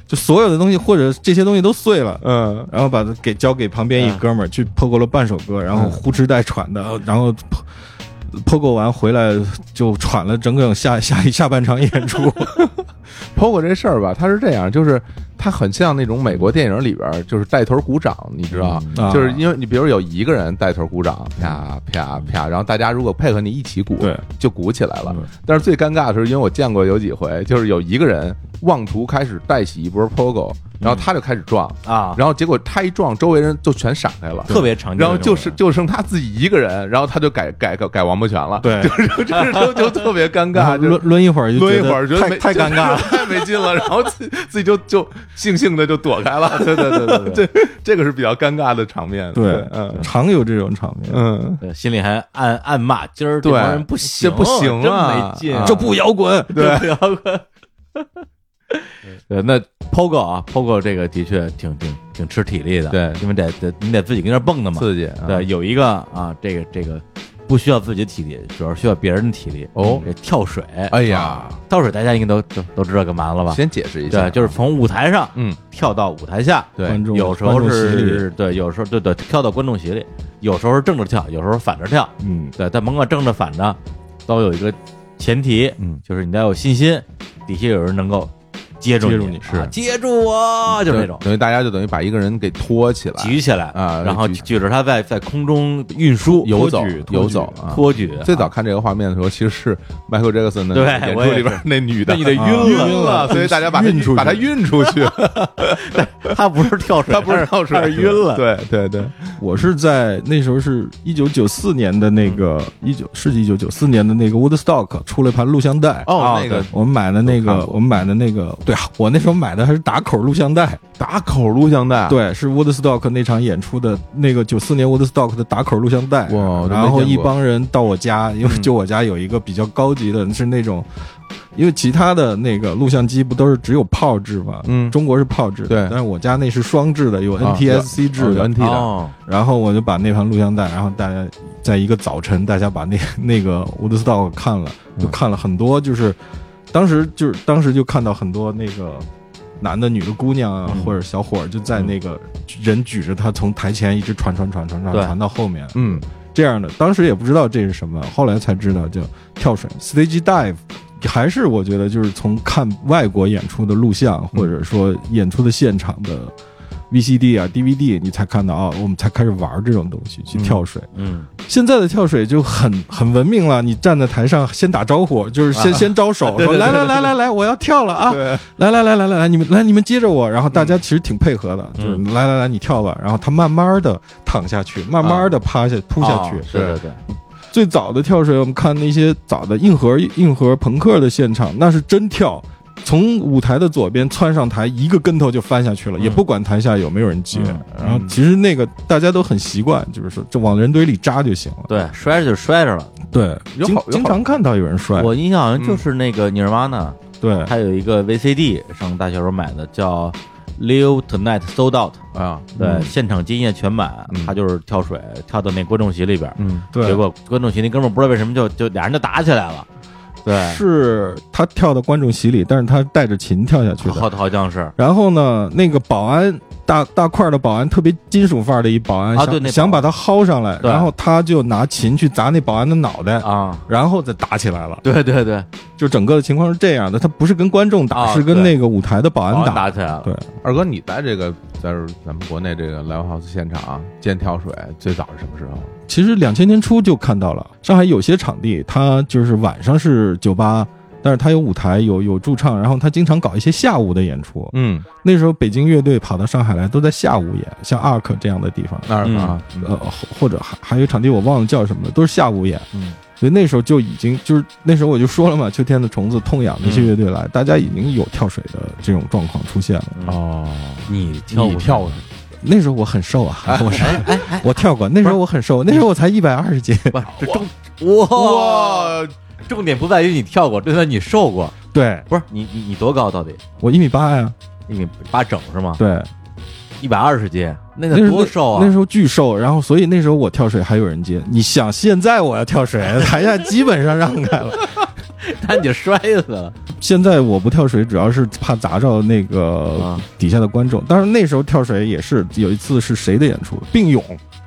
[SPEAKER 3] 就所有的东西或者这些东西都碎了。
[SPEAKER 2] 嗯，
[SPEAKER 3] 然后把它给交给旁边一哥们儿去 POGO 了半首歌，然
[SPEAKER 2] 嗯
[SPEAKER 3] 后呼哧带喘的，然后 POGO 完回来就喘了整整下下一下半场演 出。
[SPEAKER 2] 包括这事儿吧，它是这样，就是它很像那种美国电影里边儿，就是带头鼓掌，你知道，
[SPEAKER 3] 嗯啊
[SPEAKER 2] 就是因为你比如有一个人带头鼓掌，啪啪啪，然后大家如果配合你一起鼓，
[SPEAKER 3] 对，
[SPEAKER 2] 就鼓起来了
[SPEAKER 1] 嗯。
[SPEAKER 2] 但是最尴尬的是，因为我见过有几回，就是有一个人妄图开始带起一波 POGO，然后他就开始撞，
[SPEAKER 1] 啊，
[SPEAKER 2] 然后结果他一撞，周围人就全闪开了，
[SPEAKER 1] 特别常见的
[SPEAKER 2] 然
[SPEAKER 1] 这种人，
[SPEAKER 2] 后就是就剩他自己一个人，然后他就改改改改王八拳了，
[SPEAKER 3] 对
[SPEAKER 2] 就是就是就就特别尴
[SPEAKER 3] 然后
[SPEAKER 2] 尬，就是
[SPEAKER 3] 抡抡一会儿就
[SPEAKER 2] 抡一
[SPEAKER 3] 觉得
[SPEAKER 2] 会儿觉得没
[SPEAKER 3] 太太尴尬了。，
[SPEAKER 2] 太没劲了，然后自自己就就悻悻的就躲开了，对对对对对， 这这个是比较尴尬的场面，
[SPEAKER 3] 对，
[SPEAKER 2] 嗯
[SPEAKER 3] 常有这种场面。
[SPEAKER 2] 嗯，
[SPEAKER 1] 对心里还暗暗骂，今儿这
[SPEAKER 2] 对
[SPEAKER 1] 帮人不行，
[SPEAKER 2] 这不行
[SPEAKER 1] 真
[SPEAKER 2] 啊
[SPEAKER 1] 没劲
[SPEAKER 2] 啊，
[SPEAKER 3] 这 不摇滚，
[SPEAKER 2] 对
[SPEAKER 1] 这不摇滚。啊对，那 POGO 啊，POGO 这个的确挺挺挺吃体力的，
[SPEAKER 2] 对
[SPEAKER 1] 因为得得你得自己跟那儿蹦的嘛。
[SPEAKER 2] 刺激，啊
[SPEAKER 1] 对，有一个啊，这个这个不需要自己的体力，主要需要别人的体力。
[SPEAKER 2] 哦
[SPEAKER 1] 这跳水，
[SPEAKER 2] 哎呀
[SPEAKER 1] 啊，跳水大家应该都都都知道干嘛了吧？
[SPEAKER 2] 先解释一下，啊
[SPEAKER 1] 对，就是从舞台上
[SPEAKER 2] 嗯，
[SPEAKER 1] 跳到舞台下，
[SPEAKER 2] 对
[SPEAKER 3] 观众
[SPEAKER 1] 有时候
[SPEAKER 3] 观众席里
[SPEAKER 1] 是对，有时候对对跳到观众席里，有时候是正着跳，有时候反着跳，
[SPEAKER 3] 嗯，
[SPEAKER 1] 对，但甭管正着反着，都有一个前提，
[SPEAKER 2] 嗯，
[SPEAKER 1] 就是你得有信心，底下有人能够接住
[SPEAKER 3] 接住
[SPEAKER 1] 你
[SPEAKER 3] 你
[SPEAKER 1] 啊接住我，就是那种
[SPEAKER 2] 等于大家就等于把一个人给拖起来，
[SPEAKER 1] 举起来
[SPEAKER 2] 啊
[SPEAKER 1] 然后
[SPEAKER 2] 举
[SPEAKER 1] 举着它在在空中运输
[SPEAKER 2] 游走
[SPEAKER 1] 托举
[SPEAKER 2] 游走啊
[SPEAKER 1] 托举，托举
[SPEAKER 2] 最早看这个画面的时候，其实是 Michael Jackson 的
[SPEAKER 1] 对
[SPEAKER 2] 演出
[SPEAKER 1] 我也
[SPEAKER 2] 里边那女的，
[SPEAKER 1] 那女的
[SPEAKER 2] 啊
[SPEAKER 1] 晕了
[SPEAKER 2] 晕了，所以大家把她
[SPEAKER 3] 运出去
[SPEAKER 2] 把她运出去，
[SPEAKER 1] 他不是跳水，
[SPEAKER 2] 她不是跳水，
[SPEAKER 1] 他是晕了，
[SPEAKER 2] 对对对，
[SPEAKER 3] 我是在那时候是一九九四年的那个一九是一九九四年的那个 Woodstock 出了一盘录像带，
[SPEAKER 1] 哦
[SPEAKER 2] 那个
[SPEAKER 1] 对
[SPEAKER 3] 我们买的那
[SPEAKER 2] 有看
[SPEAKER 3] 个
[SPEAKER 2] 过
[SPEAKER 3] 我们买的那个对啊，我那时候买的还是打口录像带，
[SPEAKER 2] 打口录像带，
[SPEAKER 3] 对，是 Woodstock 那场演出的那个九四年 Woodstock 的打口录像带，
[SPEAKER 2] 哇我都没
[SPEAKER 3] 然后
[SPEAKER 2] 见
[SPEAKER 3] 一
[SPEAKER 2] 过
[SPEAKER 3] 帮人到我家，因为
[SPEAKER 2] 嗯
[SPEAKER 3] 就我家有一个比较高级的，是那种。因为其他的那个录像机不都是只有炮制吗？
[SPEAKER 2] 嗯
[SPEAKER 3] 中国是炮制的，
[SPEAKER 2] 对
[SPEAKER 3] 但是我家那是双制的，有
[SPEAKER 2] 啊
[SPEAKER 3] NTSC 制的，
[SPEAKER 2] NT 的，
[SPEAKER 1] 哦，
[SPEAKER 3] 然后我就把那盘录像带，然后大家在一个早晨，大家把那那个《伍德斯道》看了，就看了很多，就是当时就是当时就看到很多那个男的、女的、姑娘啊，
[SPEAKER 1] 嗯
[SPEAKER 3] 或者小伙儿就在那个人举着他从台前一直传传传传传
[SPEAKER 1] 对
[SPEAKER 3] 传到后面，
[SPEAKER 2] 嗯，
[SPEAKER 3] 这样的，当时也不知道这是什么，后来才知道叫跳水 （stage dive）。还是我觉得就是从看外国演出的录像，或者说演出的现场的 VCD 啊、DVD，你才看到啊，我们才开始玩这种东西去跳水。
[SPEAKER 1] 嗯，
[SPEAKER 3] 现在的跳水就很很文明了，你站在台上先打招呼，就是先、
[SPEAKER 1] 啊
[SPEAKER 3] 先 招手，说来来来来来，我要跳了啊！
[SPEAKER 2] 对，
[SPEAKER 3] 来来来来来来，你们来你们接着我，然后大家其实挺配合的，
[SPEAKER 1] 嗯
[SPEAKER 3] 就是来来来你跳吧，然后他慢慢的躺下去，慢慢的趴下、扑下去
[SPEAKER 1] 哦。是啊对对，
[SPEAKER 3] 最早的跳水，我们看那些早的硬核硬核朋克的现场，那是真跳，从舞台的左边窜上台，一个跟头就翻下去了，
[SPEAKER 1] 嗯
[SPEAKER 3] 也不管台下有没有人接。
[SPEAKER 1] 嗯
[SPEAKER 3] 然后其实那个大家都很习惯，就是说就往人堆里扎就行了。
[SPEAKER 1] 对，摔着就摔着了。
[SPEAKER 3] 对，
[SPEAKER 2] 有
[SPEAKER 3] 经
[SPEAKER 2] 好有好
[SPEAKER 3] 经常看到有人摔。
[SPEAKER 1] 我印象好像就是那个尼尔玛娜，
[SPEAKER 3] 对，
[SPEAKER 1] 他有一个 VCD，上大学时候买的，叫《Live Tonight Sold Out》，
[SPEAKER 2] 啊，
[SPEAKER 1] 对，
[SPEAKER 3] 嗯
[SPEAKER 1] 现场今夜全满
[SPEAKER 2] 嗯，
[SPEAKER 1] 他就是跳水跳到那观众席里边儿，
[SPEAKER 2] 嗯，
[SPEAKER 3] 对
[SPEAKER 1] 结果观众席那哥们儿不知道为什么就就俩人就打起来了，对，
[SPEAKER 3] 是他跳到观众席里，但是他带着琴跳下去的。
[SPEAKER 1] 好好像是
[SPEAKER 3] 然后呢，那个保安大大块儿的保安，特别金属范儿的一保安，
[SPEAKER 1] 啊
[SPEAKER 3] 想
[SPEAKER 1] 对那
[SPEAKER 3] 想
[SPEAKER 1] 保
[SPEAKER 3] 把他薅上来，
[SPEAKER 1] 对
[SPEAKER 3] 然后他就拿琴去砸那保安的脑袋，
[SPEAKER 1] 啊，
[SPEAKER 3] 然后再打起来了。
[SPEAKER 1] 对对对，
[SPEAKER 3] 就整个的情况是这样的，他不是跟观众打，
[SPEAKER 1] 啊
[SPEAKER 3] 是
[SPEAKER 1] 对
[SPEAKER 3] 跟那个舞台的保安
[SPEAKER 1] 好
[SPEAKER 3] 打。
[SPEAKER 1] 像打起来了，
[SPEAKER 3] 对，
[SPEAKER 2] 二哥，你在这个在咱们国内这个 live house 现场见跳水，最早是什么时候？
[SPEAKER 3] 其实两千年初就看到了，上海有些场地，它就是晚上是酒吧，但是它有舞台，有有驻唱，然后它经常搞一些下午的演出。
[SPEAKER 2] 嗯，
[SPEAKER 3] 那时候北京乐队跑到上海来，都在下午演，像 ARK 这样的地方，
[SPEAKER 2] 那儿啊，
[SPEAKER 3] 呃，或或者还还有一场地我忘了叫什么了，都是下午演。
[SPEAKER 1] 嗯，
[SPEAKER 3] 所以那时候就已经就是那时候我就说了嘛，秋天的虫子、痛痒那些
[SPEAKER 1] 嗯
[SPEAKER 3] 乐队来，大家已经有跳水的这种状况出现了。
[SPEAKER 2] 哦，
[SPEAKER 1] 你跳
[SPEAKER 2] 你
[SPEAKER 1] 舞
[SPEAKER 2] 跳水，
[SPEAKER 3] 那时候我很瘦啊，
[SPEAKER 1] 哎
[SPEAKER 3] 我是我跳过，那时候我很瘦，那时候我才一百二 十斤。
[SPEAKER 1] 不是这重哇，
[SPEAKER 2] 哇，
[SPEAKER 1] 重点不在于你跳过，就在于你瘦过，
[SPEAKER 3] 对
[SPEAKER 1] 不是你你你多高到底？
[SPEAKER 3] 我一米八呀，
[SPEAKER 1] 一米八整是吗？
[SPEAKER 3] 对，
[SPEAKER 1] 一百二十斤，那
[SPEAKER 3] 那
[SPEAKER 1] 个
[SPEAKER 3] 时
[SPEAKER 1] 多
[SPEAKER 3] 候
[SPEAKER 1] 瘦啊
[SPEAKER 3] 那！时候巨瘦，然后所以那时候我跳水还有人接。你想，现在我要跳水，台下基本上让开了。
[SPEAKER 1] 那你摔死了
[SPEAKER 3] 现在我不跳水，主要是怕砸着那个
[SPEAKER 1] 啊！
[SPEAKER 3] 底下的观众。当然那时候跳水也是有一次是谁的演出，并勇，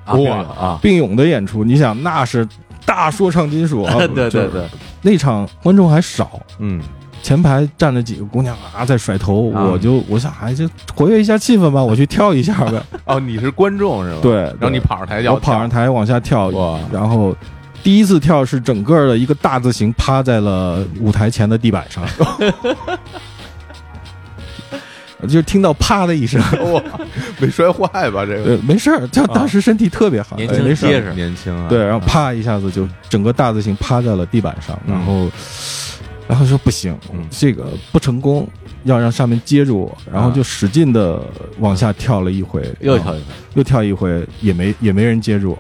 [SPEAKER 1] 啊
[SPEAKER 2] 哇
[SPEAKER 1] 这个啊！
[SPEAKER 3] 并勇的演出，你想那是大说唱金属啊，
[SPEAKER 1] 对对
[SPEAKER 3] 就是，
[SPEAKER 1] 对，
[SPEAKER 3] 那场观众还少，
[SPEAKER 2] 嗯，
[SPEAKER 3] 前排站着几个姑娘啊，在甩头，
[SPEAKER 1] 啊
[SPEAKER 3] 我就我想，哎，就活跃一下气氛吧，我去跳一下呗。
[SPEAKER 2] 哦，你是观众是吧？，
[SPEAKER 3] 对，
[SPEAKER 2] 然后你跑上台
[SPEAKER 3] 对
[SPEAKER 2] 要
[SPEAKER 3] 我跑上台往下跳，
[SPEAKER 2] 哇，
[SPEAKER 3] 然后第一次跳是整个的一个大字形趴在了舞台前的地板上，就听到啪的一声，
[SPEAKER 2] 哇，没摔坏吧？这个哎
[SPEAKER 3] 呃，没事儿，就当时身体特别好，
[SPEAKER 1] 年
[SPEAKER 3] 对
[SPEAKER 1] 轻
[SPEAKER 3] 没事儿
[SPEAKER 1] 结实
[SPEAKER 2] 年轻啊，
[SPEAKER 3] 对，然后啪一下子就整个大字形趴在了地板上，
[SPEAKER 2] 嗯
[SPEAKER 3] 然后，然后说不行
[SPEAKER 2] 嗯，
[SPEAKER 3] 这个不成功，要让上面接住我，然后就使劲的往下跳了一回，
[SPEAKER 1] 又
[SPEAKER 3] 然后
[SPEAKER 1] 跳一次，
[SPEAKER 3] 又跳一回，也没也没人接住我，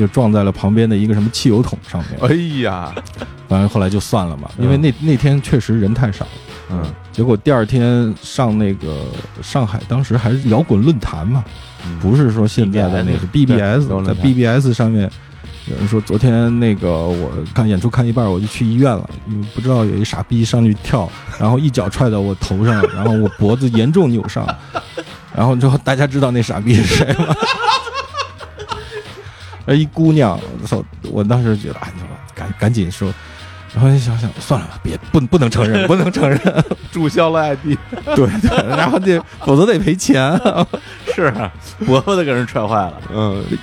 [SPEAKER 3] 又撞在了旁边的一个什么汽油桶上面，
[SPEAKER 2] 哎呀，
[SPEAKER 3] 反正后来就算了嘛，因为
[SPEAKER 2] 嗯
[SPEAKER 3] 那那天确实人太少了。
[SPEAKER 2] 嗯，
[SPEAKER 3] 结果第二天上那个上海，当时还是摇滚论坛嘛，
[SPEAKER 2] 嗯
[SPEAKER 3] 不是说现在的那个 BBS，
[SPEAKER 2] 摇滚
[SPEAKER 3] 在
[SPEAKER 2] 论坛
[SPEAKER 3] BBS 上面有人说昨天那个我看演出看一半我就去医院了，因为不知道有一傻逼上去 跳，然后一脚踹到我头上，然后我脖子严重 扭伤，然后之后大家知道那傻逼是谁吗？ 而一姑娘，我操！我当时觉得，哎，你说赶赶紧说，然后一想想，算了吧，别不不能承认，不能承认，
[SPEAKER 2] 注销了 ID，
[SPEAKER 3] 对对，然后这否则得赔钱，
[SPEAKER 1] 是啊脖子给人踹坏了，
[SPEAKER 2] 嗯，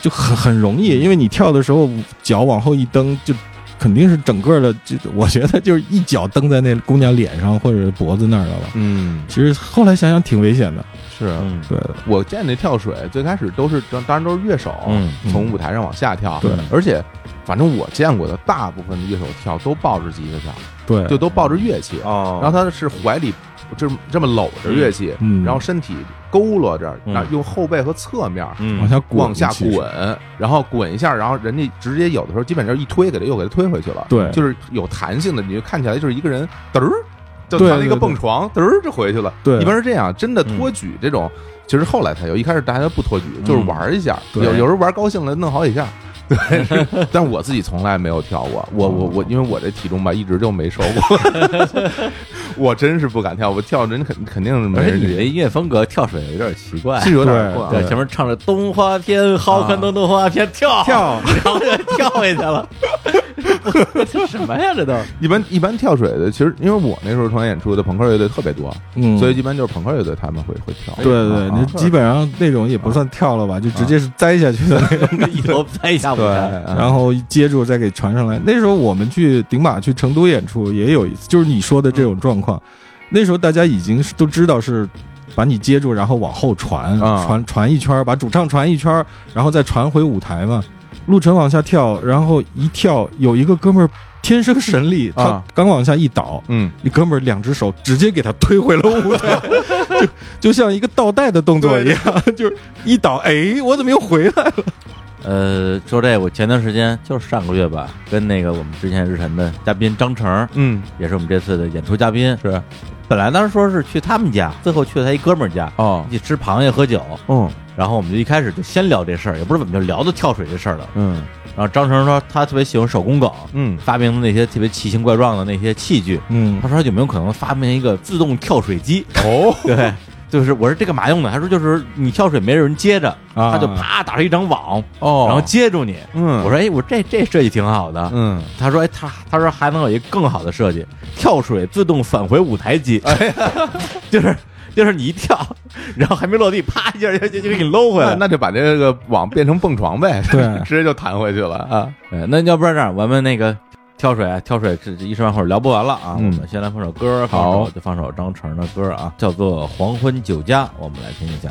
[SPEAKER 3] 就很很容易，因为你跳的时候脚往后一蹬，就肯定是整个的，就我觉得就是一脚蹬在那姑娘脸上或者脖子那儿了吧。
[SPEAKER 2] 嗯，
[SPEAKER 3] 其实后来想想挺危险的，
[SPEAKER 2] 是
[SPEAKER 1] 嗯
[SPEAKER 3] 对，
[SPEAKER 2] 我见那跳水最开始都是，当然都是乐手，
[SPEAKER 1] 嗯
[SPEAKER 2] 从舞台上往下跳，
[SPEAKER 3] 对
[SPEAKER 2] 而且反正我见过的大部分的乐手跳都抱着吉他跳，
[SPEAKER 3] 对，
[SPEAKER 2] 就都抱着乐器，
[SPEAKER 1] 哦
[SPEAKER 2] 嗯然后他是怀里这么这么搂着乐器，
[SPEAKER 3] 嗯
[SPEAKER 2] 然后身体佝偻着，
[SPEAKER 1] 嗯
[SPEAKER 2] 然后用后背和侧面。
[SPEAKER 3] 往
[SPEAKER 1] 嗯
[SPEAKER 3] 下滚，
[SPEAKER 2] 往下
[SPEAKER 3] 其实，
[SPEAKER 2] 滚，然后滚一下，然后人家直接有的时候基本上一推，给他又给他推回去了。
[SPEAKER 3] 对
[SPEAKER 2] 就是有弹性的，你就看起来就是一个人嘚儿就
[SPEAKER 3] 对
[SPEAKER 2] 弹了一个
[SPEAKER 3] 对对
[SPEAKER 2] 蹦床，嘚儿就回去了。
[SPEAKER 3] 对嗯
[SPEAKER 2] 一般是这样，真的托举这种，其实后来才有，一开始大家都不托举，就是玩一下，有
[SPEAKER 3] 嗯对
[SPEAKER 2] 有时候玩高兴了弄好几下。对， 是但我自己从来没有跳过，
[SPEAKER 3] 哦
[SPEAKER 2] 我我我，因为我这体重吧一直就没瘦过， 我真是不敢跳，我跳人肯肯定是没
[SPEAKER 1] 而且
[SPEAKER 2] 人
[SPEAKER 1] 哎你
[SPEAKER 2] 理
[SPEAKER 1] 的音乐风格跳水有点奇怪啊
[SPEAKER 2] 是。啊有点
[SPEAKER 3] 对
[SPEAKER 2] 过
[SPEAKER 1] 对，前面唱着动画片，好看的动画片，跳
[SPEAKER 3] 跳，
[SPEAKER 1] 然后就跳下去了。 这什么呀？这都
[SPEAKER 2] 一般一般跳水的，其实因为我那时候团演出的朋克乐队特别多，
[SPEAKER 3] 嗯，
[SPEAKER 2] 所以一般就是朋克乐队他们会会跳。
[SPEAKER 3] 对对，
[SPEAKER 2] 啊
[SPEAKER 3] 那基本上那种也不算跳了吧，就直接是栽下去的那种。
[SPEAKER 1] 一头栽一下舞
[SPEAKER 2] 对，
[SPEAKER 1] 台，
[SPEAKER 2] 啊
[SPEAKER 3] 然后接住再给传上来。那时候我们去顶马去成都演出也有一次，就是你说的这种状况。那时候大家已经是都知道是把你接住，然后往后传，
[SPEAKER 2] 啊
[SPEAKER 3] 传传一圈儿，把主唱传一圈儿，然后再传回舞台嘛。陆晨往下跳，然后一跳，有一个哥们儿天生神力，他
[SPEAKER 2] 啊
[SPEAKER 3] 刚往下一倒，
[SPEAKER 2] 嗯，
[SPEAKER 3] 那哥们儿两只手直接给他推回了舞台，就就像一个倒带的动作一样，就是一倒，哎，我怎么又回来了？
[SPEAKER 1] 呃，说这我前段时间就是上个月吧，跟那个我们之前日晨的嘉宾张成，
[SPEAKER 2] 嗯
[SPEAKER 1] 也是我们这次的演出嘉宾。
[SPEAKER 2] 是
[SPEAKER 1] 本来当时说是去他们家，最后去了他一哥们儿家，
[SPEAKER 2] 哦
[SPEAKER 1] 一起吃螃蟹喝酒。
[SPEAKER 2] 哦
[SPEAKER 1] 然后我们就一开始就先聊这事儿，也不知道怎么就聊到跳水这事儿了。
[SPEAKER 2] 嗯
[SPEAKER 1] 然后张成说他特别喜欢手工梗，
[SPEAKER 2] 嗯
[SPEAKER 1] 发明的那些特别奇形怪状的那些器具。
[SPEAKER 3] 嗯
[SPEAKER 1] 他说有没有可能发明一个自动跳水机？
[SPEAKER 2] 哦，
[SPEAKER 1] 对，就是我说这干嘛用的？他说就是你跳水没人接着，
[SPEAKER 3] 啊
[SPEAKER 1] 他就啪打上一张网，
[SPEAKER 2] 哦，
[SPEAKER 1] 然后接住你。
[SPEAKER 2] 嗯
[SPEAKER 1] 我说哎，我这这设计挺好的。
[SPEAKER 2] 嗯，
[SPEAKER 1] 他说哎，他他说还能有一个更好的设计，跳水自动返回舞台机，
[SPEAKER 2] 哎
[SPEAKER 1] 就是就是你一跳，然后还没落地，啪一下就就就给你搂回
[SPEAKER 2] 那
[SPEAKER 1] 来。
[SPEAKER 2] 那就把这个网变成蹦床呗，
[SPEAKER 3] 对
[SPEAKER 2] 直接就弹回去了啊，
[SPEAKER 1] 哎那要不然这样，我们那个跳水啊，跳水这这一时半会儿聊不完了啊。
[SPEAKER 2] 嗯
[SPEAKER 1] 我们先来放首歌，放
[SPEAKER 2] 好
[SPEAKER 1] 首就放首张成的歌啊，叫做《黄昏酒家》，我们来听一下。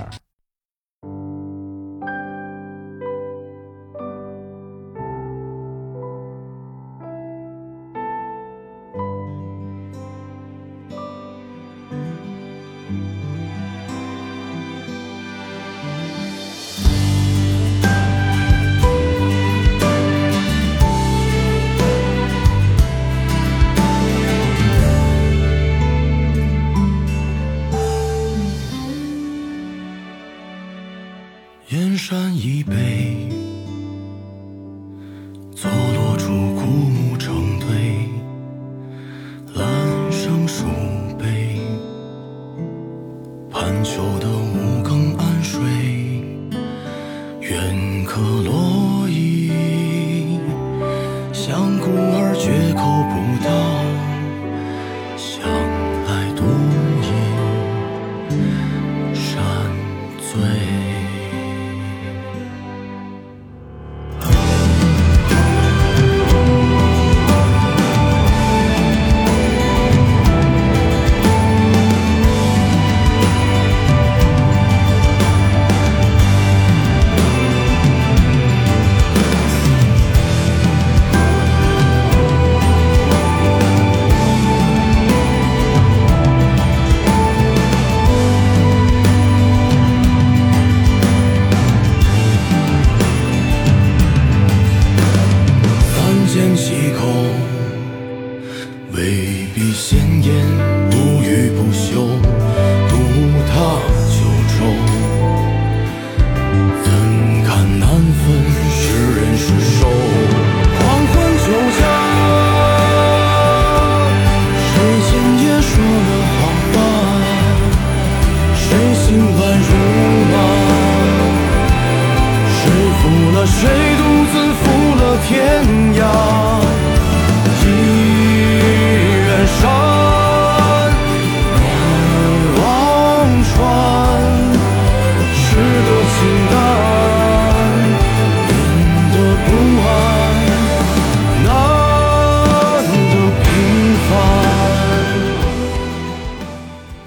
[SPEAKER 4] 燕山以北，坐落出古木成堆，兰生树悲，盘虬的五更安睡，远客落衣，相顾而绝口不道，向来独饮。山醉。三缄其口，未必鲜艳，不语不休，独踏九州。分看难分是人是兽，黄昏酒家，谁今夜说了好话，谁心乱如麻。谁负了谁，独自赴了天涯。一人山，两忘川，吃得清淡，眠得不安，难得平凡。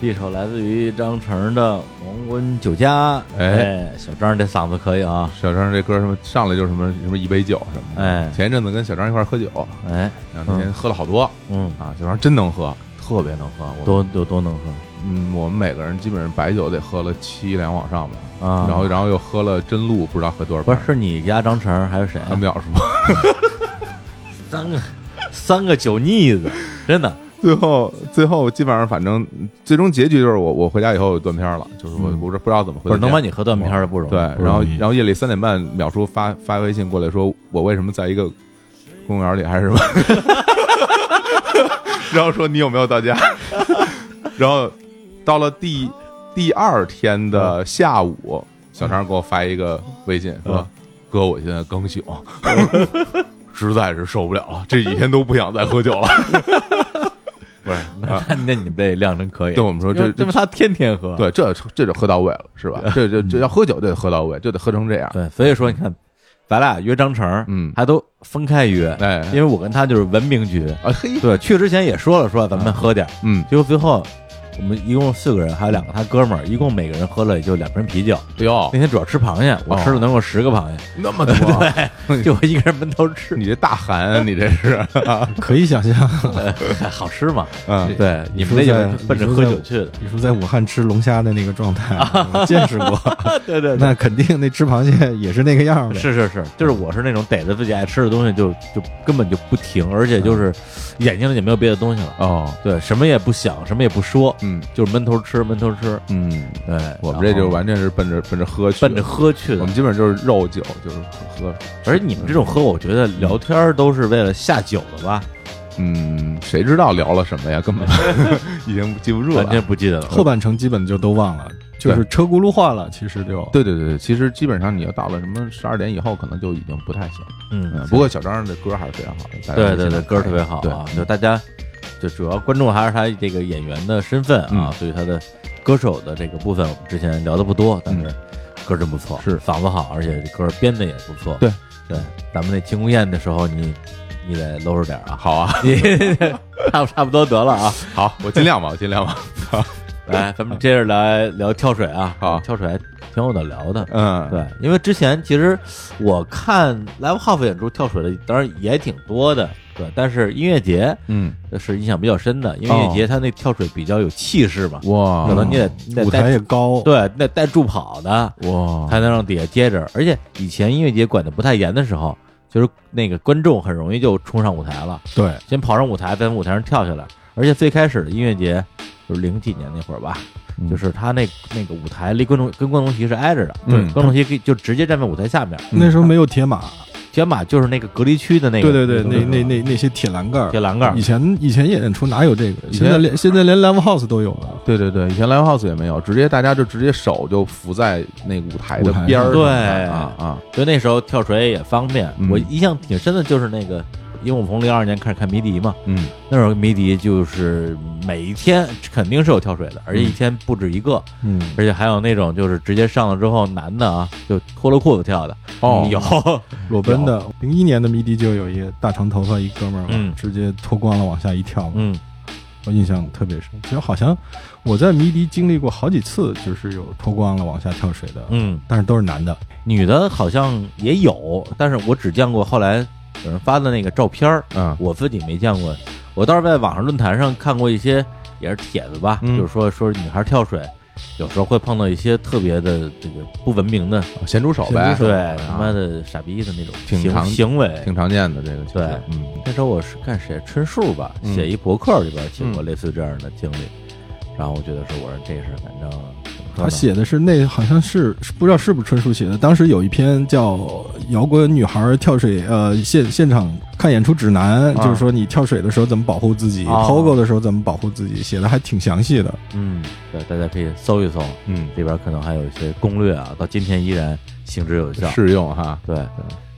[SPEAKER 1] 一首来自于张成的《黄昏酒家》，
[SPEAKER 2] 哎
[SPEAKER 1] 哎，小张这嗓子可以啊，
[SPEAKER 2] 小张这歌什么上来就是什么什么一杯酒什么的，
[SPEAKER 1] 哎
[SPEAKER 2] 前一阵子跟小张一块儿喝酒，
[SPEAKER 1] 哎，
[SPEAKER 2] 然后那天喝了好多
[SPEAKER 1] 嗯，
[SPEAKER 2] 啊，小张真能喝，特别能喝，我
[SPEAKER 1] 多有多能喝
[SPEAKER 2] 嗯，我们每个人基本上白酒得喝了七两往上吧，
[SPEAKER 1] 啊
[SPEAKER 2] 然后然后又喝了真露，不知道喝多少
[SPEAKER 1] 不
[SPEAKER 2] 瓶
[SPEAKER 1] 是
[SPEAKER 2] 儿，
[SPEAKER 1] 是你家张成还是谁啊、
[SPEAKER 2] 他们是吧？
[SPEAKER 1] 三个三个酒腻子， 真的，
[SPEAKER 2] 最后最后基本上反正最终结局就是我我回家以后有断片儿了，就是我
[SPEAKER 1] 嗯
[SPEAKER 2] 我这不知道怎么回
[SPEAKER 1] 不
[SPEAKER 2] 的
[SPEAKER 1] 是
[SPEAKER 2] 家，
[SPEAKER 1] 能把你喝断片儿的不容易。
[SPEAKER 2] 对，
[SPEAKER 1] 不容易
[SPEAKER 2] 然后然后夜里三点半，淼叔发发微信过来说，我为什么在一个公园里还是什么， 然后说你有没有到家， 然后到了第第二天的下午，小张给我发一个微信说，哥，我现在刚醒， 实在是受不了了，这几天都不想再喝酒了。 不是，啊
[SPEAKER 1] 那那你们这量真可以。
[SPEAKER 2] 对我们说
[SPEAKER 1] 因为
[SPEAKER 2] 这
[SPEAKER 1] 这不他天天喝。
[SPEAKER 2] 对，这这就喝到位了，是吧？这这这要喝酒就得喝到位，就得喝成这样。
[SPEAKER 1] 对所以说你看，咱俩约张成，
[SPEAKER 2] 嗯
[SPEAKER 1] 还都分开约，
[SPEAKER 2] 哎
[SPEAKER 1] 因为我跟他就是文明局。
[SPEAKER 2] 啊，嘿，
[SPEAKER 1] 对，去之前也说了说咱们喝点儿，
[SPEAKER 2] 嗯，
[SPEAKER 1] 结果最后我们一共四个人，还有两个他哥们儿，一共每个人喝了也就两瓶啤酒。
[SPEAKER 2] 哟
[SPEAKER 1] 那，天主要吃螃蟹，我吃了能有十个螃蟹，
[SPEAKER 2] 那么多，
[SPEAKER 1] 就我一个人闷头吃，
[SPEAKER 2] 你这大寒，你这是
[SPEAKER 3] 可以想象，
[SPEAKER 1] 好吃吗？
[SPEAKER 2] 嗯
[SPEAKER 1] 对，你们
[SPEAKER 3] 说
[SPEAKER 1] 那就
[SPEAKER 3] 在
[SPEAKER 1] 是奔着喝酒去的。
[SPEAKER 3] 你说在武汉吃龙虾的那个 状态，我见识过，
[SPEAKER 1] 对对
[SPEAKER 3] 那肯定那吃螃蟹也是那个样儿呗。
[SPEAKER 1] 是是是，就是我是那种逮着自己爱吃的东西就就根本就不停，而且就是眼睛里也没有别的东西了，
[SPEAKER 2] 哦，
[SPEAKER 1] 对，什么也不想，什么也不说，
[SPEAKER 2] 嗯
[SPEAKER 1] 就是闷头吃，闷头吃。
[SPEAKER 2] 嗯，
[SPEAKER 1] 对，
[SPEAKER 2] 我们
[SPEAKER 1] 然
[SPEAKER 2] 这
[SPEAKER 1] 后
[SPEAKER 2] 就完全是奔着奔着喝去的，
[SPEAKER 1] 奔着喝去
[SPEAKER 2] 我
[SPEAKER 1] 的
[SPEAKER 2] 们。基本就是肉酒，就是喝。
[SPEAKER 1] 而你们这种喝，我觉得聊天儿都是为了下酒的吧？
[SPEAKER 2] 嗯，谁知道聊了什么呀？根本已经记不住
[SPEAKER 1] 完
[SPEAKER 2] 了
[SPEAKER 1] 全。不记得了。
[SPEAKER 3] 后半程基本就都忘了，就是车轱辘话了。其实就
[SPEAKER 2] 对对对，其实基本上你要到了什么十二点以后，可能就已经不太行。
[SPEAKER 1] 嗯
[SPEAKER 2] 嗯，，不过小张的歌还是非常好的，大家
[SPEAKER 1] 对
[SPEAKER 2] 可以
[SPEAKER 1] 对
[SPEAKER 2] 现
[SPEAKER 1] 对，
[SPEAKER 2] 在
[SPEAKER 1] 歌儿特别好
[SPEAKER 2] 对
[SPEAKER 1] 啊，就大家就主要关注还是他这个演员的身份啊
[SPEAKER 2] 嗯，
[SPEAKER 1] 对于他的歌手的这个部分，我们之前聊的不多，但是歌儿真不错，
[SPEAKER 2] 嗯是
[SPEAKER 1] 嗓子好，而且这歌儿编的也不错。
[SPEAKER 2] 对
[SPEAKER 1] 对，咱们那庆功宴的时候，你你得搂着点 儿啊，
[SPEAKER 2] 好啊，
[SPEAKER 1] 你 差不差不多得了啊。
[SPEAKER 2] 好，我尽量吧，我尽量吧。
[SPEAKER 1] 来，咱们接着来聊跳水啊，
[SPEAKER 2] 好
[SPEAKER 1] 跳水还挺有的聊的。
[SPEAKER 2] 嗯，
[SPEAKER 1] 对，因为之前其实我看 Live House 演出跳水的，当然也挺多的，对，但是音乐节
[SPEAKER 2] 嗯，
[SPEAKER 1] 是印象比较深的，因为音乐节它那跳水比较有气势嘛，
[SPEAKER 2] 哇
[SPEAKER 1] 可能你得你得
[SPEAKER 3] 舞台
[SPEAKER 1] 带
[SPEAKER 3] 也高，
[SPEAKER 1] 对，那带助跑的
[SPEAKER 2] 哇，
[SPEAKER 1] 才能让底下接着。而且以前音乐节管的不太严的时候，就是那个观众很容易就冲上舞台了，
[SPEAKER 3] 对
[SPEAKER 1] 先跑上舞台，再从舞台上跳下来。而且最开始的音乐节就是零几年那会儿吧，
[SPEAKER 2] 嗯
[SPEAKER 1] 就是他那那个舞台离观众跟观众席是挨着的，
[SPEAKER 2] 对
[SPEAKER 1] 观众席可以就直接站在舞台下面，
[SPEAKER 3] 那时候没有铁马，
[SPEAKER 1] 天马就是那个隔离区的嗯那
[SPEAKER 3] 对
[SPEAKER 1] 个，
[SPEAKER 3] 对对，那
[SPEAKER 1] 个
[SPEAKER 3] 那那那些铁栏杆儿
[SPEAKER 1] 铁栏杆儿
[SPEAKER 3] 以前以前演出哪有这个？
[SPEAKER 2] 以前
[SPEAKER 3] 现在连现在连 live house 都有了。
[SPEAKER 2] 对对对，以前 live house 也没有，直接大家就直接手就扶在那个舞台的
[SPEAKER 3] 舞台上
[SPEAKER 2] 边儿上，
[SPEAKER 1] 对
[SPEAKER 2] 啊啊，
[SPEAKER 1] 所以那时候跳水也方便。
[SPEAKER 2] 嗯
[SPEAKER 1] 我印象挺深的就是那个，因为我从零二年开始看迷笛嘛，
[SPEAKER 2] 嗯
[SPEAKER 1] 那时候迷笛就是每一天肯定是有跳水的，而且一天不止一个，
[SPEAKER 3] 嗯，
[SPEAKER 1] 而且还有那种就是直接上了之后男的啊就脱了裤子跳的，
[SPEAKER 2] 哦
[SPEAKER 1] 有，
[SPEAKER 3] 裸奔的，零一年的迷笛就有一个大长头发一哥们儿嘛，
[SPEAKER 1] 嗯
[SPEAKER 3] 直接脱光了往下一跳嘛，
[SPEAKER 1] 嗯
[SPEAKER 3] 我印象特别深。其实好像我在迷笛经历过好几次，就是有脱光了往下跳水的，
[SPEAKER 1] 嗯，
[SPEAKER 3] 但是都是男的。
[SPEAKER 1] 女的好像也有，但是我只见过后来有人发的那个照片儿，
[SPEAKER 2] 嗯
[SPEAKER 1] 我自己没见过，我倒是在网上论坛上看过一些也是帖子吧，
[SPEAKER 2] 嗯
[SPEAKER 1] 就是说说女孩跳水，有时候会碰到一些特别的这个不文明的，
[SPEAKER 2] 咸猪手呗，
[SPEAKER 1] 对
[SPEAKER 2] 啊
[SPEAKER 1] 他妈的傻逼的那种
[SPEAKER 2] 挺
[SPEAKER 1] 行
[SPEAKER 2] 常
[SPEAKER 1] 行为。
[SPEAKER 2] 挺常见的这个，其实
[SPEAKER 1] 对
[SPEAKER 2] 嗯
[SPEAKER 1] 那时候我是看谁春树吧，
[SPEAKER 2] 嗯
[SPEAKER 1] 写一博客里边写过类似这样的经历，
[SPEAKER 2] 嗯
[SPEAKER 1] 然后我觉得说我说这事儿反正怎么说
[SPEAKER 3] 他
[SPEAKER 1] 呢
[SPEAKER 3] 写的是那好像是是不知道是不是春树写的，当时有一篇叫《摇滚女孩跳水呃现现场看演出指南》，
[SPEAKER 2] 啊
[SPEAKER 3] 就是说你跳水的时候怎么保护自己、
[SPEAKER 1] 哦
[SPEAKER 3] p o g o 的时候怎么保护自己，写的还挺详细的。
[SPEAKER 1] 嗯，对，大家可以搜一搜，
[SPEAKER 2] 嗯，
[SPEAKER 1] 里边可能还有一些攻略啊，到今天依然行之有效。
[SPEAKER 2] 适用哈，
[SPEAKER 1] 对，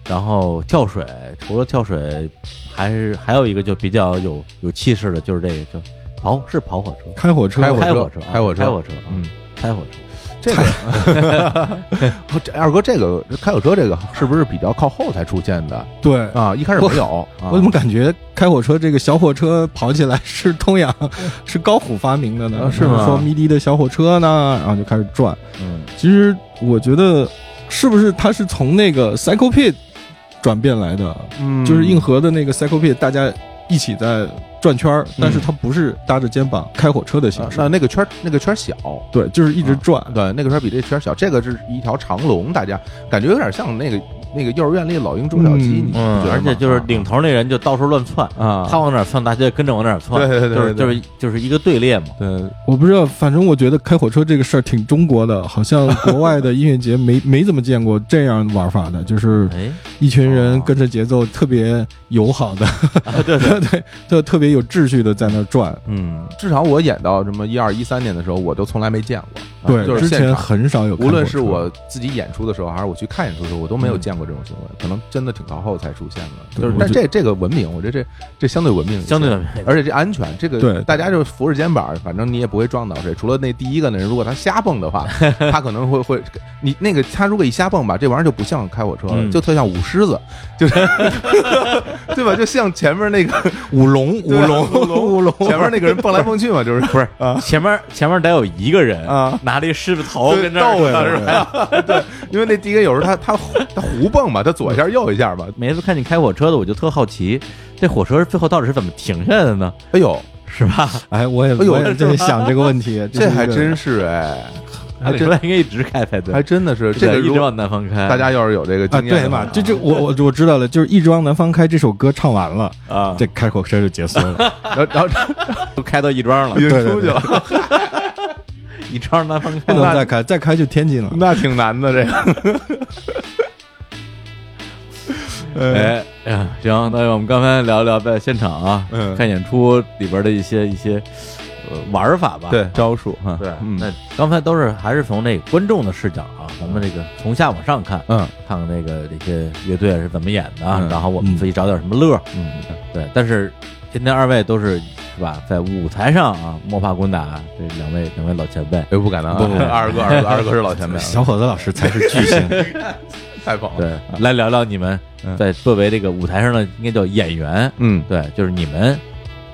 [SPEAKER 1] 然后跳水，除了跳水，还是还有一个就比较有有气势的，就是这个就跑是跑火车，
[SPEAKER 3] 开火车，
[SPEAKER 2] 开火
[SPEAKER 1] 开
[SPEAKER 2] 车
[SPEAKER 1] 车，
[SPEAKER 2] 开
[SPEAKER 1] 开
[SPEAKER 2] 火车
[SPEAKER 1] 开火车，啊
[SPEAKER 2] 嗯，
[SPEAKER 1] 开火车，
[SPEAKER 2] 这个，不哦这二哥这个开火车这个是不是比较靠后才出现的
[SPEAKER 3] 对。
[SPEAKER 2] 啊？一开始没有，
[SPEAKER 3] 呃我怎么感觉开火车这个小火车跑起来 是东阳是高虎发明的
[SPEAKER 2] 啊
[SPEAKER 3] 呢？
[SPEAKER 2] 是吗
[SPEAKER 3] 说迷笛的小火车呢，然后就开始转。
[SPEAKER 1] 嗯，
[SPEAKER 3] 其实我觉得，是不是他是从那个 Psycho Pit 转变来的？
[SPEAKER 2] 嗯
[SPEAKER 3] 就是硬核的那个 Psycho Pit，大家一起在转圈儿，但是它不是搭着肩膀开火车的形
[SPEAKER 2] 啊
[SPEAKER 3] 式，
[SPEAKER 2] 那那个圈儿那啊个圈儿小，
[SPEAKER 3] 对，就是一直转。
[SPEAKER 2] 对，那个圈儿比这圈儿小，这个是一条长龙，大家感觉有点像那个那个幼儿园里老鹰捉小鸡，
[SPEAKER 3] 嗯
[SPEAKER 2] 你觉得
[SPEAKER 1] 而
[SPEAKER 2] 吗
[SPEAKER 1] 且就是领头那人就到处乱窜，
[SPEAKER 2] 啊，
[SPEAKER 1] 他往哪儿窜，大家就跟着往哪儿窜，
[SPEAKER 2] 对对对
[SPEAKER 1] 就是
[SPEAKER 2] 对
[SPEAKER 1] 就是就是一个队列嘛，
[SPEAKER 2] 对
[SPEAKER 3] 我不知道，反正我觉得开火车这个事儿挺中国的，好像国外的音乐节没没怎么见过这样玩法的，就是
[SPEAKER 1] 哎，
[SPEAKER 3] 一群人
[SPEAKER 2] 哦
[SPEAKER 3] 跟着节奏特别友好的，
[SPEAKER 1] 啊对对，
[SPEAKER 3] 对，就特别有秩序的在那儿转。
[SPEAKER 2] 嗯，至少我演到什么一二一三年的时候，我都从来没见过。
[SPEAKER 3] 对，
[SPEAKER 2] 啊就是
[SPEAKER 3] 之
[SPEAKER 2] 现
[SPEAKER 3] 前
[SPEAKER 2] 场
[SPEAKER 3] 很少有开火车。
[SPEAKER 2] 无论是我自己演出的时候，还是我去看演出的时候，我都没有见过这种行为，可能真的挺靠后才出现的。
[SPEAKER 3] 对
[SPEAKER 2] 嗯就是，
[SPEAKER 3] 我
[SPEAKER 2] 但
[SPEAKER 3] 觉
[SPEAKER 2] 这这个文明，我觉得这这相对文明一些，
[SPEAKER 1] 相对的，
[SPEAKER 2] 而且这安全，这个
[SPEAKER 3] 对
[SPEAKER 2] 大家就扶着肩膀，反正你也不会撞到谁。除了那第一个呢，如果他瞎蹦 的话，他可能会会你那个他如果一瞎蹦吧，这玩意儿就不像开火车了，
[SPEAKER 1] 嗯
[SPEAKER 2] 就特像舞狮子，就是 对吧？就像前面那个舞龙，啊舞龙，舞龙，前面那个人蹦来蹦去嘛，就是不是
[SPEAKER 1] 前面前面得有一个人
[SPEAKER 2] 啊
[SPEAKER 1] 拿着一狮子头
[SPEAKER 2] 对
[SPEAKER 1] 哦跟这儿
[SPEAKER 2] 逗
[SPEAKER 1] 呢
[SPEAKER 2] 着
[SPEAKER 1] 是吧？
[SPEAKER 2] 因为那第一个有时候他他他胡蹦嘛，他左一下右一下吧。
[SPEAKER 1] 每次看你开火车的，我就特好奇，这火车最后到底是怎么停下来的呢？
[SPEAKER 2] 哎呦，
[SPEAKER 1] 是吧？
[SPEAKER 3] 哎，我也
[SPEAKER 2] 哎呦
[SPEAKER 3] 我也在想这个问 题，
[SPEAKER 2] 这
[SPEAKER 3] 是一
[SPEAKER 2] 还
[SPEAKER 3] 个
[SPEAKER 2] 真是哎，
[SPEAKER 1] 还 得
[SPEAKER 2] 真
[SPEAKER 1] 来应该一直开才对，
[SPEAKER 2] 还真的是
[SPEAKER 1] 对
[SPEAKER 2] 这个，
[SPEAKER 1] 一直
[SPEAKER 2] 如果
[SPEAKER 1] 往南方开，
[SPEAKER 2] 大家要是有这个
[SPEAKER 3] 啊，
[SPEAKER 2] 经验
[SPEAKER 3] 对
[SPEAKER 2] 的话
[SPEAKER 3] 嘛，这这我我我知道了，就是《一直往南方开》这首歌唱完了，
[SPEAKER 1] 啊，
[SPEAKER 3] 这开口车就结束了。
[SPEAKER 2] 然后然后
[SPEAKER 1] 都开到亦庄了
[SPEAKER 2] 已，经
[SPEAKER 3] 对对
[SPEAKER 2] 出去了，
[SPEAKER 1] 亦庄南方
[SPEAKER 3] 不
[SPEAKER 1] 开，
[SPEAKER 3] 能再开，再开就天津了。
[SPEAKER 2] 那挺难的这个。
[SPEAKER 1] 哎，哎呀，行，那我们刚才聊一聊在现场啊，
[SPEAKER 2] 嗯
[SPEAKER 1] 看演出里边的一些一些呃玩法吧，
[SPEAKER 2] 对，招数哈，
[SPEAKER 1] 对，
[SPEAKER 2] 嗯
[SPEAKER 1] 那刚才都是还是从那个观众的视角啊，咱们这个从下往上看，
[SPEAKER 2] 嗯，
[SPEAKER 1] 看看那个这些乐队是怎么演的，啊
[SPEAKER 2] 嗯
[SPEAKER 1] 然后我们自己找点什么乐儿，嗯，对。但是今天二位都是是吧，在舞台上啊，摸爬滚打，这两位两位老前辈，
[SPEAKER 2] 又不敢当啊，
[SPEAKER 1] 不不不
[SPEAKER 2] 二哥二哥二哥是老前 辈了，
[SPEAKER 3] 小伙子老师才是巨 星，啊
[SPEAKER 2] 太棒了，
[SPEAKER 1] 对，来聊聊你们
[SPEAKER 2] 嗯
[SPEAKER 1] 在作为这个舞台上的应该叫演员，
[SPEAKER 2] 嗯，
[SPEAKER 1] 对，就是你们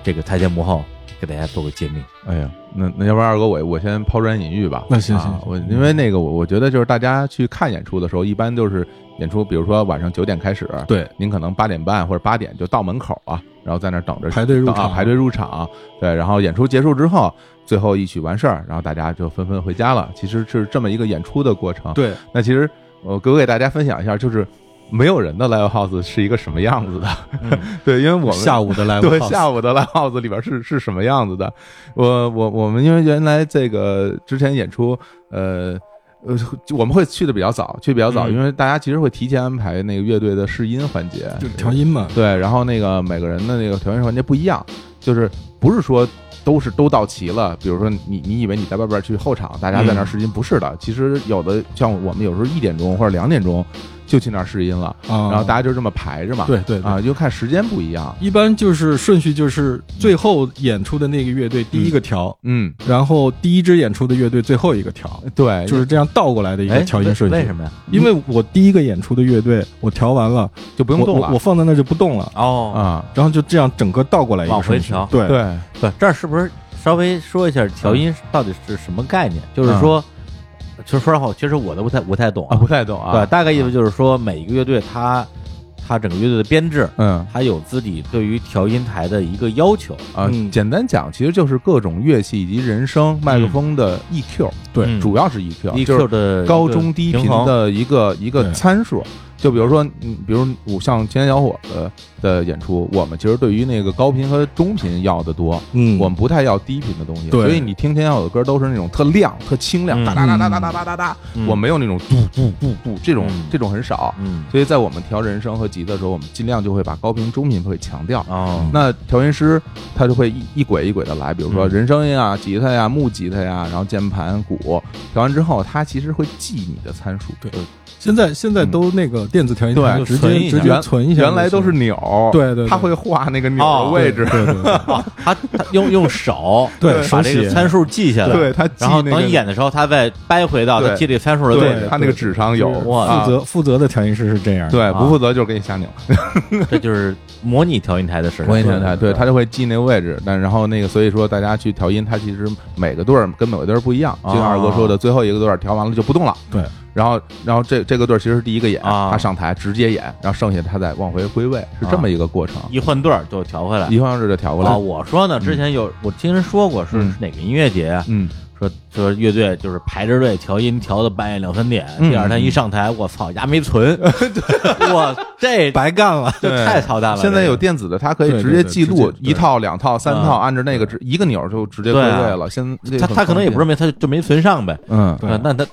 [SPEAKER 1] 这个台前幕后给大家做个揭秘，
[SPEAKER 2] 哎呀，那那要不然二哥我我先抛砖引玉吧。
[SPEAKER 3] 那行
[SPEAKER 2] 啊
[SPEAKER 3] 行行
[SPEAKER 2] 我因为那个我我觉得就是大家去看演出的时候，一般就是演出，比如说晚上九点开始，
[SPEAKER 3] 对，
[SPEAKER 2] 您可能八点半或者八点就到门口啊，然后在那儿等着
[SPEAKER 3] 排队入
[SPEAKER 2] 啊
[SPEAKER 3] 场
[SPEAKER 2] 排队入场。对，然后演出结束之后，最后一曲完事儿，然后大家就纷纷回家了。其实是这么一个演出的过程。，
[SPEAKER 3] 对，
[SPEAKER 2] 那其实我给我给大家分享一下，就是没有人的 live house 是一个什么样子的。
[SPEAKER 3] 嗯
[SPEAKER 2] 对，因为我们
[SPEAKER 3] 下午的 live
[SPEAKER 2] 对
[SPEAKER 3] house
[SPEAKER 2] 下午的 live house 里边是是什么样子的？我我我们因为原来这个之前演出，呃呃，就我们会去的比较早，去比较早，
[SPEAKER 1] 嗯
[SPEAKER 2] 因为大家其实会提前安排那个乐队的试音环节，
[SPEAKER 3] 就调音嘛，
[SPEAKER 2] 对，然后那个每个人的那个调音环节不一样，就是不是说都是都到齐了。比如说你你以为你在外边去后场，大家在那儿试音，不是的。其实有的像我们有时候一点钟或者两点钟就去那儿试音了，
[SPEAKER 3] 啊，
[SPEAKER 2] 然后大家就这么排着嘛。
[SPEAKER 3] 对对对
[SPEAKER 2] 啊，就看时间不一样。
[SPEAKER 3] 一般就是顺序就是最后演出的那个乐队第一个调，
[SPEAKER 2] 嗯，
[SPEAKER 3] 然后第一支演出的乐队最后一个调，
[SPEAKER 2] 对，
[SPEAKER 3] 就是这样倒过来的一
[SPEAKER 1] 哎
[SPEAKER 3] 个调音顺序。
[SPEAKER 1] 为为什么呀？
[SPEAKER 3] 因为我第一个演出的乐队我调完了，
[SPEAKER 2] 就不用
[SPEAKER 3] 我
[SPEAKER 2] 动
[SPEAKER 3] 我我
[SPEAKER 2] 了
[SPEAKER 3] 放在那就不动了，
[SPEAKER 1] 哦，
[SPEAKER 2] 啊。
[SPEAKER 3] 然后就这样整个倒过来一个
[SPEAKER 1] 往回
[SPEAKER 3] 顺序
[SPEAKER 1] 调
[SPEAKER 3] 对
[SPEAKER 2] 对，
[SPEAKER 1] 对，这儿是不是稍微说一下调音到底是什么概念？
[SPEAKER 2] 嗯
[SPEAKER 1] 就是说，其实说实话，其实我都不太不太懂
[SPEAKER 2] 啊，不太懂啊
[SPEAKER 1] 对，。大概意思就是说，每一个乐队它它整个乐队的编制，
[SPEAKER 2] 嗯
[SPEAKER 1] 它有自己对于调音台的一个要求。
[SPEAKER 2] 啊，
[SPEAKER 3] 嗯
[SPEAKER 2] 简单讲，其实就是各种乐器以及人声、麦克风的 E EQ，
[SPEAKER 3] 对
[SPEAKER 1] 嗯
[SPEAKER 2] 主要是 EQ，就是 E
[SPEAKER 1] EQ 的
[SPEAKER 2] 高中低频
[SPEAKER 1] 平衡
[SPEAKER 2] 的一个一个
[SPEAKER 3] 对
[SPEAKER 2] 参数。就比如说，嗯，比如我像青年小伙子的演出，我们其实对于那个高频和中频要的多，
[SPEAKER 3] 嗯，
[SPEAKER 2] 我们不太要低频的东西。
[SPEAKER 3] 对
[SPEAKER 2] 所以你听青年小伙的歌都是那种特亮、特清亮，
[SPEAKER 1] 嗯
[SPEAKER 2] 哒哒哒哒哒哒哒哒哒。
[SPEAKER 1] 嗯
[SPEAKER 2] 我没有那种嘟嘟嘟嘟这种
[SPEAKER 1] 嗯
[SPEAKER 2] 这种很少。
[SPEAKER 1] 嗯
[SPEAKER 2] 所以在我们调人声和吉的时候，我们尽量就会把高频、中频会强调。
[SPEAKER 1] 哦
[SPEAKER 2] 那调音师他就会一一轨一轨的来，比如说
[SPEAKER 1] 嗯
[SPEAKER 2] 人声音啊、吉他呀、木吉他呀，然后键盘、鼓，调完之后，他其实会记你的参数。
[SPEAKER 3] 对现在现在都那个电子调音台
[SPEAKER 2] 嗯对
[SPEAKER 3] 直
[SPEAKER 1] 存一
[SPEAKER 3] 接
[SPEAKER 1] 下
[SPEAKER 3] 直接
[SPEAKER 2] 原
[SPEAKER 3] 存一下就行，
[SPEAKER 2] 原来都是钮儿，
[SPEAKER 3] 对对对
[SPEAKER 2] 他会画那个钮
[SPEAKER 1] 哦
[SPEAKER 2] 儿的位置，
[SPEAKER 3] 对对对
[SPEAKER 1] 哦 他他用用手
[SPEAKER 3] 对
[SPEAKER 1] 把
[SPEAKER 3] 手
[SPEAKER 1] 这个
[SPEAKER 3] 写
[SPEAKER 1] 参数记下来，
[SPEAKER 2] 对他记
[SPEAKER 1] 然后
[SPEAKER 2] 那
[SPEAKER 1] 等
[SPEAKER 2] 个
[SPEAKER 1] 你演的时候，他再掰回到
[SPEAKER 2] 对
[SPEAKER 1] 他记这参数的
[SPEAKER 2] 对
[SPEAKER 1] 位置。
[SPEAKER 2] 他那个纸上有啊
[SPEAKER 3] 就是
[SPEAKER 1] 哇
[SPEAKER 3] 负责负责的调音师是这样的，
[SPEAKER 2] 对，
[SPEAKER 1] 啊
[SPEAKER 2] 不负责就是给你瞎拧。
[SPEAKER 1] 这就是模拟调音台的事情。
[SPEAKER 2] 模拟平台，对，
[SPEAKER 1] 他
[SPEAKER 2] 他就会记那个位置。但然后那个，所以说大家去调音，它其实每个队儿跟每个队儿不一样。就像二哥说的，最后一个队儿调完了就不动了。
[SPEAKER 3] 对，
[SPEAKER 2] 然后然后这这个队儿其实是第一个演，
[SPEAKER 1] 啊
[SPEAKER 2] 他上台直接演，然后剩下他再往回归位，是这么一个过程。
[SPEAKER 1] 一换队儿就调回来。
[SPEAKER 2] 一方式就调过
[SPEAKER 1] 啊，
[SPEAKER 2] 来，
[SPEAKER 1] 我说呢，之前有我听人说过是
[SPEAKER 2] 嗯
[SPEAKER 1] 是哪个音乐节啊？
[SPEAKER 2] 嗯，
[SPEAKER 1] 说说乐队就是排着队调音调到半夜两三点，
[SPEAKER 2] 嗯
[SPEAKER 1] 第二天一上台，我操，牙没存， 我这
[SPEAKER 3] 白干了。
[SPEAKER 1] 就太操蛋了。
[SPEAKER 2] 现在有
[SPEAKER 1] 这个
[SPEAKER 2] 电子的，它可以
[SPEAKER 3] 对
[SPEAKER 2] 直
[SPEAKER 3] 对
[SPEAKER 2] 接
[SPEAKER 3] 对
[SPEAKER 2] 记录
[SPEAKER 3] 直接对
[SPEAKER 2] 一套、两套、三套，
[SPEAKER 1] 嗯
[SPEAKER 2] 按着那个直一个钮儿就直接归
[SPEAKER 1] 对
[SPEAKER 2] 位
[SPEAKER 1] 啊
[SPEAKER 2] 了。现在
[SPEAKER 1] 他他可能也不是
[SPEAKER 2] 是，
[SPEAKER 1] 没他就没存上呗。
[SPEAKER 2] 嗯，
[SPEAKER 3] 对
[SPEAKER 1] 呃那他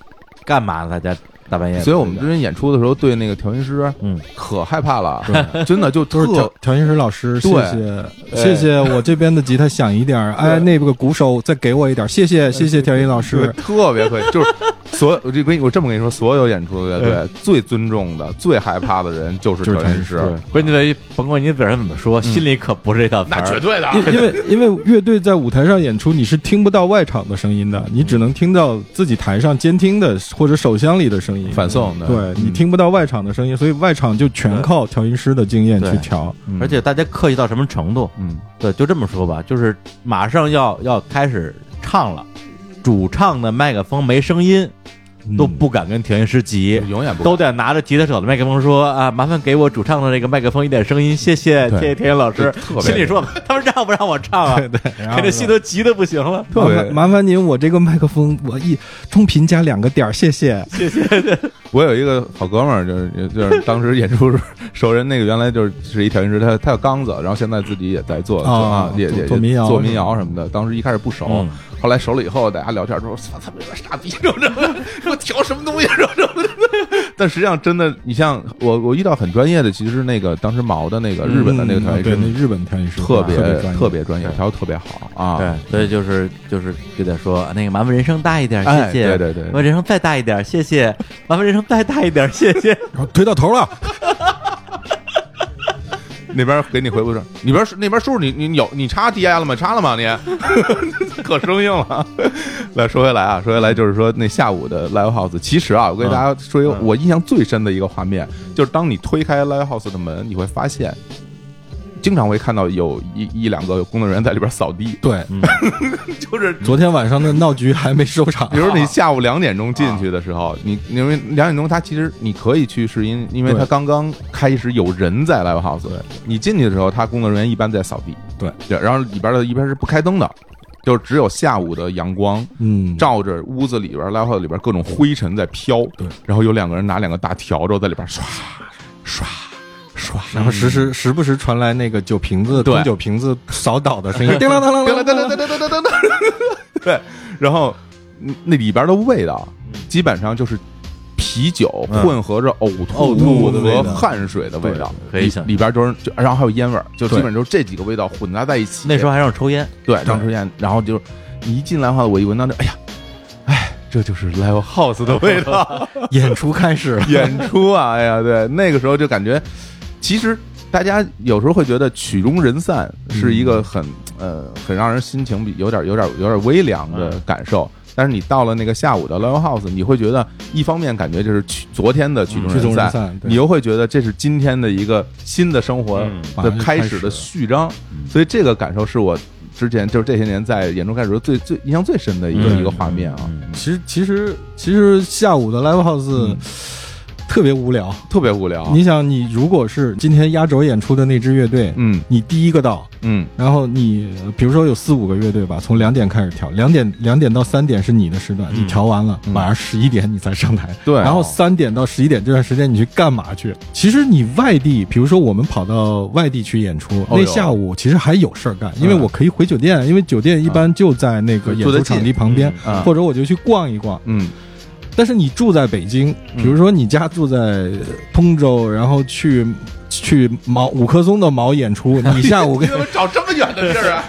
[SPEAKER 1] 干嘛呢？大家大半夜的？
[SPEAKER 2] 所以我们之前演出的时候，对那个调音师
[SPEAKER 1] 嗯
[SPEAKER 2] 可害怕了，真的就
[SPEAKER 3] 都是
[SPEAKER 2] 特
[SPEAKER 3] 调调音师老师，谢
[SPEAKER 2] 对
[SPEAKER 3] 谢谢谢，
[SPEAKER 2] 哎
[SPEAKER 3] 我这边的吉他响一点儿，哎，那个鼓手再给我一点儿，谢谢谢谢调音老
[SPEAKER 2] 对
[SPEAKER 3] 师，
[SPEAKER 2] 特别客气，就是所有我这跟你我这么跟你说，所有演出的乐队最尊重的、最害怕的人就是
[SPEAKER 3] 就是
[SPEAKER 2] 调音
[SPEAKER 3] 调音
[SPEAKER 2] 师
[SPEAKER 3] 师，
[SPEAKER 1] 关键在于，甭管你嘴上怎么说，心里可不是这套词儿。
[SPEAKER 2] 对的
[SPEAKER 3] 因因为因为乐队在舞台上演出，你是听不到外场的声音的，你只能听到自己台上监听的或者手箱里的声音。
[SPEAKER 2] 反送的。
[SPEAKER 3] 对你
[SPEAKER 2] 嗯，
[SPEAKER 3] 听不到外场的声音，所以外场就全靠调音师的经验
[SPEAKER 1] 对
[SPEAKER 3] 去调。
[SPEAKER 2] 嗯
[SPEAKER 1] 而且大家客气到什么程度？
[SPEAKER 2] 嗯，
[SPEAKER 1] 对，就这么说吧，就是马上要要开始唱了，主唱的麦克风没声音，都不敢跟调音师急，
[SPEAKER 2] 嗯永远不
[SPEAKER 1] 都得拿着吉他手的麦克风说啊，麻烦给我主唱的这个麦克风一点声音，谢谢，谢
[SPEAKER 2] 对
[SPEAKER 1] 谢田云老师
[SPEAKER 2] 对特。别
[SPEAKER 1] 心里说，他们让不让我唱啊？
[SPEAKER 3] 然
[SPEAKER 1] 给
[SPEAKER 3] 后
[SPEAKER 1] 这心都急的不行了。
[SPEAKER 2] 特
[SPEAKER 3] 麻
[SPEAKER 2] 别
[SPEAKER 3] 烦。麻烦您，我这个麦克风我一中频加两个点儿，谢谢。
[SPEAKER 2] 我有一个好哥们儿，就是就是当时演出时候 熟人，那个原来就是是一调音师，他他有刚子，然后现在自己也在做做
[SPEAKER 3] 哦
[SPEAKER 2] 啊，也
[SPEAKER 3] 做
[SPEAKER 2] 也
[SPEAKER 3] 做民谣
[SPEAKER 2] 做民谣什么的。当时一开始不熟
[SPEAKER 1] 嗯，
[SPEAKER 2] 后来熟了以后，大家聊天说：“操，他们有点傻逼，说什么说调什么东西，说什么。”但实际上真的，你像 我我遇到很专业的，其实是那个当时毛的那个日本的那个调音
[SPEAKER 3] 嗯对，那
[SPEAKER 2] 师，
[SPEAKER 3] 日本调音师
[SPEAKER 2] 特别
[SPEAKER 3] 专业
[SPEAKER 2] 特别专业，
[SPEAKER 1] 对
[SPEAKER 2] 调的特别好啊。
[SPEAKER 1] 对，所以就是就是就得说那个麻烦人声大一点，谢
[SPEAKER 2] 哎
[SPEAKER 1] 谢。
[SPEAKER 2] 对对对
[SPEAKER 1] 麻烦人声再大一点，谢谢。麻烦人声再大一点，谢 谢。
[SPEAKER 3] 然后啊推到头了，
[SPEAKER 2] 那边给你回复说，那边那边叔叔，你你你有你插 DI 了吗？插了吗？你 可生硬了。来说回来啊，说回来就是说那下午的 Live House，其实啊，我给大家说一个
[SPEAKER 1] 嗯
[SPEAKER 2] 我印象最深的一个画面，就是当你推开 Live House 的门，你会发现。经常会看到有一一两个工作人员在里边扫地，
[SPEAKER 3] 对，
[SPEAKER 2] 嗯 就是
[SPEAKER 3] 昨天晚上的闹剧还没收 场
[SPEAKER 2] 比，如你下午两点钟进
[SPEAKER 3] 啊
[SPEAKER 2] 去的时候，你你因为两点钟它其实你可以去，是因因为
[SPEAKER 3] 对
[SPEAKER 2] 它刚刚开始有人在 live house，你进去的时候，它工作人员一般在扫地，
[SPEAKER 3] 对
[SPEAKER 2] 然后里边的一边是不开灯的，就只有下午的阳光。
[SPEAKER 3] 嗯，
[SPEAKER 2] 照着屋子里边 live house 里边各种灰尘在飘，
[SPEAKER 3] 对，
[SPEAKER 2] 然后有两个人拿两个大笤帚在里边刷刷刷，
[SPEAKER 3] 然后时时时不时传来那个酒瓶子、
[SPEAKER 2] 对
[SPEAKER 3] 空酒瓶子扫倒的声 音，叮当当当
[SPEAKER 2] 噔噔
[SPEAKER 3] 当
[SPEAKER 2] 噔噔噔噔噔噔噔，对，然后嗯那里边的味道基本上就是啤酒
[SPEAKER 1] 嗯
[SPEAKER 2] 混合着呕
[SPEAKER 3] 呕吐
[SPEAKER 2] 吐
[SPEAKER 3] 的味道
[SPEAKER 2] 和汗水的味道，
[SPEAKER 1] 对可以
[SPEAKER 2] 里
[SPEAKER 1] 想象
[SPEAKER 2] 里边就是就然后还有烟味儿，就基
[SPEAKER 3] 对
[SPEAKER 2] 本就是这几个味道混杂在一起。
[SPEAKER 1] 那时候还让我抽烟，
[SPEAKER 2] 对张春燕，然后就你一进来的话，我一闻到这，哎呀，哎，这就是 live house 的味道，
[SPEAKER 3] 演出开始 了，
[SPEAKER 2] 演出啊，哎呀，对，那个时候就感觉其实。大家有时候会觉得曲终人散是一个很、呃很让人心情比有点有点有点微凉的感受，但是你到了那个下午的 Live House，你会觉得一方面感觉这是曲昨天的曲终
[SPEAKER 3] 曲终
[SPEAKER 2] 人
[SPEAKER 3] 人
[SPEAKER 2] 散，
[SPEAKER 3] 散，对
[SPEAKER 2] 你又会觉得这是今天的一个新的生活
[SPEAKER 1] 嗯
[SPEAKER 2] 的开始的序章，
[SPEAKER 3] 嗯
[SPEAKER 2] 所以这个感受是我之前就是这些年在演出开始时候最最印象最深的一个、
[SPEAKER 1] 嗯
[SPEAKER 2] 一个画面啊，
[SPEAKER 3] 其实其实其实下午的 live house 特别无聊。
[SPEAKER 2] 特别无聊。啊
[SPEAKER 3] 你想，你如果是今天压轴演出的那支乐队，
[SPEAKER 2] 嗯
[SPEAKER 3] 你第一个到，
[SPEAKER 2] 嗯
[SPEAKER 3] 然后你呃比如说有四五个乐队吧，从两点开始调，两点两点到三点是你的时段，你调完了，
[SPEAKER 2] 嗯
[SPEAKER 3] 晚上十一点你才上台。
[SPEAKER 2] 对
[SPEAKER 3] 然后三点到十一点这段时间你去干嘛去？其实你外地，比如说我们跑到外地去演出，
[SPEAKER 2] 哦
[SPEAKER 3] 那
[SPEAKER 2] 哟嗯
[SPEAKER 3] 下午其实还有事儿干，因为我可以回酒店，因为酒店一般就在那个演
[SPEAKER 2] 住得
[SPEAKER 3] 出
[SPEAKER 2] 近
[SPEAKER 3] 场地旁边，
[SPEAKER 2] 嗯嗯
[SPEAKER 3] 或者我就去逛一逛。
[SPEAKER 2] 嗯，
[SPEAKER 3] 但是你住在北京，比如说你家住在呃通州，然后去去毛五棵松的毛演出，你下午跟
[SPEAKER 2] 怎么 找这么远的地儿啊？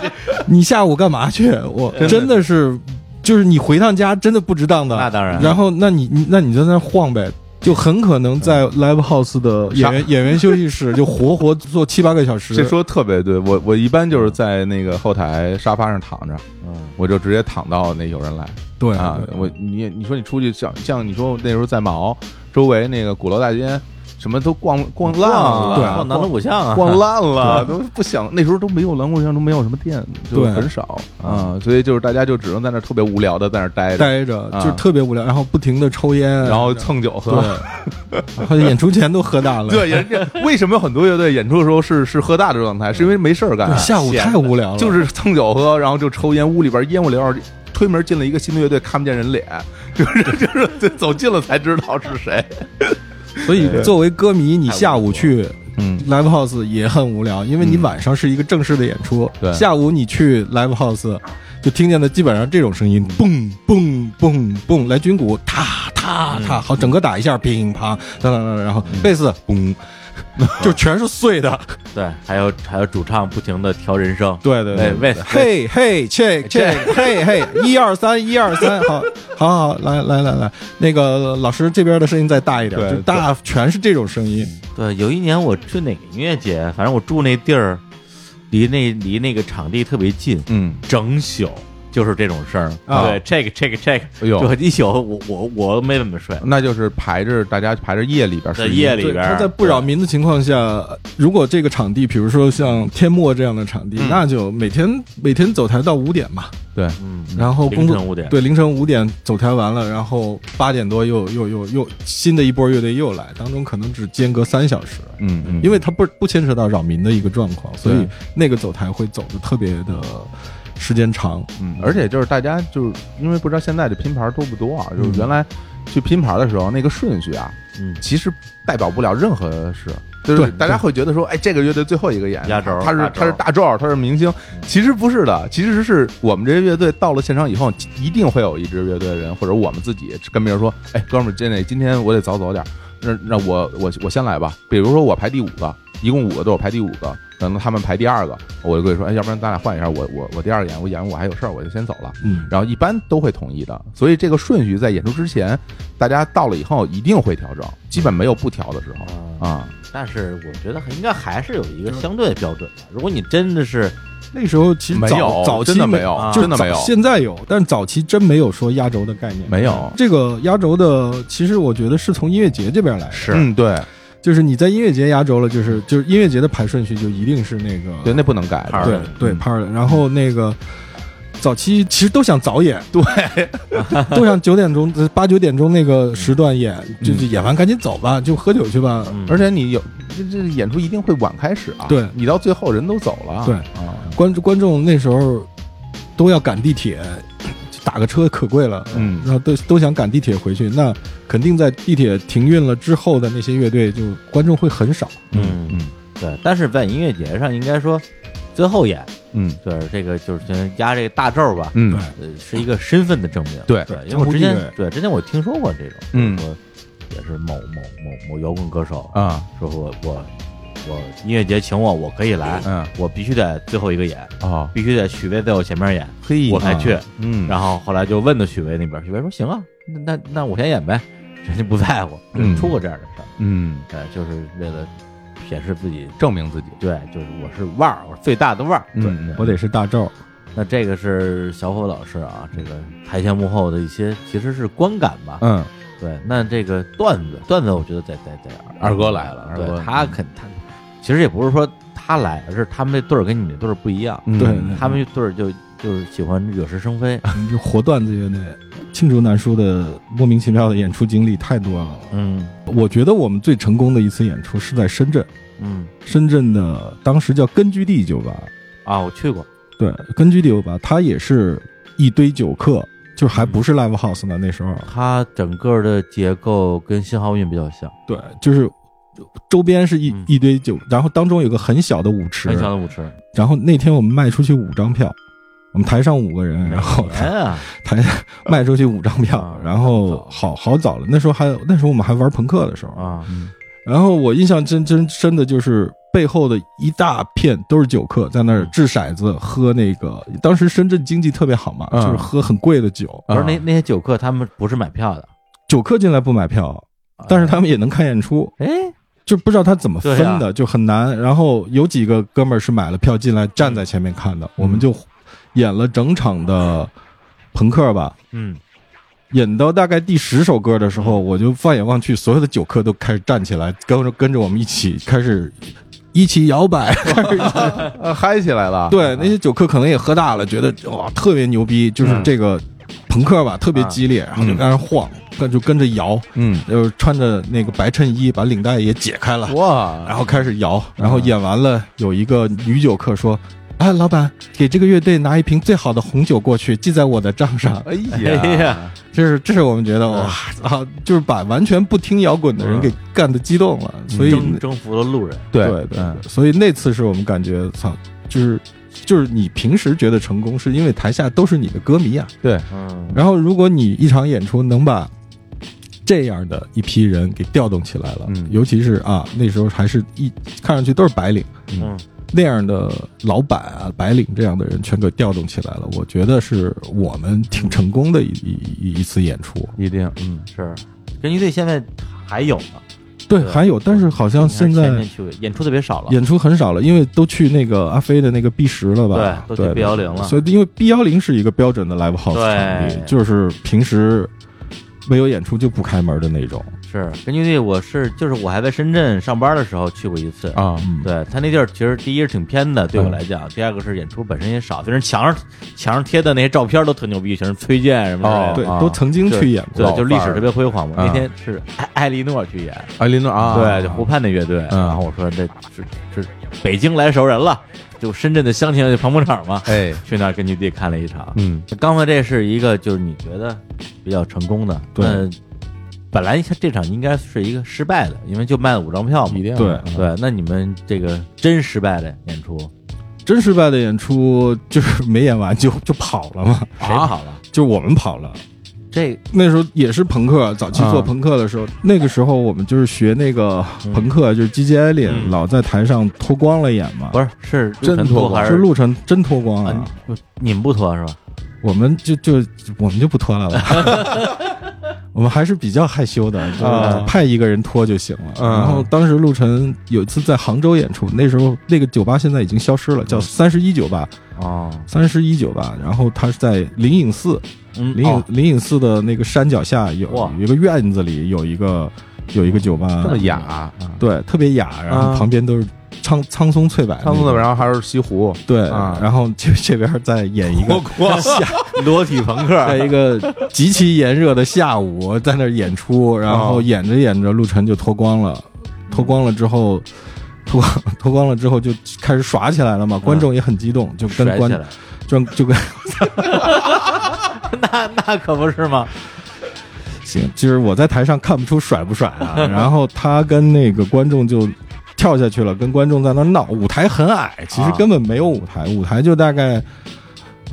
[SPEAKER 3] 你下午干嘛去？我真的是，就是你回趟家真的不值当的。
[SPEAKER 1] 那当然
[SPEAKER 3] 然后，那你你那你就在那晃呗，就很可能在 live house 的演员演员休息室就活活坐七八个 小 时。
[SPEAKER 2] 这说得特别对，我我一般就是在那个后台沙发上躺着，我就直接躺到那有人来
[SPEAKER 3] 对
[SPEAKER 2] 啊，
[SPEAKER 3] 嗯对
[SPEAKER 2] 我你你说你出去像像你说那时候在毛周围那个鼓楼大街。什么都逛逛烂了，
[SPEAKER 3] 对
[SPEAKER 1] 逛南锣鼓巷啊，
[SPEAKER 2] 逛烂了，都不想那时候都没有蓝光箱，都没有什么店，就
[SPEAKER 3] 对嗯
[SPEAKER 2] 很少啊，所以就是大家就只能在那儿特别无聊的在那儿待着，
[SPEAKER 3] 待着
[SPEAKER 2] 啊
[SPEAKER 3] 就特别无聊，然后不停的抽烟，
[SPEAKER 2] 然后蹭酒喝。
[SPEAKER 3] 对， 然后演出前都喝大了。
[SPEAKER 2] 对，人家为什么很多乐队演出的时候是是喝大的状态，是因为没事儿干啊
[SPEAKER 3] 对，，下午太无聊了，
[SPEAKER 2] 就是蹭酒喝，然后就抽烟，屋里边烟雾缭绕。推门进了一个新的乐队，看不见人脸，就是就是对走近了才知道是谁。
[SPEAKER 3] 所以作为歌迷，你
[SPEAKER 1] 太无
[SPEAKER 3] 下午
[SPEAKER 1] 聊
[SPEAKER 3] 去
[SPEAKER 2] 嗯，
[SPEAKER 3] live house 也很无聊，因为你晚上是一个正式的演出，
[SPEAKER 2] 对
[SPEAKER 3] 下午你去 live house 就听见的基本上这种声音，嘣嘣嘣嘣，来军鼓，踏踏踏，好，整个打一下，乒乓，当当当，然后贝斯，嘣， 就全是碎的，
[SPEAKER 1] 对，还有还有主唱不停的调人哎声，
[SPEAKER 3] 对对
[SPEAKER 1] 对，
[SPEAKER 3] 对。
[SPEAKER 1] 喂，
[SPEAKER 3] 嘿嘿，check check，嘿嘿，一二三，一二三，好，好好好，来来来来，那个老师这边的声音再大一点，
[SPEAKER 2] 对
[SPEAKER 3] 就大全是这种声音，
[SPEAKER 1] 对，有一年我去哪个音乐节，反正我住那地儿，离那离那个场地特别近，
[SPEAKER 2] 嗯
[SPEAKER 1] 整宿就是这种声儿，
[SPEAKER 2] 啊
[SPEAKER 1] 对，check check check，
[SPEAKER 2] 哎呦
[SPEAKER 1] 就一宿我我我没怎么睡，
[SPEAKER 2] 那就是排着大家排着夜里边
[SPEAKER 1] 在
[SPEAKER 2] 睡觉，
[SPEAKER 1] 夜里
[SPEAKER 3] 对，
[SPEAKER 1] 边
[SPEAKER 3] 他
[SPEAKER 1] 儿，
[SPEAKER 3] 在不扰民的情况下，如果这个场地，比如说像天漠这样的场地，
[SPEAKER 2] 嗯
[SPEAKER 3] 那就每天每天走台到五点吧，
[SPEAKER 2] 对，
[SPEAKER 1] 嗯，
[SPEAKER 3] 然后工
[SPEAKER 1] 凌
[SPEAKER 3] 作
[SPEAKER 1] 晨五点，
[SPEAKER 3] 对凌晨五点走台完了，然后八点多又又又又新的一波乐队又来，当中可能只间隔三小时，
[SPEAKER 2] 嗯嗯，
[SPEAKER 3] 因为它不不牵扯到扰民的一个状况，所以
[SPEAKER 2] 对
[SPEAKER 3] 那个走台会走的特别的时间长。
[SPEAKER 2] 嗯，而且就是大家就是因为不知道现在的拼盘多不多啊，就是原来去拼盘的时候那个顺序啊，
[SPEAKER 1] 嗯，
[SPEAKER 2] 其实代表不了任何事，就是
[SPEAKER 3] 对
[SPEAKER 2] 大家会觉得说，哎，这个乐队最后一个演
[SPEAKER 1] 压轴大
[SPEAKER 2] 他是
[SPEAKER 1] 轴嗯
[SPEAKER 2] 他是大轴，他是明星，其实不是的，其实是我们这些乐队到了现场以后，一定会有一支乐队的人或者我们自己跟别人说，哎，哥们儿，真的今天我得早走点儿，那那我我我先来吧，比如说我排第五个，一共五个队，我排第五个。等到他们排第二个，我就跟你说，哎，要不然咱俩换一下，我我我第二个演，我演我还有事儿，我就先走了。
[SPEAKER 3] 嗯，
[SPEAKER 2] 然后一般都会统一的，所以这个顺序在演出之前，大家到了以后一定会调整，基本没有不调的时候
[SPEAKER 1] 啊，
[SPEAKER 2] 啊。
[SPEAKER 1] 但是我觉得还应该还是有一个相对的标准的，如果你真的是
[SPEAKER 3] 那时候其实
[SPEAKER 2] 没有
[SPEAKER 3] 早早期
[SPEAKER 2] 真的没有
[SPEAKER 3] 就
[SPEAKER 2] 真的
[SPEAKER 3] 早
[SPEAKER 2] 没有
[SPEAKER 3] 现在有，但早期真没有说压轴的概念，
[SPEAKER 2] 没有
[SPEAKER 3] 这个压轴的，其实我觉得是从音乐节这边来的，
[SPEAKER 1] 是
[SPEAKER 2] 嗯，对
[SPEAKER 3] 就是你在音乐节压轴了，就是就是音乐节的排顺序就一定是那个
[SPEAKER 2] 对，那不能改
[SPEAKER 1] 牌儿
[SPEAKER 3] 对
[SPEAKER 1] 的
[SPEAKER 3] 对
[SPEAKER 2] 嗯
[SPEAKER 3] part 的，然后那个。早期其实都想早演，
[SPEAKER 2] 对，
[SPEAKER 3] 都想九点钟、八九点钟那个时段演，
[SPEAKER 2] 嗯
[SPEAKER 3] 就是演完赶紧走吧，就喝酒去吧。
[SPEAKER 1] 嗯
[SPEAKER 2] 而且你有这这演出一定会晚开始啊。
[SPEAKER 3] 对
[SPEAKER 2] 你到最后人都走了啊。
[SPEAKER 3] 对
[SPEAKER 2] 啊，
[SPEAKER 3] 观观众那时候都要赶地铁，打个车可贵了，
[SPEAKER 2] 嗯
[SPEAKER 3] 然后都都想赶地铁回去，那肯定在地铁停运了之后的那些乐队就观众会很少，
[SPEAKER 1] 嗯
[SPEAKER 2] 嗯
[SPEAKER 1] 对，但是在音乐节上应该说最后演，
[SPEAKER 2] 嗯
[SPEAKER 1] 就是这个就是先压这个大咒吧，
[SPEAKER 2] 嗯
[SPEAKER 3] 对
[SPEAKER 1] 呃，是一个身份的证明。
[SPEAKER 2] 对
[SPEAKER 1] 对，因
[SPEAKER 3] 江
[SPEAKER 1] 为我
[SPEAKER 3] 湖
[SPEAKER 1] 之
[SPEAKER 3] 地
[SPEAKER 1] 前
[SPEAKER 3] 位
[SPEAKER 1] 对之前我听说过这种，
[SPEAKER 2] 嗯
[SPEAKER 1] 就是说也是某某某某摇滚歌手，
[SPEAKER 2] 啊
[SPEAKER 1] 说我我我音乐节请我，我可以来，
[SPEAKER 2] 嗯
[SPEAKER 1] 我必须得最后一个演，
[SPEAKER 2] 哦，
[SPEAKER 1] 必须得许巍在我前面演，
[SPEAKER 2] 嘿
[SPEAKER 1] 我才去。
[SPEAKER 2] 嗯，
[SPEAKER 1] 然后后来就问的许巍那边，许巍说行啊，那那那我先演呗，人家不在乎，
[SPEAKER 2] 嗯
[SPEAKER 1] 出过这样的事儿，
[SPEAKER 2] 嗯，
[SPEAKER 1] 呃，就是为了显示自己。
[SPEAKER 2] 证明自己。
[SPEAKER 1] 对，就是我是腕儿，我是最大的腕儿。对
[SPEAKER 2] 嗯
[SPEAKER 1] 对
[SPEAKER 3] 我得是大赵，
[SPEAKER 1] 那这个是小伙老师啊，这个台前幕后的一些其实是观感吧。
[SPEAKER 2] 嗯，
[SPEAKER 1] 对，那这个段子，段子我觉得得得得
[SPEAKER 2] 二哥来了二哥
[SPEAKER 1] 对他肯他其实也不是说他来，而是他们那队儿跟你们队儿不一样，
[SPEAKER 2] 嗯
[SPEAKER 3] 对
[SPEAKER 1] 他们队儿就就是喜欢惹是生非。
[SPEAKER 3] 你就活段子乐队，罄竹难书的莫名其妙的演出经历太多了。
[SPEAKER 1] 嗯
[SPEAKER 3] 我觉得我们最成功的一次演出是在深圳，
[SPEAKER 1] 嗯
[SPEAKER 3] 深圳的当时叫根据地酒吧，
[SPEAKER 1] 啊，我去过，
[SPEAKER 3] 对，根据地酒吧，它也是一堆酒客，就还不
[SPEAKER 1] 嗯
[SPEAKER 3] 是 live house 呢，那时候。
[SPEAKER 1] 它整个的结构跟新奥运比较像，
[SPEAKER 3] 对，就是周边是一、
[SPEAKER 1] 嗯
[SPEAKER 3] 一堆酒，然后当中有个很小的舞池
[SPEAKER 1] 很，小的舞池，
[SPEAKER 3] 然后那天我们卖出去五张票，我们台上五个嗯人，然后
[SPEAKER 1] 每年嗯啊，
[SPEAKER 3] 台下卖出去五张票
[SPEAKER 1] 啊，
[SPEAKER 3] 然后好好早了，那时候还有那时候我们还玩朋克的时候，
[SPEAKER 1] 啊，
[SPEAKER 3] 然后我印象真真深的就是。背后的一大片都是酒客，在那儿掷骰子喝那个。当时深圳经济特别好嘛，
[SPEAKER 2] 嗯
[SPEAKER 3] 就是喝很贵的酒。
[SPEAKER 1] 不是那
[SPEAKER 2] 啊
[SPEAKER 1] 那些酒客他们不是买票的，
[SPEAKER 3] 酒客进来不买票，但是他们也能看演出。
[SPEAKER 1] 哎，
[SPEAKER 3] 就不知道他怎么分
[SPEAKER 1] 对
[SPEAKER 3] 的，就很难。然后有几个哥们儿是买了票进来站在前面看的，我们就演了整场的朋克吧。
[SPEAKER 1] 嗯，
[SPEAKER 3] 演到大概第十首歌的时候，我就放眼望去，所有的酒客都开始站起来，跟着跟着我们一起开始一起 摇摆。开始
[SPEAKER 2] 呃嗨起来了。
[SPEAKER 3] 对，那些酒客可能也喝大了，觉得哇特别牛逼，就是
[SPEAKER 2] 嗯
[SPEAKER 3] 这个朋克吧，特别激烈，然后就在那儿晃，跟就跟着摇，
[SPEAKER 2] 啊嗯，
[SPEAKER 3] 就是穿着那个白衬衣，把领带也解开了，
[SPEAKER 2] 哇，哎嗯
[SPEAKER 3] 然后开始摇，然后演完了，有一个女酒客说：“哎，老板，给这个乐队拿一瓶最好的红酒过去，记在我的账上。
[SPEAKER 2] 哎
[SPEAKER 1] 哎
[SPEAKER 2] 呀，
[SPEAKER 1] 呀，
[SPEAKER 3] 这是这是我们
[SPEAKER 2] 嗯
[SPEAKER 3] 觉得哇啊，就是把完全不听摇滚的人给干的激动了，所以
[SPEAKER 1] 征征服了路人，
[SPEAKER 3] 对
[SPEAKER 2] 嗯对
[SPEAKER 3] 对
[SPEAKER 2] 嗯，
[SPEAKER 3] 所以那次是我们感觉操，就是就是你平时觉得成功，是因为台下都是你的歌迷啊。
[SPEAKER 2] 对，
[SPEAKER 1] 嗯
[SPEAKER 3] 然后如果你一场演出能把这样的一批人给调动起来了，
[SPEAKER 2] 嗯
[SPEAKER 3] 尤其是啊那时候还是一看上去都是白领。
[SPEAKER 1] 嗯。
[SPEAKER 3] 那样的老板啊、白领这样的人全给调动起来了，我觉得是我们挺成功的一一一一次演出。
[SPEAKER 2] 一定，嗯
[SPEAKER 1] 是，根据队现在还有呢，
[SPEAKER 3] 对，还有，但是好像现
[SPEAKER 1] 前
[SPEAKER 3] 在
[SPEAKER 1] 天去演出特别少了，
[SPEAKER 3] 演出很少了，因为都去那个阿飞的那个 B 十了吧？
[SPEAKER 1] 对都去 B10 了
[SPEAKER 3] 所以因为 B 幺零是一个标准的 live house 场地
[SPEAKER 1] 对，
[SPEAKER 3] 就是平时没有演出就不开门的那种。
[SPEAKER 1] 是神奇地，我是就是我还在深圳上班的时候去过一次。
[SPEAKER 2] 啊，
[SPEAKER 3] 嗯，
[SPEAKER 1] 对他那地儿，其实第一是挺偏的，对我来讲；第二个是演出本身也少，就是墙上墙上贴的那些照片都特牛逼，全是崔健什么之类的。
[SPEAKER 2] 哦
[SPEAKER 3] 对，
[SPEAKER 2] 啊
[SPEAKER 3] 都曾经去演
[SPEAKER 1] 对
[SPEAKER 3] 过，，
[SPEAKER 1] 就是历史特别辉煌嘛。
[SPEAKER 2] 啊
[SPEAKER 1] 那天是艾艾莉诺去演，
[SPEAKER 2] 艾琳娜啊，
[SPEAKER 1] 对，就湖畔的乐队。
[SPEAKER 2] 嗯
[SPEAKER 1] 然后我说这这这北京来熟人了，就深圳的乡亲就捧捧场 嘛。
[SPEAKER 2] 哎，
[SPEAKER 1] 去那儿跟你弟看了一场。
[SPEAKER 2] 嗯，
[SPEAKER 1] 刚才这是一个就是你觉得比较成功的，
[SPEAKER 3] 对
[SPEAKER 1] 那本来这场应该是一个失败的，因为就卖了五张票嘛。
[SPEAKER 2] 定
[SPEAKER 3] 对
[SPEAKER 1] 对，那你们这个真失败的演
[SPEAKER 3] 啊
[SPEAKER 1] 出，
[SPEAKER 3] 真失败的演出就是没演完就 就跑了嘛，
[SPEAKER 1] 谁跑了？
[SPEAKER 3] 就我们跑了。
[SPEAKER 1] 这
[SPEAKER 3] 那时候也是朋克，早期做朋克的时
[SPEAKER 1] 嗯
[SPEAKER 3] 候，那个时候我们就是学那个朋克，就是 G G I 里
[SPEAKER 1] 嗯
[SPEAKER 3] 老在台上脱光了演嘛，
[SPEAKER 1] 不是是陆
[SPEAKER 2] 真
[SPEAKER 1] 晨
[SPEAKER 2] 脱
[SPEAKER 1] 还
[SPEAKER 3] 就是
[SPEAKER 1] 是
[SPEAKER 3] 陆嗯晨真脱光
[SPEAKER 1] 啊
[SPEAKER 3] 了，
[SPEAKER 1] 你你们不脱是吧？
[SPEAKER 3] 我们就就我们就不脱了吧。我们还是比较害羞的，就是
[SPEAKER 2] 啊
[SPEAKER 3] 派一个人脱就行了。
[SPEAKER 2] 嗯
[SPEAKER 3] 然后当时陆晨有一次在杭州演出，那时候那个酒吧现在已经消失了，叫三十一酒吧，
[SPEAKER 1] 哦，
[SPEAKER 3] 三十一酒吧。然后他是在灵隐寺，
[SPEAKER 1] 嗯，
[SPEAKER 3] 灵隐
[SPEAKER 1] 哦
[SPEAKER 3] 灵隐寺的那个山脚下有
[SPEAKER 1] 哇
[SPEAKER 3] 有一个院子里有一个有一个酒吧，
[SPEAKER 2] 这么雅，啊
[SPEAKER 3] 对，特别雅，然后
[SPEAKER 2] 啊
[SPEAKER 3] 旁边都是苍苍松翠柏那种，
[SPEAKER 2] 上次怎么，然后还是西湖，
[SPEAKER 3] 对，
[SPEAKER 2] 啊
[SPEAKER 3] 然后这这边再演一个
[SPEAKER 1] 光 裸体朋克，
[SPEAKER 3] 在一个极其炎热的下午，在那儿演
[SPEAKER 1] 哦
[SPEAKER 3] 出，然后演着演着，陆晨就脱光了，脱光了之后，脱光 脱光了之后就开始耍起来了嘛，观众也很激动，就
[SPEAKER 1] 嗯
[SPEAKER 3] 跟
[SPEAKER 1] 甩起
[SPEAKER 3] 观
[SPEAKER 1] 来，
[SPEAKER 3] 就就跟
[SPEAKER 1] 那那可不是吗？
[SPEAKER 3] 行，就是我在台上看不出甩不甩 啊，然后他跟那个观众就跳下去了，跟观众在那闹，舞台很矮，其实
[SPEAKER 1] 啊
[SPEAKER 3] 根本没有舞台，舞台就大概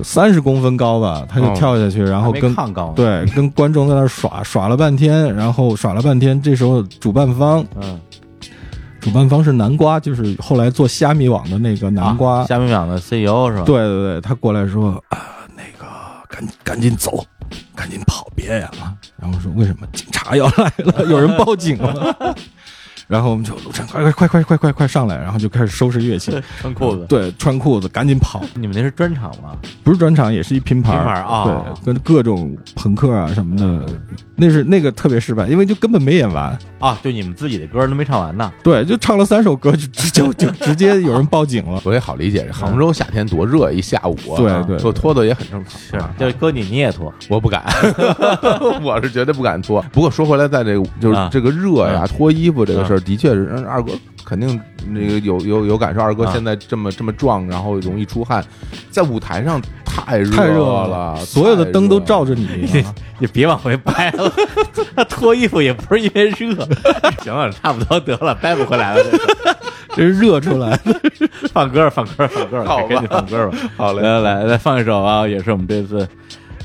[SPEAKER 3] 三十公分高吧，他就
[SPEAKER 2] 哦，
[SPEAKER 3] 跳下去，然后
[SPEAKER 1] 还没
[SPEAKER 3] 跟
[SPEAKER 1] 抗高，，
[SPEAKER 3] 对，跟观众在那儿耍耍了半天，然后耍了半天，这时候主办方
[SPEAKER 1] 嗯，
[SPEAKER 3] 主办方是南瓜，就是后来做虾米网的那个南瓜，
[SPEAKER 1] 啊虾米网的 CEO 是吧？
[SPEAKER 3] 对对对，他过来说啊，那个赶赶紧走，赶紧跑，别演了。然后说为什么警察要来了，有人报警了。 然后我们就陆晨，快快快快快快快上来，然后就开始收拾乐器，
[SPEAKER 1] 穿裤子。
[SPEAKER 3] 对，穿裤子赶紧跑，
[SPEAKER 1] 你们那是专场吗？
[SPEAKER 3] 不是专场，也是一拼盘儿
[SPEAKER 1] 拼盘儿啊
[SPEAKER 3] 对，跟各种朋克啊什么的，那是那个特别失败，因为就根本没演完，
[SPEAKER 1] 啊，就你们自己的歌都没唱完呢。
[SPEAKER 3] 对，就唱了三首歌就直就就直接有人报警了
[SPEAKER 2] 我也好理解，这杭州夏天多热，一下午啊，
[SPEAKER 3] 对对
[SPEAKER 2] 就脱的也很正常。
[SPEAKER 1] 是，就搁你你也脱，
[SPEAKER 2] 我不敢，我是绝对不敢脱。不过说回来，在这个就是
[SPEAKER 1] 啊
[SPEAKER 2] 这个热呀，
[SPEAKER 1] 啊
[SPEAKER 2] 脱衣服这个事儿，的确是让二哥肯定那个有有有感受。二哥
[SPEAKER 1] 啊
[SPEAKER 2] 现在这么这么壮，然后容易出汗，在舞台上太热
[SPEAKER 3] 太热
[SPEAKER 2] 了，
[SPEAKER 3] 所有的灯都照
[SPEAKER 2] 着。
[SPEAKER 3] 着你， 啊
[SPEAKER 1] 你别往回掰 了。他啊脱衣服也不是因为热， 行了，差不多得了，掰不回来了。这个
[SPEAKER 3] 这是热出 来的。
[SPEAKER 1] 放歌儿，放歌儿，放歌儿，
[SPEAKER 2] 好吧
[SPEAKER 1] 赶紧放歌 儿吧。
[SPEAKER 2] 好嘞，
[SPEAKER 1] 来来来，放一首啊，也是我们这次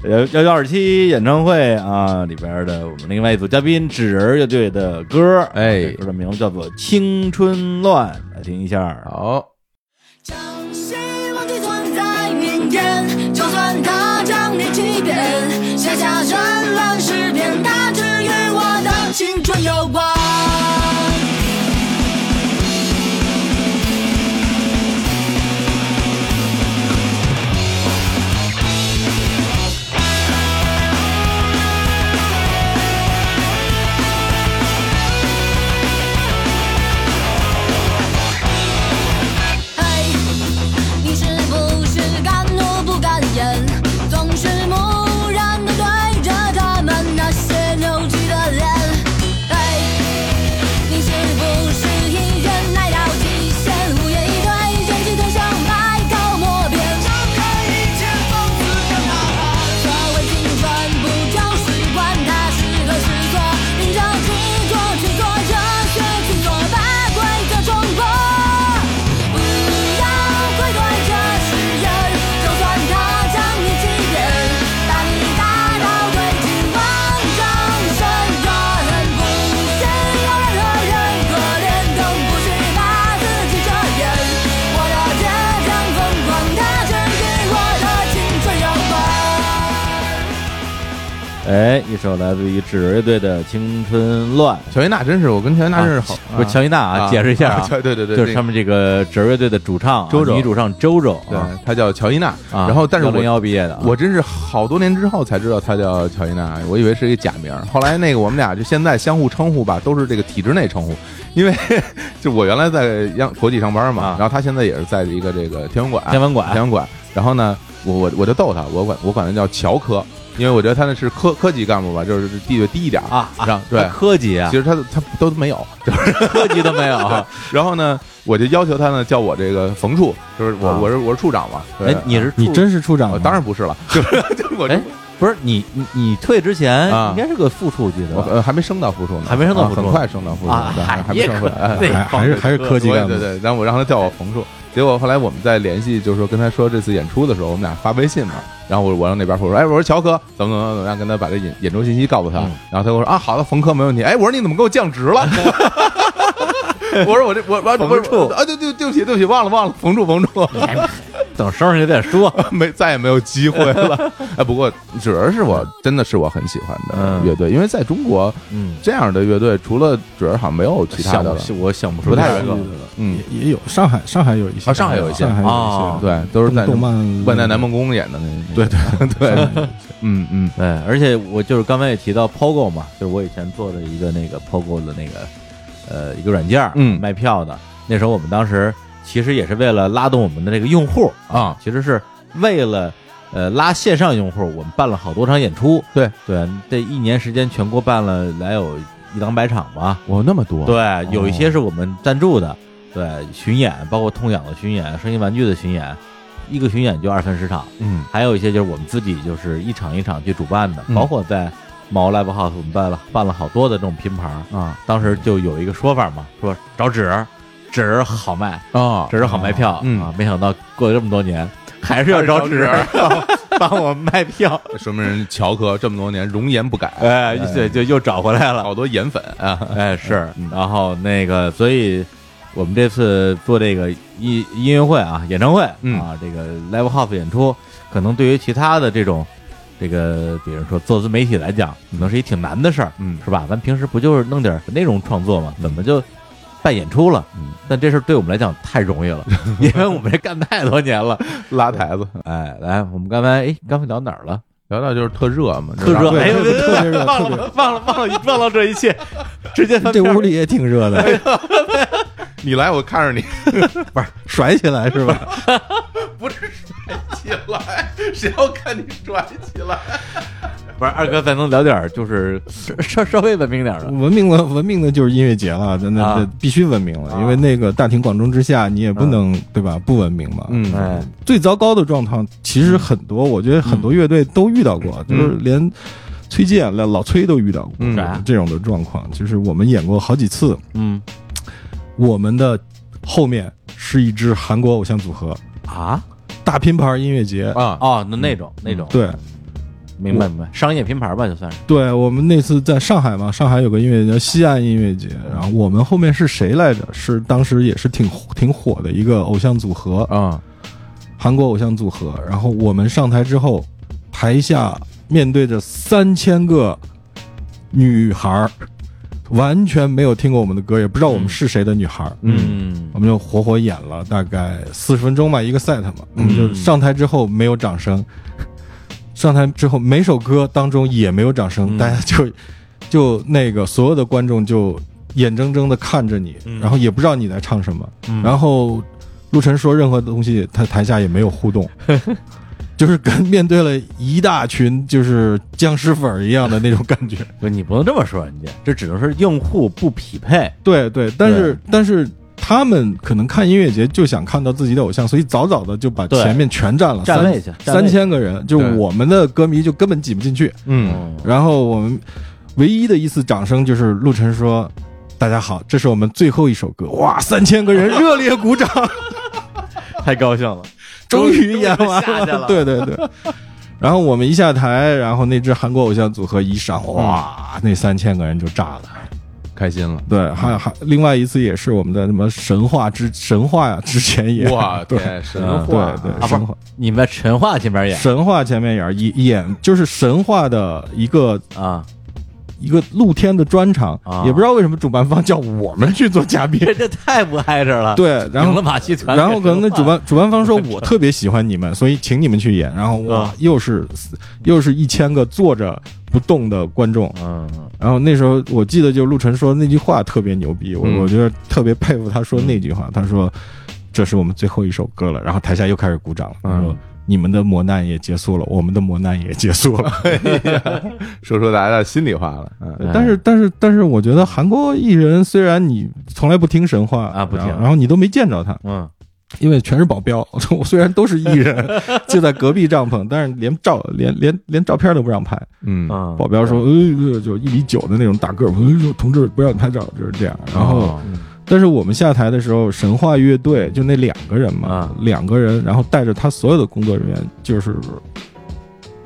[SPEAKER 1] 幺幺幺二七演唱会啊里边的我们另外一组嘉宾纸人乐队的歌，啊
[SPEAKER 2] 哎
[SPEAKER 1] 这歌的名字叫做《青春乱》，来听一下。啊
[SPEAKER 2] 好，
[SPEAKER 5] 将希望寄存在绵延，就算它将你欺骗，写下绚烂诗篇，它只与我的青春有关。哎
[SPEAKER 6] 嘿，你是不是敢怒不敢言？总是
[SPEAKER 5] 哎
[SPEAKER 6] 木然的对着他们那些扭曲的脸。嘿，
[SPEAKER 1] 哎，一首来自于纸儿乐队的《青春乱》。
[SPEAKER 2] 乔伊娜真是，我跟乔伊娜真是好，
[SPEAKER 1] 不是乔伊娜啊，解释一下
[SPEAKER 2] 啊，乔对对对，
[SPEAKER 1] 就
[SPEAKER 2] 那
[SPEAKER 1] 是
[SPEAKER 2] 个
[SPEAKER 1] 他们这个纸儿乐队的主唱啊
[SPEAKER 2] 周周
[SPEAKER 1] 女主唱周周
[SPEAKER 2] 对
[SPEAKER 1] 啊，，
[SPEAKER 2] 她叫乔伊娜。
[SPEAKER 1] 啊
[SPEAKER 2] 然后，但是
[SPEAKER 1] 101
[SPEAKER 2] 我
[SPEAKER 1] 毕业的啊，
[SPEAKER 2] 我真是好多年之后才知道她叫乔伊娜，我以为是一个假名儿。后来那个我们俩就现在相互称呼吧，都是这个体制内称呼，因为 就我原来在央国际上班嘛
[SPEAKER 1] 啊，
[SPEAKER 2] 然后她现在也是在一个这个天文馆，
[SPEAKER 1] 天文馆
[SPEAKER 2] 天文馆。然后呢，我我我就逗她，我管我管她叫乔科，因为我觉得她那是科科级干部吧，就是地位低一点儿
[SPEAKER 1] 啊，
[SPEAKER 2] 然
[SPEAKER 1] 啊
[SPEAKER 2] 后对。
[SPEAKER 1] 科级啊
[SPEAKER 2] 其，实她她都没有，
[SPEAKER 1] 科级都没有啊。
[SPEAKER 2] 然后呢，我就要求他呢叫我这个冯处，就是我、
[SPEAKER 1] 啊
[SPEAKER 2] 我是我是处长嘛。对
[SPEAKER 1] 哎，你是
[SPEAKER 3] 你
[SPEAKER 1] 处
[SPEAKER 3] 真是处长
[SPEAKER 2] 我
[SPEAKER 3] 吗？
[SPEAKER 2] 哦当然不是啊了， 就是就是我
[SPEAKER 1] 啊哎不是你你你退之前
[SPEAKER 2] 啊
[SPEAKER 1] 应该是个副处级
[SPEAKER 2] 我
[SPEAKER 1] 的
[SPEAKER 2] 呃还没升到副处呢，
[SPEAKER 1] 还没升到
[SPEAKER 2] 啊
[SPEAKER 1] 副处
[SPEAKER 2] 很快升到副处，
[SPEAKER 1] 啊
[SPEAKER 2] 对还还没
[SPEAKER 1] 也
[SPEAKER 2] 升
[SPEAKER 1] 可
[SPEAKER 2] 回来。哎
[SPEAKER 1] 对
[SPEAKER 3] 还还是还是科技
[SPEAKER 2] 对
[SPEAKER 3] 干部
[SPEAKER 2] 对。对，然后我让他叫我冯处，结果后来我们在联系，就是说跟他说这次演出的时候，我们俩发微信嘛，然后我我让那边说，哎，我说乔哥，怎么怎么怎么样，跟他把这演演出信息告诉他，
[SPEAKER 1] 嗯
[SPEAKER 2] 然后他跟我说啊，好的，冯科没问题，哎，我说你怎么给我降职 了？我说我这我我
[SPEAKER 1] 冯
[SPEAKER 2] 我
[SPEAKER 1] 处
[SPEAKER 2] 啊，对对对不起对不起，忘了忘了，冯处冯处，
[SPEAKER 1] 等收拾你再说。
[SPEAKER 2] 没再也没有机会了。哎，不过纸儿是我真的是我很喜欢的
[SPEAKER 1] 嗯
[SPEAKER 2] 乐队，因为在中国
[SPEAKER 1] 嗯，
[SPEAKER 2] 这样的乐队除了纸儿好像没有其他
[SPEAKER 1] 想
[SPEAKER 2] 的了
[SPEAKER 1] 不。我想不出
[SPEAKER 2] 不太
[SPEAKER 1] 来
[SPEAKER 2] 容
[SPEAKER 1] 了
[SPEAKER 2] 易嗯，
[SPEAKER 3] 也也有上海，上海有一些
[SPEAKER 2] 啊上海有一些
[SPEAKER 3] 上海有
[SPEAKER 1] 哦
[SPEAKER 3] 一些，
[SPEAKER 2] 对，都是在
[SPEAKER 3] 动漫
[SPEAKER 2] 万代南梦宫演的那
[SPEAKER 3] 对对
[SPEAKER 2] 对，嗯嗯，
[SPEAKER 1] 对，哎而且我就是刚才也提到 POGO 嘛，就是我以前做的一个那个 POGO 的那个呃一个软件儿，
[SPEAKER 2] 嗯
[SPEAKER 1] 卖票的。那时候我们当时其实也是为了拉动我们的这个用户
[SPEAKER 2] 啊，
[SPEAKER 1] 其实是为了呃拉线上用户，我们办了好多场演出。
[SPEAKER 2] 对
[SPEAKER 1] 对，这一年时间全国办了来有一两百场吧。
[SPEAKER 2] 我那么多，哦
[SPEAKER 1] 对，有一些是我们赞助的，对巡演，包括痛痒的巡演、声音玩具的巡演，一个巡演就二三十场，
[SPEAKER 2] 嗯
[SPEAKER 1] 还有一些就是我们自己就是一场一场去主办的，
[SPEAKER 2] 嗯
[SPEAKER 1] 包括在毛 Live House 我们办了办了好多的这种拼盘儿，
[SPEAKER 2] 啊
[SPEAKER 1] 当时就有一个说法嘛，说找纸儿，纸儿好卖，
[SPEAKER 2] 啊
[SPEAKER 1] 纸儿好卖票、
[SPEAKER 2] 嗯
[SPEAKER 1] 啊，没想到过了这么多年。还是要找纸儿 帮我卖票，
[SPEAKER 2] 说明人乔科这么多年容颜不改，
[SPEAKER 1] 哎，对，就又找回来了。
[SPEAKER 2] 好多颜粉啊，
[SPEAKER 1] 哎，是，然后那个，所以我们这次做这个音音乐会啊，演唱会
[SPEAKER 2] 嗯
[SPEAKER 1] 啊，这个 live house 演出，可能对于其他的这种这个，比如说做自媒体来讲，可能是一挺难的事儿，
[SPEAKER 2] 嗯
[SPEAKER 1] 是吧？咱平时不就是弄点内容创作嘛，怎么就办演出了？
[SPEAKER 2] 嗯
[SPEAKER 1] 但这事儿对我们来讲太容易了，因为我们这干太多年了。
[SPEAKER 2] 拉台子，
[SPEAKER 1] 哎，来，我们刚才哎，刚才聊哪儿了？
[SPEAKER 2] 聊聊就是特热嘛，
[SPEAKER 1] 特热，
[SPEAKER 3] 对
[SPEAKER 1] 哎呦，
[SPEAKER 3] 特别特别热
[SPEAKER 1] 忘
[SPEAKER 3] 特别
[SPEAKER 1] 了忘了忘了忘了这一切，直接翻
[SPEAKER 3] 这
[SPEAKER 1] 篇儿
[SPEAKER 3] 屋里也挺热的，
[SPEAKER 2] 你来我看着你，
[SPEAKER 3] 甩起来是吧？
[SPEAKER 2] 不是甩起来，谁要看你甩起来？
[SPEAKER 1] 不是二哥，咱能聊点儿就是稍稍微文明点儿的
[SPEAKER 3] 文明了，文明的就是音乐节了，真
[SPEAKER 1] 啊
[SPEAKER 3] 的这必须文明了，
[SPEAKER 1] 啊
[SPEAKER 3] 因为那个大庭广众之下，你也不能对吧？不文明嘛。
[SPEAKER 2] 嗯
[SPEAKER 1] 哎
[SPEAKER 3] 最糟糕的状况其实很多，我觉得很多乐队都遇到过，
[SPEAKER 2] 嗯
[SPEAKER 3] 就是连崔健、老老崔都遇到过
[SPEAKER 2] 嗯
[SPEAKER 1] 啥
[SPEAKER 3] 这种的状况，就是我们演过好几次，
[SPEAKER 1] 嗯
[SPEAKER 3] 我们的后面是一支韩国偶像组合，
[SPEAKER 1] 啊
[SPEAKER 3] 大拼盘音乐节。
[SPEAKER 2] 啊，
[SPEAKER 1] 哦，那那种那种，
[SPEAKER 3] 对，
[SPEAKER 1] 明白明白，商业拼盘吧，就算是
[SPEAKER 3] 对我们那次在上海嘛，上海有个音乐节叫西安音乐节，然后我们后面是谁来着？是当时也是挺挺火的一个偶像组合，
[SPEAKER 2] 啊，
[SPEAKER 3] 韩国偶像组合。然后我们上台之后，台下面对着三千个女孩儿，完全没有听过我们的歌，也不知道我们是谁的女孩儿。
[SPEAKER 1] 嗯
[SPEAKER 3] 我们就活活演了大概四十分钟吧，一个 set 嘛。
[SPEAKER 1] 嗯
[SPEAKER 3] 我们就上台之后没有掌声，上台之后每首歌当中也没有掌声，
[SPEAKER 1] 嗯
[SPEAKER 3] 大家就就那个所有的观众就眼睁睁的看着你，
[SPEAKER 1] 嗯
[SPEAKER 3] 然后也不知道你在唱什么，然后陆晨说任何东西，他台下也没有 互动。就是跟面对了一大群就是僵尸粉儿一样的那种感觉，
[SPEAKER 1] 不是你不能这么说人家，这只能是用户不匹配，
[SPEAKER 3] 对对，但是但是他们可能看音乐节就想看到自己的偶像，所以早早的就把
[SPEAKER 1] 对
[SPEAKER 3] 前面全占了，
[SPEAKER 1] 站
[SPEAKER 3] 三
[SPEAKER 1] 位去站位
[SPEAKER 3] 三千个人，就
[SPEAKER 2] 对
[SPEAKER 3] 我们的歌迷就根本挤不进去。
[SPEAKER 2] 嗯
[SPEAKER 1] 嗯
[SPEAKER 3] 然后我们唯一的一次掌声就是陆晨说：“大家好，这是我们最后一首歌。”哇，三千个人热烈鼓掌，
[SPEAKER 1] 太高兴了，
[SPEAKER 3] 终于演完
[SPEAKER 1] 终于下去了
[SPEAKER 3] 对对对。然后我们一下台，然后那支韩国偶像组合一上，哇，那三千个人就炸了。
[SPEAKER 2] 开心了。
[SPEAKER 3] 对，还还另外一次也是我们的什么神话之神话呀，之前也
[SPEAKER 2] 我
[SPEAKER 3] 对
[SPEAKER 2] 天，神
[SPEAKER 1] 嗯
[SPEAKER 2] 话
[SPEAKER 3] 对
[SPEAKER 1] 啊
[SPEAKER 3] 对
[SPEAKER 1] 不是
[SPEAKER 3] 神话
[SPEAKER 1] 你们在神话前面演
[SPEAKER 3] 神话前面演演演就是神话的一个
[SPEAKER 1] 啊，
[SPEAKER 3] 一个露天的专场
[SPEAKER 1] 啊，
[SPEAKER 3] 也不知道为什么主办方叫我们去做 嘉宾，
[SPEAKER 1] 这这太不挨着了。，
[SPEAKER 3] 对，然
[SPEAKER 1] 赢
[SPEAKER 3] 后
[SPEAKER 1] 了马戏团，，
[SPEAKER 3] 然后可能那主办主办方说我特别喜欢 你们，所以请你们去演。然后哇
[SPEAKER 1] 啊，
[SPEAKER 3] 又是又是一千个坐着不动的观众。
[SPEAKER 1] 嗯，
[SPEAKER 3] 然后那时候我记得就陆晨说那句话特别牛逼，我
[SPEAKER 2] 嗯
[SPEAKER 3] 我觉得特别佩服他说那句话，他说这是我们最后一首歌了。然后台下又开始鼓掌了，他说
[SPEAKER 2] 嗯
[SPEAKER 3] 你们的磨难也结束了，我们的磨难也结束了。
[SPEAKER 2] 说出大家的心里话了。嗯，
[SPEAKER 1] 嗯
[SPEAKER 3] 但是但是但是，我觉得韩国艺人虽然你从来不听神话
[SPEAKER 1] 啊不听
[SPEAKER 3] 然后然后你都没见着他，
[SPEAKER 1] 嗯
[SPEAKER 3] 因为全是保镖。我虽然都是艺人，就在隔壁帐篷，但是连照连连连照片都不让拍。
[SPEAKER 2] 嗯
[SPEAKER 1] 嗯，
[SPEAKER 3] 保镖说，呃，就一米九的那种大个儿，呃，同志不让你拍照，就是这样。然后，
[SPEAKER 1] 哦
[SPEAKER 3] 但是我们下台的时候，神话乐队就那两个人嘛
[SPEAKER 1] 啊，
[SPEAKER 3] 两个人，然后带着他所有的工作人员，就是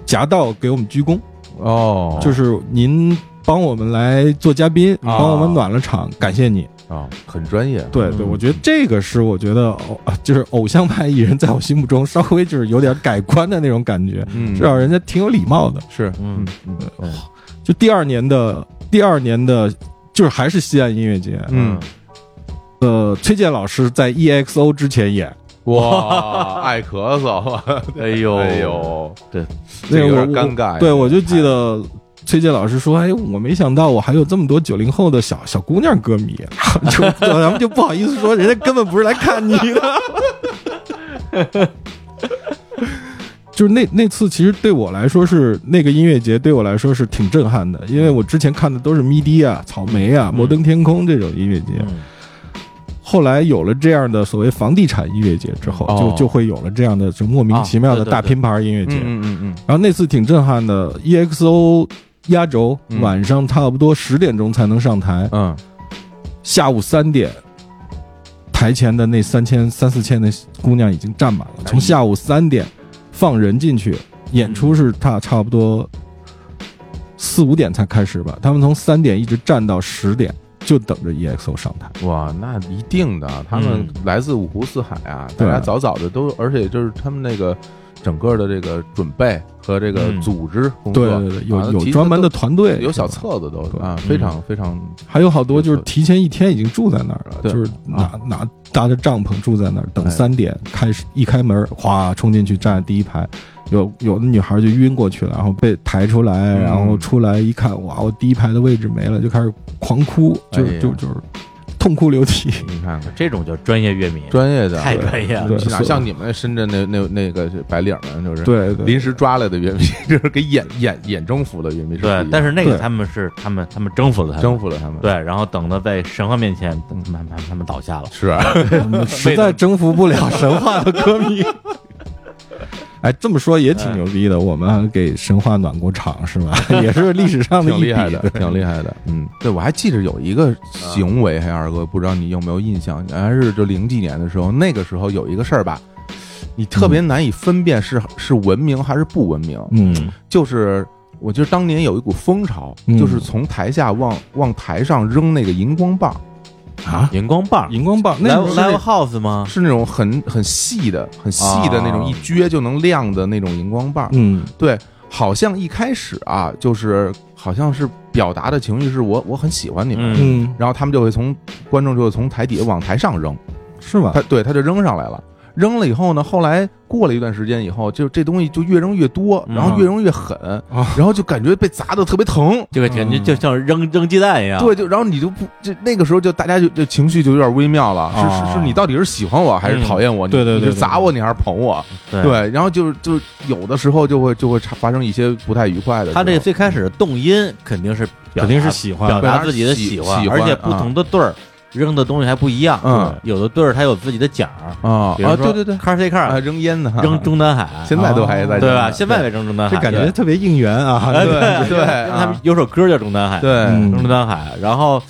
[SPEAKER 3] 夹道给我们鞠躬。
[SPEAKER 2] 哦，
[SPEAKER 3] 就是您帮我们来做嘉宾，
[SPEAKER 2] 啊
[SPEAKER 3] 帮我们暖了场，感谢你。
[SPEAKER 2] 哦，很专业。
[SPEAKER 3] 对对，我觉得这个是我觉得偶 就是偶像派艺人在我心目中稍微就是有点改观的那种感觉，
[SPEAKER 2] 嗯
[SPEAKER 3] 至少人家挺有礼貌的。
[SPEAKER 2] 是
[SPEAKER 1] 嗯
[SPEAKER 3] 就第二年的第二年的，就是还是西安音乐节，
[SPEAKER 2] 嗯，
[SPEAKER 3] 呃，崔健老师在 EXO 之前演，
[SPEAKER 2] 哇，爱咳 嗽，
[SPEAKER 1] 哎呦
[SPEAKER 2] 哎呦，
[SPEAKER 3] 那
[SPEAKER 2] 这
[SPEAKER 3] 个
[SPEAKER 2] 有
[SPEAKER 3] 我
[SPEAKER 2] 点尴尬呀
[SPEAKER 3] 我对，我就记得崔健老师说：“哎，我没想到我还有这么多九零后的小小姑娘歌迷。”啊就 就咱们就不好意思说，人家根本不是来看你的。 就是那那次，其实对我来说是那个音乐节对我来说是挺震撼的，因为我之前看的都是咪迪啊、草莓啊、摩登天空这种音乐节。
[SPEAKER 1] 嗯
[SPEAKER 3] 后来有了这样的所谓房地产音乐节之后，
[SPEAKER 2] 哦啊
[SPEAKER 3] 就就会有了这样的就莫名其妙的大拼盘音乐节。
[SPEAKER 2] 嗯嗯
[SPEAKER 3] 然后那次挺震撼的，EXO 压轴，
[SPEAKER 2] 嗯
[SPEAKER 3] 晚上差不多十点钟才能上台，
[SPEAKER 2] 嗯
[SPEAKER 3] 下午三点，台前的那三千三四千的姑娘已经站满
[SPEAKER 2] 哎
[SPEAKER 3] 了，从下午三点放人进去，演出是差差不多四五点才开始吧，他们从三点一直站到十点，就等着 EXO 上台。
[SPEAKER 2] 嗯，哇，那一定的，他们来自五湖四海啊，大家
[SPEAKER 3] 嗯对
[SPEAKER 2] 早早的都，而且就是他们那个整个的这个准备和这个
[SPEAKER 1] 嗯
[SPEAKER 2] 组织工
[SPEAKER 3] 对
[SPEAKER 2] 作，
[SPEAKER 3] 对对，有
[SPEAKER 2] 啊
[SPEAKER 3] 有
[SPEAKER 2] 其实
[SPEAKER 3] 专门的
[SPEAKER 2] 都
[SPEAKER 3] 团队，
[SPEAKER 2] 有小
[SPEAKER 3] 是吧
[SPEAKER 2] 册子都
[SPEAKER 3] 对
[SPEAKER 2] 啊，
[SPEAKER 3] 嗯
[SPEAKER 2] 非常非常
[SPEAKER 3] 还有好多就是提前一天已经住在那儿了，
[SPEAKER 2] 对
[SPEAKER 3] 就是拿、
[SPEAKER 2] 啊
[SPEAKER 3] 拿搭着帐篷住在那儿，等
[SPEAKER 2] 哎
[SPEAKER 3] 三点开始一开门，哗冲进去站第一排，有有的女孩就晕过去了，然后被抬出来，
[SPEAKER 2] 嗯
[SPEAKER 3] 然后出来一看，哇，我第一排的位置没了，就开始狂哭，就
[SPEAKER 2] 哎呀
[SPEAKER 3] 是就就是痛哭流 涕。
[SPEAKER 2] 你看看
[SPEAKER 1] 这种叫专业乐迷，
[SPEAKER 2] 专业的，
[SPEAKER 1] 太专业了
[SPEAKER 3] 对。
[SPEAKER 2] 去哪
[SPEAKER 3] 所以
[SPEAKER 2] 像你们那深圳那那那个白领的，就是
[SPEAKER 3] 对对，
[SPEAKER 2] 临时抓来的乐迷， 就是给眼眼眼征服了乐迷，
[SPEAKER 1] 对，但
[SPEAKER 2] 是
[SPEAKER 1] 是那个
[SPEAKER 3] 对
[SPEAKER 1] 他们是他们他们征服了
[SPEAKER 2] 不
[SPEAKER 1] 他
[SPEAKER 2] 一样征
[SPEAKER 1] 们，
[SPEAKER 2] 服了他们，
[SPEAKER 1] 对，然后等到在神话面前，他们他们他们倒下了。
[SPEAKER 2] 是啊，
[SPEAKER 3] 实在征服不了神话的歌 迷。哎，这么说也挺牛逼的，我们给神话暖过场是 吧？也是历史上的一
[SPEAKER 2] 挺
[SPEAKER 3] 笔
[SPEAKER 2] 厉害的，挺厉害的。嗯，对我还记着有一个行
[SPEAKER 1] 嗯
[SPEAKER 2] 为，还二哥，不知道你有没有印象？还是就零几年的时候，那个时候有一个事儿吧，你特别难以分辨是是文明还是不文明。
[SPEAKER 3] 嗯
[SPEAKER 2] 就是我觉得当年有一股风潮，
[SPEAKER 3] 嗯
[SPEAKER 2] 就是从台下往往台上扔那个荧光棒，
[SPEAKER 3] 啊，
[SPEAKER 1] 荧光棒
[SPEAKER 3] 荧光棒，那
[SPEAKER 1] ，Live
[SPEAKER 3] 种是
[SPEAKER 1] Live House 吗？
[SPEAKER 2] 是那种很很细的、很细的那种
[SPEAKER 1] 啊
[SPEAKER 2] 一撅就能亮的那种荧光棒。
[SPEAKER 3] 嗯
[SPEAKER 2] 对，好像一开始啊，就是好像是表达的情绪是我我很喜欢你们。
[SPEAKER 1] 嗯
[SPEAKER 3] 嗯，
[SPEAKER 2] 然后他们就会从观众就会从台底下往台上扔，
[SPEAKER 3] 是吧
[SPEAKER 2] 他？对他就扔上来了。扔了以后呢，后来过了一段时间以后，就这东西就越扔越多，
[SPEAKER 1] 嗯
[SPEAKER 2] 然后越扔越狠，
[SPEAKER 3] 啊
[SPEAKER 2] 然后就感觉被砸的特别疼。
[SPEAKER 1] 这个简直就像扔扔鸡蛋一
[SPEAKER 3] 啊
[SPEAKER 1] 样。
[SPEAKER 2] 嗯对，就然后你就不就那个时候就大家就就情绪就有点微妙了，是是
[SPEAKER 3] 哦
[SPEAKER 2] 是你到底是喜欢我还是
[SPEAKER 1] 嗯
[SPEAKER 2] 讨厌我？你
[SPEAKER 3] 对对对
[SPEAKER 2] 你是
[SPEAKER 3] 对
[SPEAKER 2] 砸我你还是捧我？
[SPEAKER 1] 对
[SPEAKER 2] 对，然后就就有的时候就会就会产发生一些不太愉快的种。
[SPEAKER 1] 他这最开始的动因肯定是表达
[SPEAKER 3] 肯定是喜欢
[SPEAKER 1] 表
[SPEAKER 2] 表
[SPEAKER 1] 达
[SPEAKER 2] 达
[SPEAKER 1] 自己的
[SPEAKER 2] 喜
[SPEAKER 1] 欢
[SPEAKER 2] 喜，欢啊
[SPEAKER 1] 而且不同的队儿扔的东西还不一样。
[SPEAKER 2] 嗯
[SPEAKER 1] 有的队儿它有自己的奖儿，
[SPEAKER 2] 啊
[SPEAKER 1] 比如
[SPEAKER 2] 啊，
[SPEAKER 1] 说
[SPEAKER 2] 对对对，
[SPEAKER 1] ，Car C
[SPEAKER 2] 啊
[SPEAKER 1] Car
[SPEAKER 2] 扔烟呢，
[SPEAKER 1] 扔中南海，
[SPEAKER 2] 现在都还在
[SPEAKER 1] 对
[SPEAKER 2] 扔
[SPEAKER 1] 吧？
[SPEAKER 2] 呢
[SPEAKER 1] 现在也扔中南海，
[SPEAKER 3] 这感觉特别应援啊！
[SPEAKER 1] 哎对
[SPEAKER 2] 对对
[SPEAKER 1] 他们
[SPEAKER 2] 啊
[SPEAKER 1] 有首歌叫中南海，
[SPEAKER 2] 对
[SPEAKER 3] 嗯
[SPEAKER 1] 中南海，然后。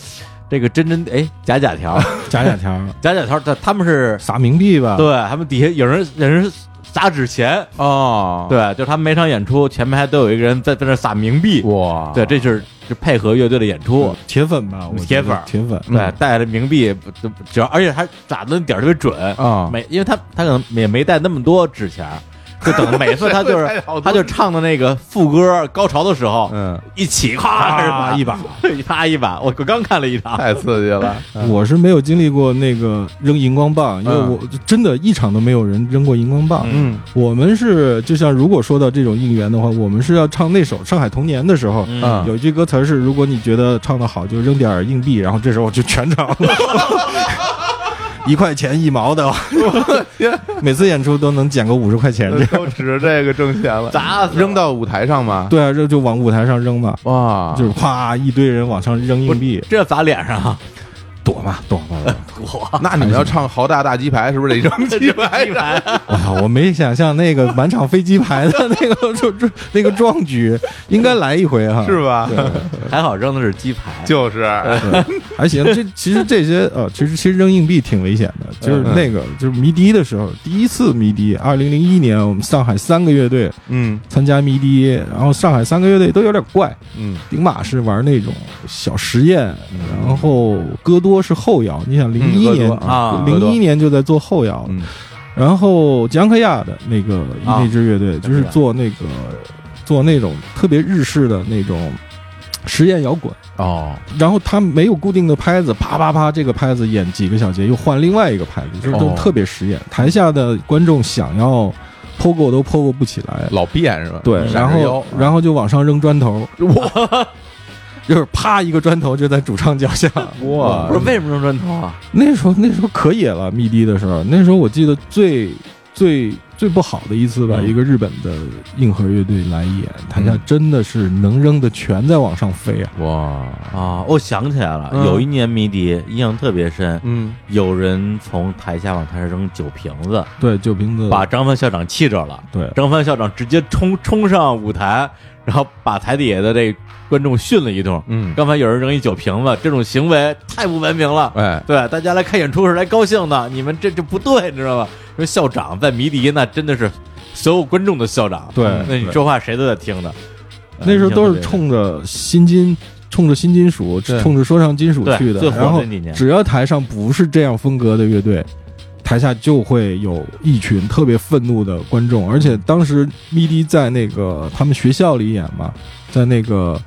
[SPEAKER 1] 这个真真哎假假 条
[SPEAKER 3] 假假条，
[SPEAKER 1] 假假条，他他们是
[SPEAKER 3] 撒冥币
[SPEAKER 2] 啊
[SPEAKER 3] 吧？
[SPEAKER 1] 对他们底下有人有人撒纸钱，
[SPEAKER 2] 哦，
[SPEAKER 1] 对，就他们每场演出前排都有一个人在在那撒冥币，
[SPEAKER 2] 哇，
[SPEAKER 1] 对，这就是就配合乐队的演出。
[SPEAKER 3] 嗯铁粉吧，我觉得
[SPEAKER 1] 铁粉
[SPEAKER 3] 铁
[SPEAKER 2] 嗯
[SPEAKER 3] 粉，
[SPEAKER 1] 对，带着冥币，不不只要而且他打的点儿特别准
[SPEAKER 2] 啊
[SPEAKER 1] 每因为他他可能也没带那么多纸钱儿，就等每次他 就
[SPEAKER 2] 带
[SPEAKER 1] 是
[SPEAKER 2] 好多
[SPEAKER 1] 他就唱的那个副歌高潮的时候，
[SPEAKER 2] 嗯，
[SPEAKER 1] 一起咔啊是吧
[SPEAKER 3] 啊一把
[SPEAKER 1] 一 啪一把，我我刚看了一场，
[SPEAKER 2] 太刺激了，
[SPEAKER 1] 嗯
[SPEAKER 3] 我是没有经历过那个扔荧光棒，因为
[SPEAKER 2] 嗯
[SPEAKER 3] 我真的一场都没有人扔过荧光棒。
[SPEAKER 2] 嗯
[SPEAKER 3] 我们是就像如果说到这种应援的话，我们是要唱那首《上海童年》的时候，
[SPEAKER 2] 嗯
[SPEAKER 3] 有一句歌词是：如果你觉得唱的好，就扔点儿硬币，然后这时候就全 场一块钱一毛 的，每次演出都能捡个五十块钱这样。
[SPEAKER 2] 都指着这个挣钱了，
[SPEAKER 1] 砸死了
[SPEAKER 2] 扔到舞台上吗？
[SPEAKER 3] 对啊，这就往舞台上扔嘛，
[SPEAKER 2] 哇，
[SPEAKER 3] 就是咵一堆人往上扔硬币，
[SPEAKER 1] 这要砸脸上 啊，
[SPEAKER 3] 呃躲嘛躲嘛。 躲嘛
[SPEAKER 2] 那你们要唱豪大大鸡排，是不是得扔鸡 排
[SPEAKER 1] 一？盘
[SPEAKER 3] 哇，哎我没想象那个满场飞机牌的那个就就那个壮举，应该来一回哈。
[SPEAKER 2] 是吧？
[SPEAKER 1] 还好扔的是鸡排，
[SPEAKER 2] 就是，
[SPEAKER 3] 还行，这其实这些呃，其实其实扔硬币挺危险的，就是
[SPEAKER 2] 嗯
[SPEAKER 3] 那个就是迷笛的时候，第一次迷笛，二零零一年我们上海三个乐队
[SPEAKER 2] 嗯
[SPEAKER 3] 参加迷笛，然后上海三个乐队都有点怪，
[SPEAKER 2] 嗯，
[SPEAKER 3] 顶马是玩那种小实验，然后戈多是后摇，你想零
[SPEAKER 2] 嗯
[SPEAKER 3] 一
[SPEAKER 2] 戈多
[SPEAKER 3] 年
[SPEAKER 1] 啊
[SPEAKER 2] 戈
[SPEAKER 3] 零
[SPEAKER 2] 多
[SPEAKER 3] 一年就在做后摇，
[SPEAKER 2] 嗯
[SPEAKER 3] 然后吉安克亚的那个
[SPEAKER 1] 啊
[SPEAKER 3] 那支乐队，就是
[SPEAKER 1] 对
[SPEAKER 3] 做那个做那种特别日式的那种实验摇滚，
[SPEAKER 2] 哦，
[SPEAKER 3] 然后它没有固定的拍子，啪啪啪，这个拍子演几个小节，又换另外一个拍子，就是这种
[SPEAKER 2] 哦
[SPEAKER 3] 特别实验。台下的观众想要 pogo 都 pogo 不起来，
[SPEAKER 2] 老变是吧？
[SPEAKER 3] 对，然后然
[SPEAKER 2] 后
[SPEAKER 3] 后就往上扔砖头，
[SPEAKER 2] 嗯哎我
[SPEAKER 3] 就是啪一个砖头就在主唱脚下。
[SPEAKER 2] 哇
[SPEAKER 1] 不是为什么扔砖头啊？
[SPEAKER 3] 那时候那时候可野了，密迪的时候，那时候我记得最最最不好的一次吧，
[SPEAKER 1] 嗯
[SPEAKER 3] 一个日本的硬核乐队来演，台下真的是能扔的全在往上飞啊！
[SPEAKER 2] 哇，
[SPEAKER 1] 啊，我想起来了，
[SPEAKER 2] 嗯
[SPEAKER 1] 有一年迷笛印象特别深，
[SPEAKER 2] 嗯，
[SPEAKER 1] 有人从台下往台上扔酒瓶子，
[SPEAKER 3] 对，酒瓶子
[SPEAKER 1] 把张帆校长气着了。
[SPEAKER 3] 对
[SPEAKER 1] 张帆校长直接冲冲上舞台，然后把台底下的这观众训了一通。
[SPEAKER 2] 嗯
[SPEAKER 1] 刚才有人扔一酒瓶子，这种行为太不文明了。
[SPEAKER 2] 哎，
[SPEAKER 1] 对，大家来看演出是来高兴的，你们这这不对，你知道吗？因为校长在迷笛那真的是所有观众的校长，
[SPEAKER 3] 对
[SPEAKER 1] 那你说话谁都在听的。
[SPEAKER 3] 那时候都是冲着新金。冲着新金属，
[SPEAKER 2] 对
[SPEAKER 3] 冲着说唱金属
[SPEAKER 1] 对
[SPEAKER 3] 去的
[SPEAKER 1] 最，火
[SPEAKER 3] 然后
[SPEAKER 1] 那几年
[SPEAKER 3] 只要台上不是这样风格的乐队，台下就会有一群特别愤怒的观众。而且
[SPEAKER 1] 嗯
[SPEAKER 3] 当时咪迪在那个他们学校里演嘛，在那个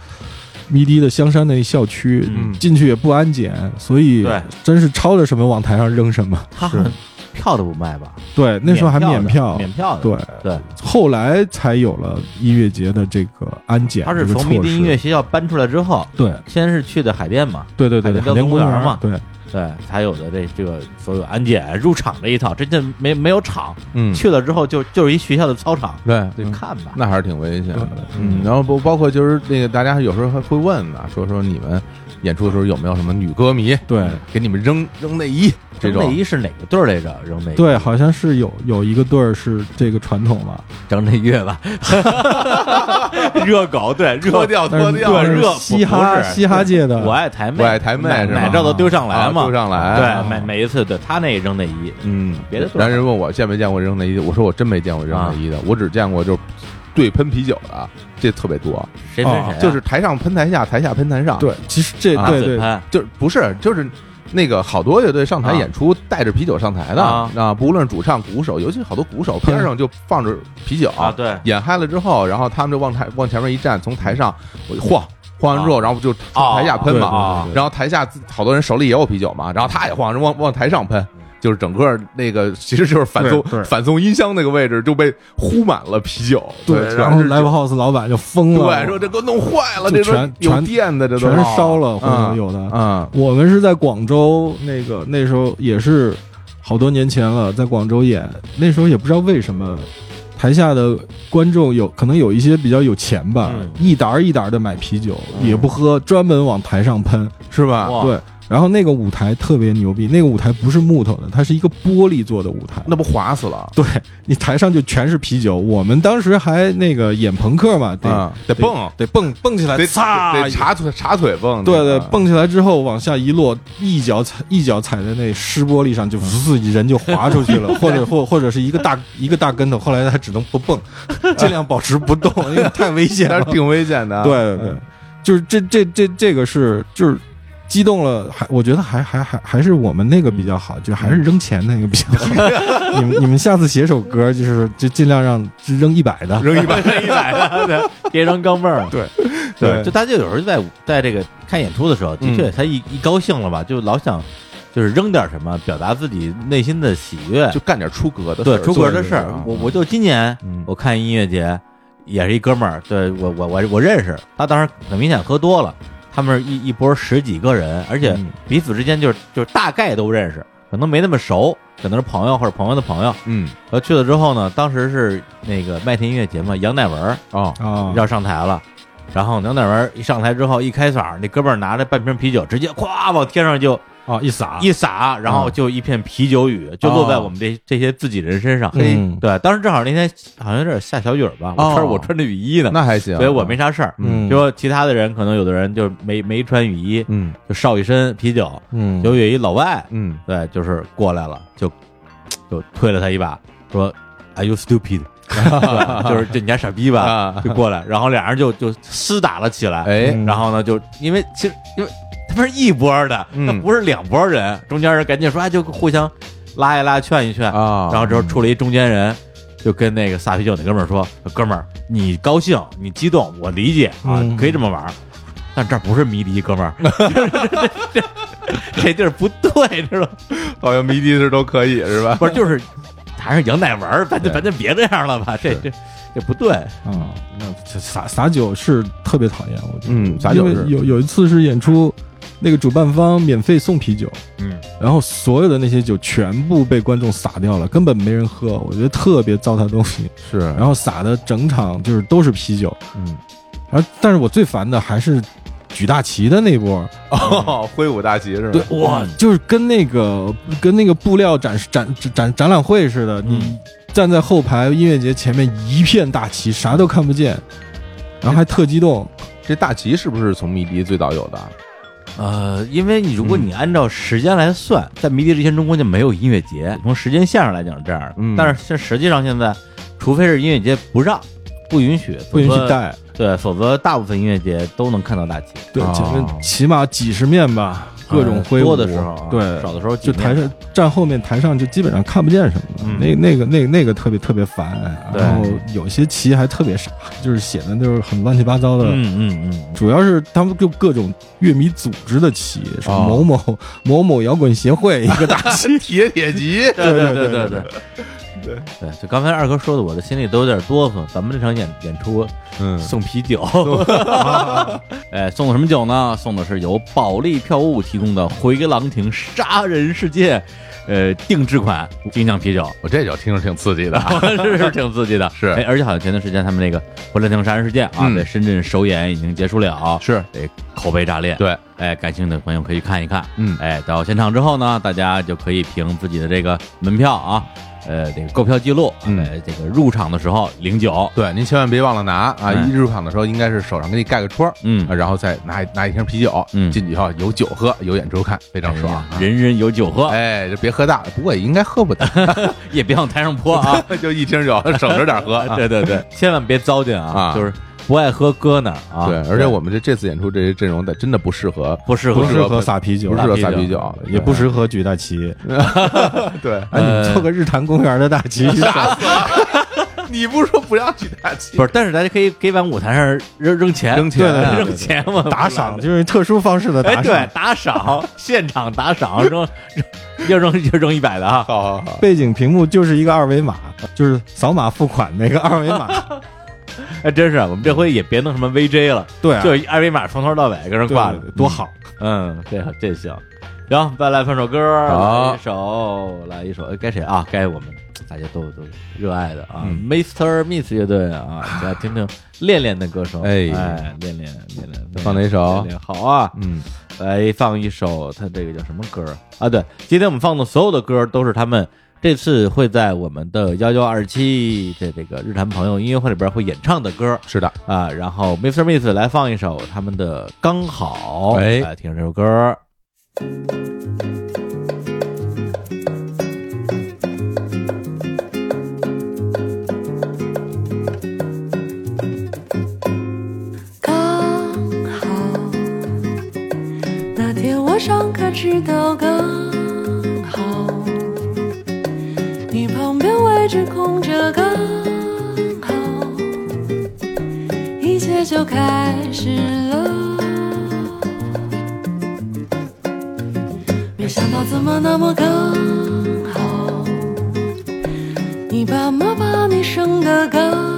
[SPEAKER 3] 咪迪的香山那一校区，
[SPEAKER 1] 嗯
[SPEAKER 3] 进去也不安检，所以
[SPEAKER 1] 对
[SPEAKER 3] 真是抄着什么往台上扔什么。
[SPEAKER 1] 他好像票都不卖吧？
[SPEAKER 3] 对，那时候还免
[SPEAKER 1] 票
[SPEAKER 3] 票
[SPEAKER 1] 的，免票的。
[SPEAKER 3] 对，
[SPEAKER 1] 对，
[SPEAKER 3] 后来才有了音乐节的这个安检
[SPEAKER 1] 他
[SPEAKER 3] 这
[SPEAKER 1] 是
[SPEAKER 3] 个
[SPEAKER 1] 从迷
[SPEAKER 3] 措
[SPEAKER 1] 笛
[SPEAKER 3] 施
[SPEAKER 1] 音乐学校搬出来之后，
[SPEAKER 3] 对。
[SPEAKER 1] 先是去的海淀嘛，
[SPEAKER 3] 对对
[SPEAKER 1] 海
[SPEAKER 3] 对，
[SPEAKER 1] 淀
[SPEAKER 3] 海淀
[SPEAKER 1] 公
[SPEAKER 3] 公
[SPEAKER 1] 园
[SPEAKER 3] 园
[SPEAKER 1] 嘛
[SPEAKER 3] 对，
[SPEAKER 1] 对，才有的这这个所有安检入场这一套，真的没没有场，
[SPEAKER 2] 嗯，
[SPEAKER 1] 去了之后就就是一学校的操场，
[SPEAKER 2] 对，
[SPEAKER 1] 就看吧。
[SPEAKER 2] 那还是挺危险的
[SPEAKER 3] 对。
[SPEAKER 2] 嗯，然后包包括就是那个大家有时候还会问呢，说说你们演出的时候有没有什么女歌迷？
[SPEAKER 3] 对
[SPEAKER 1] 嗯
[SPEAKER 2] 给你们扔扔内衣这
[SPEAKER 1] 扔
[SPEAKER 2] 种
[SPEAKER 1] 内衣是哪个队儿来着？扔内衣，
[SPEAKER 3] 对，好像是有有一个队儿是这个传统 嘛，
[SPEAKER 1] 张震岳吧，热狗对热
[SPEAKER 2] 脱掉
[SPEAKER 3] 但
[SPEAKER 2] 脱
[SPEAKER 3] 是
[SPEAKER 2] 掉
[SPEAKER 1] 对
[SPEAKER 3] 但是
[SPEAKER 1] 热不
[SPEAKER 3] 嘻
[SPEAKER 1] 不
[SPEAKER 3] 哈
[SPEAKER 1] 是
[SPEAKER 3] 嘻哈界的，
[SPEAKER 1] 我爱台妹，
[SPEAKER 2] 我爱台妹
[SPEAKER 1] 奶
[SPEAKER 2] 是吧
[SPEAKER 1] 奶罩都丢上来嘛，
[SPEAKER 2] 啊丢上来啊
[SPEAKER 1] 对，每每一次对他那扔内衣，
[SPEAKER 2] 嗯，
[SPEAKER 1] 别的队儿啊
[SPEAKER 2] 然后人问我见没见过扔内衣的，我说我真没见过扔内衣的，我只见过就是对喷啤酒的，这特别多，
[SPEAKER 1] 谁跟
[SPEAKER 3] 哦
[SPEAKER 1] 谁啊
[SPEAKER 2] 就是台上喷台下，台下喷台上，，
[SPEAKER 3] 对，其实这
[SPEAKER 2] 啊
[SPEAKER 3] 对
[SPEAKER 1] 嘴
[SPEAKER 3] 对
[SPEAKER 1] 喷
[SPEAKER 2] 就是不是就是。那个好多乐队上台
[SPEAKER 1] 啊
[SPEAKER 2] 演出带着啤酒上台的
[SPEAKER 1] 啊嗯
[SPEAKER 2] 不论是主唱、鼓手，尤其好多鼓手边上就放着啤酒
[SPEAKER 1] 啊，对，
[SPEAKER 2] 演嗨了之后，然后他们就往台往前面一站，从台上我就晃晃完之后，
[SPEAKER 3] 啊
[SPEAKER 2] 然后就
[SPEAKER 1] 哦
[SPEAKER 2] 从台下喷
[SPEAKER 1] 对
[SPEAKER 2] 嘛，
[SPEAKER 1] 对对对
[SPEAKER 2] 然后台下自好多人手里也有啤酒嘛，然后他也晃，往往台上喷。就是整个那个，其实就是反
[SPEAKER 3] 对对
[SPEAKER 2] 送反送音箱那个位置就被呼满了啤酒，
[SPEAKER 3] 然
[SPEAKER 2] 然后
[SPEAKER 3] 后
[SPEAKER 2] 是
[SPEAKER 3] live house 老板就疯了，
[SPEAKER 2] 对说这给我弄坏了，这
[SPEAKER 3] 就
[SPEAKER 2] 都
[SPEAKER 3] 全
[SPEAKER 2] 有
[SPEAKER 3] 全
[SPEAKER 2] 电的，这都
[SPEAKER 3] 全是烧了或
[SPEAKER 2] 嗯
[SPEAKER 3] 者有的。
[SPEAKER 2] 嗯
[SPEAKER 3] 我们是在广州那个那时候也是好多年前了，在广州演，那时候也不知道为什么。台下的观众有可能有一些比较有钱吧，
[SPEAKER 1] 嗯
[SPEAKER 2] 嗯
[SPEAKER 3] 一沓儿一沓儿的买啤酒，也不喝，专门往台上喷。
[SPEAKER 2] 是吧？
[SPEAKER 1] 哇
[SPEAKER 3] 对，然后那个舞台特别牛逼，那个舞台不是木头的，它是一个玻璃做的舞台。
[SPEAKER 2] 那不划死了
[SPEAKER 3] 对你台上就全是啤酒，我们当时还那个演朋克嘛，得、
[SPEAKER 2] 啊？得蹦，
[SPEAKER 3] 得蹦蹦起来，
[SPEAKER 2] 得
[SPEAKER 3] 擦
[SPEAKER 2] 得茶腿茶腿蹦，
[SPEAKER 3] 对
[SPEAKER 2] 那个，
[SPEAKER 3] 对蹦起来之后往下一落，一脚踩一脚踩在那湿玻璃上，就自己人就滑出去 了，或者或或者是一个大一个大跟头。后来他只能不 蹦，尽量保持不动，因为太危险
[SPEAKER 2] 但
[SPEAKER 3] 了
[SPEAKER 2] 是。挺危险的。
[SPEAKER 3] 对对对，就是这这这这个是就是激动了，还我觉得还还还还是我们那个比较好，就还是扔钱那个比较 好。你们你们下次写首歌，就是就尽量让就扔一百的，
[SPEAKER 2] 扔一 百，
[SPEAKER 1] 一百的，别扔钢镚儿。
[SPEAKER 2] 对
[SPEAKER 1] 对，就大家有时候在在这个看演出的时候，的
[SPEAKER 2] 嗯
[SPEAKER 1] 确他一一高兴了吧，就老想就是扔点什么，表达自己内心的喜悦。
[SPEAKER 2] 就干点出格的事
[SPEAKER 1] 对
[SPEAKER 2] 儿，
[SPEAKER 1] 出格的
[SPEAKER 2] 做
[SPEAKER 1] 事
[SPEAKER 2] 点
[SPEAKER 1] 儿
[SPEAKER 2] 啊，
[SPEAKER 1] 我我就今年
[SPEAKER 3] 嗯
[SPEAKER 1] 我看音乐节，也是一哥们儿，对我我我我认识他，当时很明显喝多了，他们一一波十几个人，而且彼此之间就是就是大概都认识，可能没那么熟，可能是朋友或者朋友的朋友。
[SPEAKER 2] 嗯
[SPEAKER 1] 然后去了之后呢，当时是那个麦田音乐节嘛，杨乃文儿
[SPEAKER 2] 哦，
[SPEAKER 3] 啊，
[SPEAKER 1] 要上台了。然后杨乃文儿一上台之后，一开嗓儿，那哥们儿拿着半瓶啤酒，直接咵往天上就
[SPEAKER 3] 啊一撒嗯哦
[SPEAKER 1] 一洒，然后就一片啤酒雨，就落在我们这这些自己人身上。
[SPEAKER 3] 嘿
[SPEAKER 1] 对，当时正好那天好像有点下小雨儿吧，我
[SPEAKER 2] 哦
[SPEAKER 1] 穿、我穿着雨衣 呢，
[SPEAKER 2] 那还行，
[SPEAKER 1] 所以我没啥事儿。
[SPEAKER 3] 嗯
[SPEAKER 1] 就说其他的人可能有的人就没没穿雨衣，
[SPEAKER 2] 嗯
[SPEAKER 1] 就烧一身啤酒。
[SPEAKER 3] 嗯
[SPEAKER 1] 就有一老外，
[SPEAKER 2] 嗯
[SPEAKER 1] 对，就是过来了，就就推了他一把，说 Are you stupid？对就是这你家傻逼吧？
[SPEAKER 2] 啊，
[SPEAKER 1] 就过来，然后俩人就就厮打了起来。
[SPEAKER 2] 哎
[SPEAKER 1] 然后呢，就因为其实因为他们是一波的，
[SPEAKER 2] 嗯
[SPEAKER 1] 他不是两波人，中间人赶紧说哎，就互相拉一拉，劝一劝
[SPEAKER 2] 啊
[SPEAKER 1] 然后之后出了一中间人，就跟那个撒啤酒那哥们儿说：“哥们儿，你高兴，你激动，我理解啊，
[SPEAKER 3] 嗯
[SPEAKER 1] 可以这么玩儿，但这儿不是迷离，哥们 儿，这这这这地儿不对，知道吗
[SPEAKER 2] 导哦游迷笛是都可以是吧？
[SPEAKER 1] 不是就是还是杨乃文儿，咱就咱就别这样了吧，这这这不对，
[SPEAKER 3] 啊，那这撒撒酒是特别讨厌，我觉得。
[SPEAKER 2] 嗯，咱就
[SPEAKER 3] 因
[SPEAKER 2] 是
[SPEAKER 3] 为有有一次是演出，那个主办方免费送啤酒，
[SPEAKER 1] 嗯，
[SPEAKER 3] 然后所有的那些酒全部被观众撒掉了，根本没人喝，我觉得特别糟蹋东西。
[SPEAKER 2] 是，
[SPEAKER 3] 然后撒的整场就是都是啤酒，
[SPEAKER 2] 嗯，
[SPEAKER 3] 然后但是我最烦的还是举大旗的那波，
[SPEAKER 2] 哦，挥舞大旗是吧？
[SPEAKER 3] 对，哇，就是跟那个跟那个布料展示展展展览会似的，
[SPEAKER 1] 嗯
[SPEAKER 2] 嗯
[SPEAKER 3] 你站在后排音乐节前面一片大旗，啥都看不见，然后还特激动，
[SPEAKER 2] 这大旗是不是从迷笛最早有的？
[SPEAKER 1] 呃，因为你如果
[SPEAKER 3] 嗯
[SPEAKER 1] 你按照时间来算，在迷笛之前，中国就没有音乐节。
[SPEAKER 3] 嗯
[SPEAKER 1] 从时间线上来讲是这样的，
[SPEAKER 2] 嗯
[SPEAKER 1] 但是现实际上现在，除非是音乐节不让、不允许、
[SPEAKER 3] 不允
[SPEAKER 1] 否则
[SPEAKER 3] 许，带。
[SPEAKER 1] 对，否则大部分音乐节都能看到大旗。
[SPEAKER 3] 对，
[SPEAKER 2] 哦
[SPEAKER 3] 前面起码几十面吧，各种挥舞。
[SPEAKER 1] 多的时候啊
[SPEAKER 3] 对，
[SPEAKER 1] 少的时候
[SPEAKER 3] 就
[SPEAKER 1] 几面
[SPEAKER 3] 台上站后面，台上就基本上看不见什么了。
[SPEAKER 1] 嗯
[SPEAKER 3] 那那个那那个特别特别烦，
[SPEAKER 1] 对
[SPEAKER 3] 然后有些棋还特别傻，就是写的就是很乱七八糟的。
[SPEAKER 1] 嗯嗯嗯，
[SPEAKER 3] 主要是他们就各种乐迷组织的棋，什么
[SPEAKER 2] 哦
[SPEAKER 3] 某某、某某摇滚协会一个大
[SPEAKER 2] 真铁铁骑，
[SPEAKER 1] 对对
[SPEAKER 3] 对对
[SPEAKER 1] 对对对，就刚才二哥说的，我的心里都有点哆嗦。咱们这场演演出
[SPEAKER 2] 嗯
[SPEAKER 1] 送啤 酒， 哎，送的什么酒呢？送的是由保利票务提供的回廊亭杀人世界，呃，定制款精酿啤酒，
[SPEAKER 2] 我这就听着挺刺激的啊。
[SPEAKER 1] 是是挺刺激的。
[SPEAKER 2] 是
[SPEAKER 1] 哎，而且好像前段时间他们那个回廊亭杀人事件啊，
[SPEAKER 2] 嗯
[SPEAKER 1] 在深圳首演已经结束了，
[SPEAKER 2] 是，
[SPEAKER 1] 哎，口碑炸裂。
[SPEAKER 2] 对，
[SPEAKER 1] 哎，感兴趣的朋友可以看一看。
[SPEAKER 2] 嗯
[SPEAKER 1] 哎，到现场之后呢，大家就可以凭自己的这个门票啊，呃，这个购票记录，
[SPEAKER 2] 嗯
[SPEAKER 1] 哎，这个入场的时候领酒，
[SPEAKER 2] 对，您千万别忘了拿啊！
[SPEAKER 1] 哎
[SPEAKER 2] 一入场的时候，应该是手上给你盖个戳儿，
[SPEAKER 1] 嗯
[SPEAKER 2] 啊然后再拿一拿一瓶啤酒，
[SPEAKER 1] 嗯
[SPEAKER 2] 进去以后有酒喝，有演出看，非常爽。啊
[SPEAKER 1] 人人有酒喝，
[SPEAKER 2] 哎，就别喝大了，不过也应该喝不大，
[SPEAKER 1] 也别往台上泼啊。
[SPEAKER 2] 就一听酒，省着点喝。啊
[SPEAKER 1] 对对对，千万别糟践啊，
[SPEAKER 2] 啊
[SPEAKER 1] 就是不爱喝搁那儿啊。
[SPEAKER 2] 对，而且我们这这次演出这些阵容的真的不适合，
[SPEAKER 1] 不适合
[SPEAKER 3] 不
[SPEAKER 2] 不
[SPEAKER 3] 适合撒啤酒，
[SPEAKER 2] 不适合
[SPEAKER 1] 打
[SPEAKER 2] 撒
[SPEAKER 1] 啤
[SPEAKER 2] 啤
[SPEAKER 1] 酒
[SPEAKER 2] 酒，啊
[SPEAKER 3] 也不适合举大旗。
[SPEAKER 2] 对。
[SPEAKER 3] 哎，你们做个日坛公园的大旗，
[SPEAKER 2] 你不是说不让举大旗
[SPEAKER 1] 不是，但是大家可以给往舞台上扔扔钱，
[SPEAKER 2] 扔钱
[SPEAKER 1] 对对对
[SPEAKER 2] 对
[SPEAKER 1] 扔钱嘛，
[SPEAKER 3] 打赏就是特殊方式的
[SPEAKER 1] 哎，
[SPEAKER 3] 打赏
[SPEAKER 1] 对，。打赏，现场打赏，扔扔要扔就扔一百的啊。
[SPEAKER 2] 好好好，
[SPEAKER 3] 背景屏幕就是一个二维码，就是扫码付款那个二维码。
[SPEAKER 1] 哎，真是，我们这回也别弄什么 VJ 了，
[SPEAKER 3] 对啊，
[SPEAKER 1] 就一二维码从头到尾跟人
[SPEAKER 3] 对
[SPEAKER 1] 挂着，
[SPEAKER 3] 多好。
[SPEAKER 1] 嗯，这这行。行，再来放首歌，
[SPEAKER 2] 好
[SPEAKER 1] 来一首，来一首，哎该谁啊？该我们大家都都热爱的啊、
[SPEAKER 2] 嗯
[SPEAKER 1] m r Miss 乐队啊，来听听恋恋的歌手，
[SPEAKER 2] 哎
[SPEAKER 1] 哎，恋恋恋恋，
[SPEAKER 2] 放哪首
[SPEAKER 1] 恋恋好啊，
[SPEAKER 2] 嗯，
[SPEAKER 1] 来放一首，他这个叫什么歌儿啊？对，今天我们放的所有的歌儿都是他们这次会在我们的幺幺二七的这个日坛朋友音乐会里边会演唱的歌儿
[SPEAKER 2] 是的，
[SPEAKER 1] 啊。然后 Mr. Miss 来放一首他们的《刚好》，
[SPEAKER 2] 哎
[SPEAKER 1] 来听这首歌儿。
[SPEAKER 7] 刚好那天我上课迟到，刚好你旁边位置空着，刚好一切就开始了。没想到怎么那么刚好，你爸妈把你生的刚好。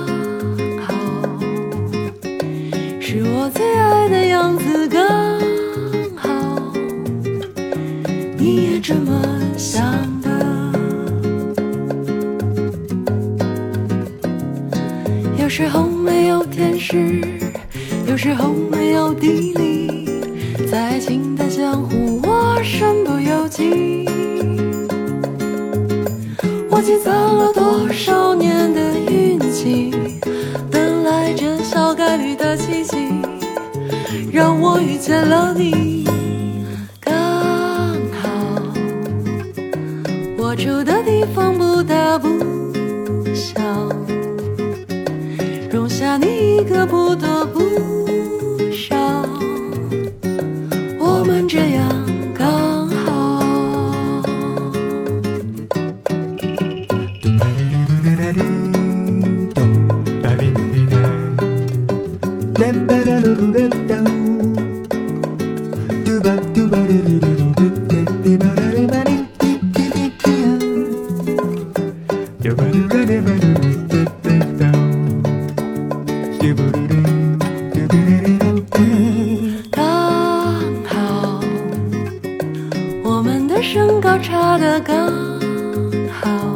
[SPEAKER 7] 是我最爱的样子刚好，你也这么想的。有时候没有天时，有时候没有地利，在爱情的江湖，我身不由己。我积攒了多少年的运气，等来这小概率的奇迹，让我遇见了你。刚好，我住的地方不大不小，容下你一个不多不少，我们这样刚好。刚好，我们的身高差的刚好。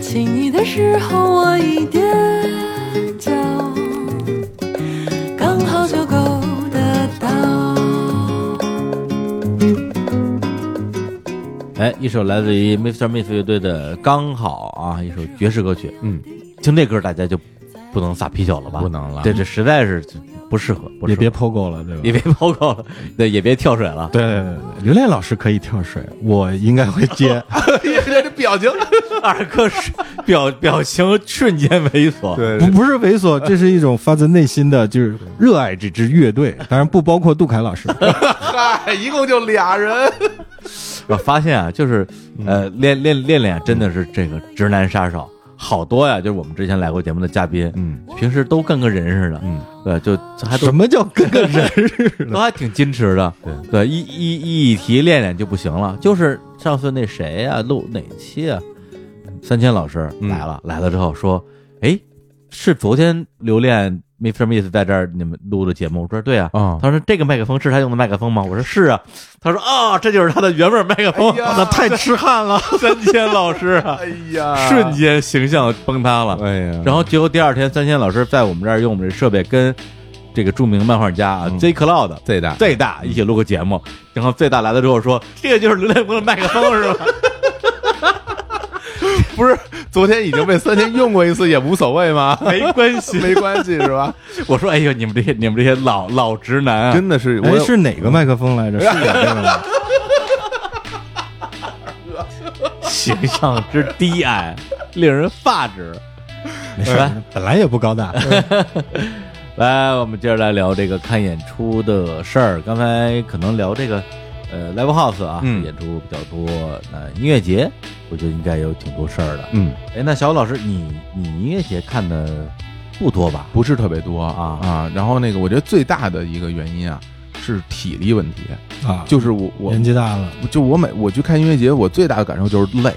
[SPEAKER 7] 亲你的时候我一踮脚，刚好就够得到。
[SPEAKER 1] 哎，一首来自于 Mr. Miss 乐队的《刚好》啊，一首爵士歌曲。
[SPEAKER 2] 嗯，
[SPEAKER 1] 听这歌大家就不能撒啤酒了吧？
[SPEAKER 2] 不能了
[SPEAKER 1] 对，这实在是不适合，不适
[SPEAKER 3] 也
[SPEAKER 1] 合
[SPEAKER 3] 别 POGO 了，对吧？
[SPEAKER 1] 也别抛高了，对，也别跳水了。
[SPEAKER 3] 对对对对，刘恋老师可以跳水，我应该会接。
[SPEAKER 2] 这表情，
[SPEAKER 1] 二哥是表表情瞬间猥琐，
[SPEAKER 2] 对
[SPEAKER 3] 不不是猥琐，这是一种发自内心的，就是热爱这支乐队，当然不包括杜凯老师。
[SPEAKER 2] 嗨，一共就俩人，
[SPEAKER 1] 我发现啊，就是
[SPEAKER 2] 嗯
[SPEAKER 1] 呃，练练练练，真的是这个直男杀手，好多呀。就是我们之前来过节目的嘉宾，
[SPEAKER 2] 嗯，
[SPEAKER 1] 平时都跟个人似的，
[SPEAKER 2] 嗯，
[SPEAKER 1] 对，就还都
[SPEAKER 3] 什么叫跟个人似
[SPEAKER 1] 都
[SPEAKER 3] 的？
[SPEAKER 1] 还挺矜持的，
[SPEAKER 2] 对
[SPEAKER 1] 对，一一一提练练就不行了。就是上次那谁呀、录哪期啊？三千老师
[SPEAKER 2] 嗯
[SPEAKER 1] 来了，来了之后说，哎，是昨天留恋 Mr. Miss 在这儿你们录的节目？我说对啊。
[SPEAKER 2] 啊，
[SPEAKER 1] 他说这个麦克风是他用的麦克风吗？我说是啊。他说啊、这就是他的原味麦克风。
[SPEAKER 2] 哎呀
[SPEAKER 1] 那太痴汉了，三千老师啊，
[SPEAKER 2] 哎呀，
[SPEAKER 1] 瞬，间形象崩塌了。
[SPEAKER 2] 哎呀，
[SPEAKER 1] 然后结果第二天，三千老师在我们这儿用我们这设备跟这个著名漫画家啊、
[SPEAKER 2] 嗯
[SPEAKER 1] J Cloud
[SPEAKER 2] 最大，
[SPEAKER 1] 最大一起录个节目，然后最大来了之后说：“这个就是刘建国的麦克风是吧
[SPEAKER 2] 不是昨天已经被三千用过一次，也无所谓吗？？”
[SPEAKER 1] 没关系，
[SPEAKER 2] 没关系是吧？
[SPEAKER 1] 我说：“哎呦，你们这些你们这些老老直男啊，
[SPEAKER 2] 真的是，我
[SPEAKER 3] 哎，
[SPEAKER 2] 有
[SPEAKER 3] 是哪个麦克风来着？是我这个吗？
[SPEAKER 1] 形象之低矮，令人发指。”
[SPEAKER 3] 没事
[SPEAKER 1] 哎，
[SPEAKER 3] 本来也不高大。
[SPEAKER 1] 来，我们接着来聊这个看演出的事儿。刚才可能聊这个呃 live house 啊，
[SPEAKER 2] 嗯
[SPEAKER 1] 演出比较多。那音乐节，我觉得应该有挺多事儿的。
[SPEAKER 2] 嗯，
[SPEAKER 1] 哎，那小武老师，你你音乐节看的不多吧？
[SPEAKER 2] 不是特别多
[SPEAKER 1] 啊
[SPEAKER 2] 啊。然后那个，我觉得最大的一个原因啊，是体力问题，
[SPEAKER 3] 啊，
[SPEAKER 2] 就是我我
[SPEAKER 3] 年纪大了，
[SPEAKER 2] 就我每我去看音乐节，我最大的感受就是累，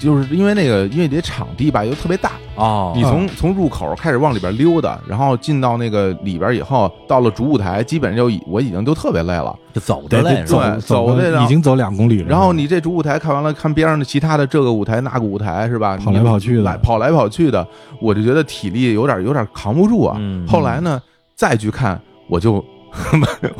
[SPEAKER 2] 就是因为那个音乐节场地吧又特别大，啊
[SPEAKER 1] 哦，
[SPEAKER 2] 你从从入口开始往里边溜达，然后进到那个里边以后，到了主舞台，基本上就已我已经就特别累了。
[SPEAKER 1] 就走
[SPEAKER 3] 得
[SPEAKER 1] 的嘞，
[SPEAKER 3] 得走
[SPEAKER 1] 是吧
[SPEAKER 2] 对走
[SPEAKER 3] 走
[SPEAKER 2] 这
[SPEAKER 3] 个
[SPEAKER 2] 趟
[SPEAKER 3] 已经走两公里了。
[SPEAKER 2] 然后你这主舞台看完了，看边上的其他的这个舞台那个舞台是吧？
[SPEAKER 3] 跑来跑去的
[SPEAKER 2] 来跑来跑去的，我就觉得体力有点有点扛不住啊。
[SPEAKER 1] 嗯
[SPEAKER 2] 后来呢，再去看我就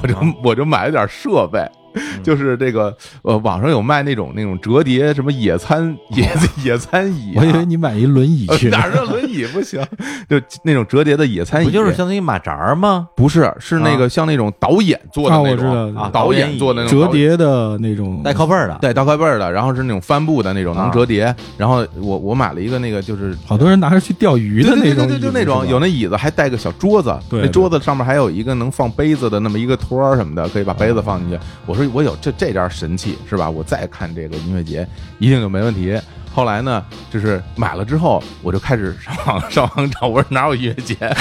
[SPEAKER 2] 我就
[SPEAKER 3] 啊
[SPEAKER 2] 我就买了点设备，
[SPEAKER 3] 嗯
[SPEAKER 2] 就是这个呃，网上有卖那种那种折叠什么野 餐野野餐椅啊、
[SPEAKER 3] 我以为你买一轮椅
[SPEAKER 2] 呃
[SPEAKER 3] 去，
[SPEAKER 2] 哪儿的轮椅不行， 就那种折叠的野餐椅，
[SPEAKER 1] 不就是相当于马扎儿吗？
[SPEAKER 2] 不是是那个像那种导演做的
[SPEAKER 3] 啊
[SPEAKER 2] 那
[SPEAKER 3] 我知道
[SPEAKER 2] 种
[SPEAKER 3] 啊
[SPEAKER 2] 导
[SPEAKER 1] 导演
[SPEAKER 2] 演
[SPEAKER 1] 椅
[SPEAKER 2] 做的那种
[SPEAKER 3] 折
[SPEAKER 2] 导演
[SPEAKER 3] 叠的那种
[SPEAKER 1] 带靠背儿的，
[SPEAKER 2] 对，大块背儿的，然后是那种帆布的那种，
[SPEAKER 1] 啊
[SPEAKER 2] 能折叠。然后我我买了一个那个，就是
[SPEAKER 3] 好多人拿着去钓鱼
[SPEAKER 2] 对
[SPEAKER 3] 的
[SPEAKER 2] 对
[SPEAKER 3] 那
[SPEAKER 2] 对对
[SPEAKER 3] 种椅
[SPEAKER 2] 对，
[SPEAKER 3] 子，
[SPEAKER 2] 就那
[SPEAKER 3] 是
[SPEAKER 2] 种
[SPEAKER 3] 吧
[SPEAKER 2] 有那椅子，还带个小桌子，
[SPEAKER 3] 对
[SPEAKER 2] 那桌子上面还有一个能放杯子的那么一个托儿什么的，可以把杯子放
[SPEAKER 3] 嗯
[SPEAKER 2] 进去。我说我有这这点神器是吧？我再看这个音乐节一定就没问题。后来呢，就是买了之后，我就开始上网上网找，我说哪有音乐节？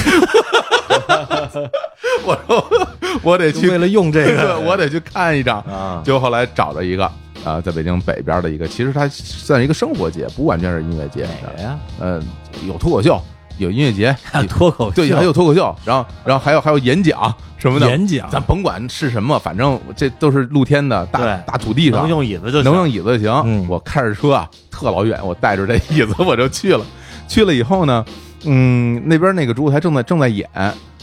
[SPEAKER 2] 我说我得去
[SPEAKER 1] 就为了用这个
[SPEAKER 2] 对我得去看一场
[SPEAKER 1] 啊
[SPEAKER 2] 就后来找了一个啊、呃在北京北边的一个，其实它算是一个生活节，不完全是音乐节。
[SPEAKER 1] 哪个哎
[SPEAKER 3] 哎
[SPEAKER 1] 呀？
[SPEAKER 2] 呃，有脱口秀，有音 乐节，有
[SPEAKER 1] 啊脱口秀，
[SPEAKER 2] 对，还有脱口秀，然后然后还有还有演讲什么的。
[SPEAKER 3] 演讲
[SPEAKER 2] 咱甭管是什么，反正这都是露天的大
[SPEAKER 1] 对
[SPEAKER 2] 大土地上，
[SPEAKER 1] 能用椅子就行
[SPEAKER 2] 能用椅子就行。
[SPEAKER 3] 嗯
[SPEAKER 2] 我开着车啊，特老远，我带着这椅子我就去了。 去了以后呢，嗯，那边那个主舞台正在正在演，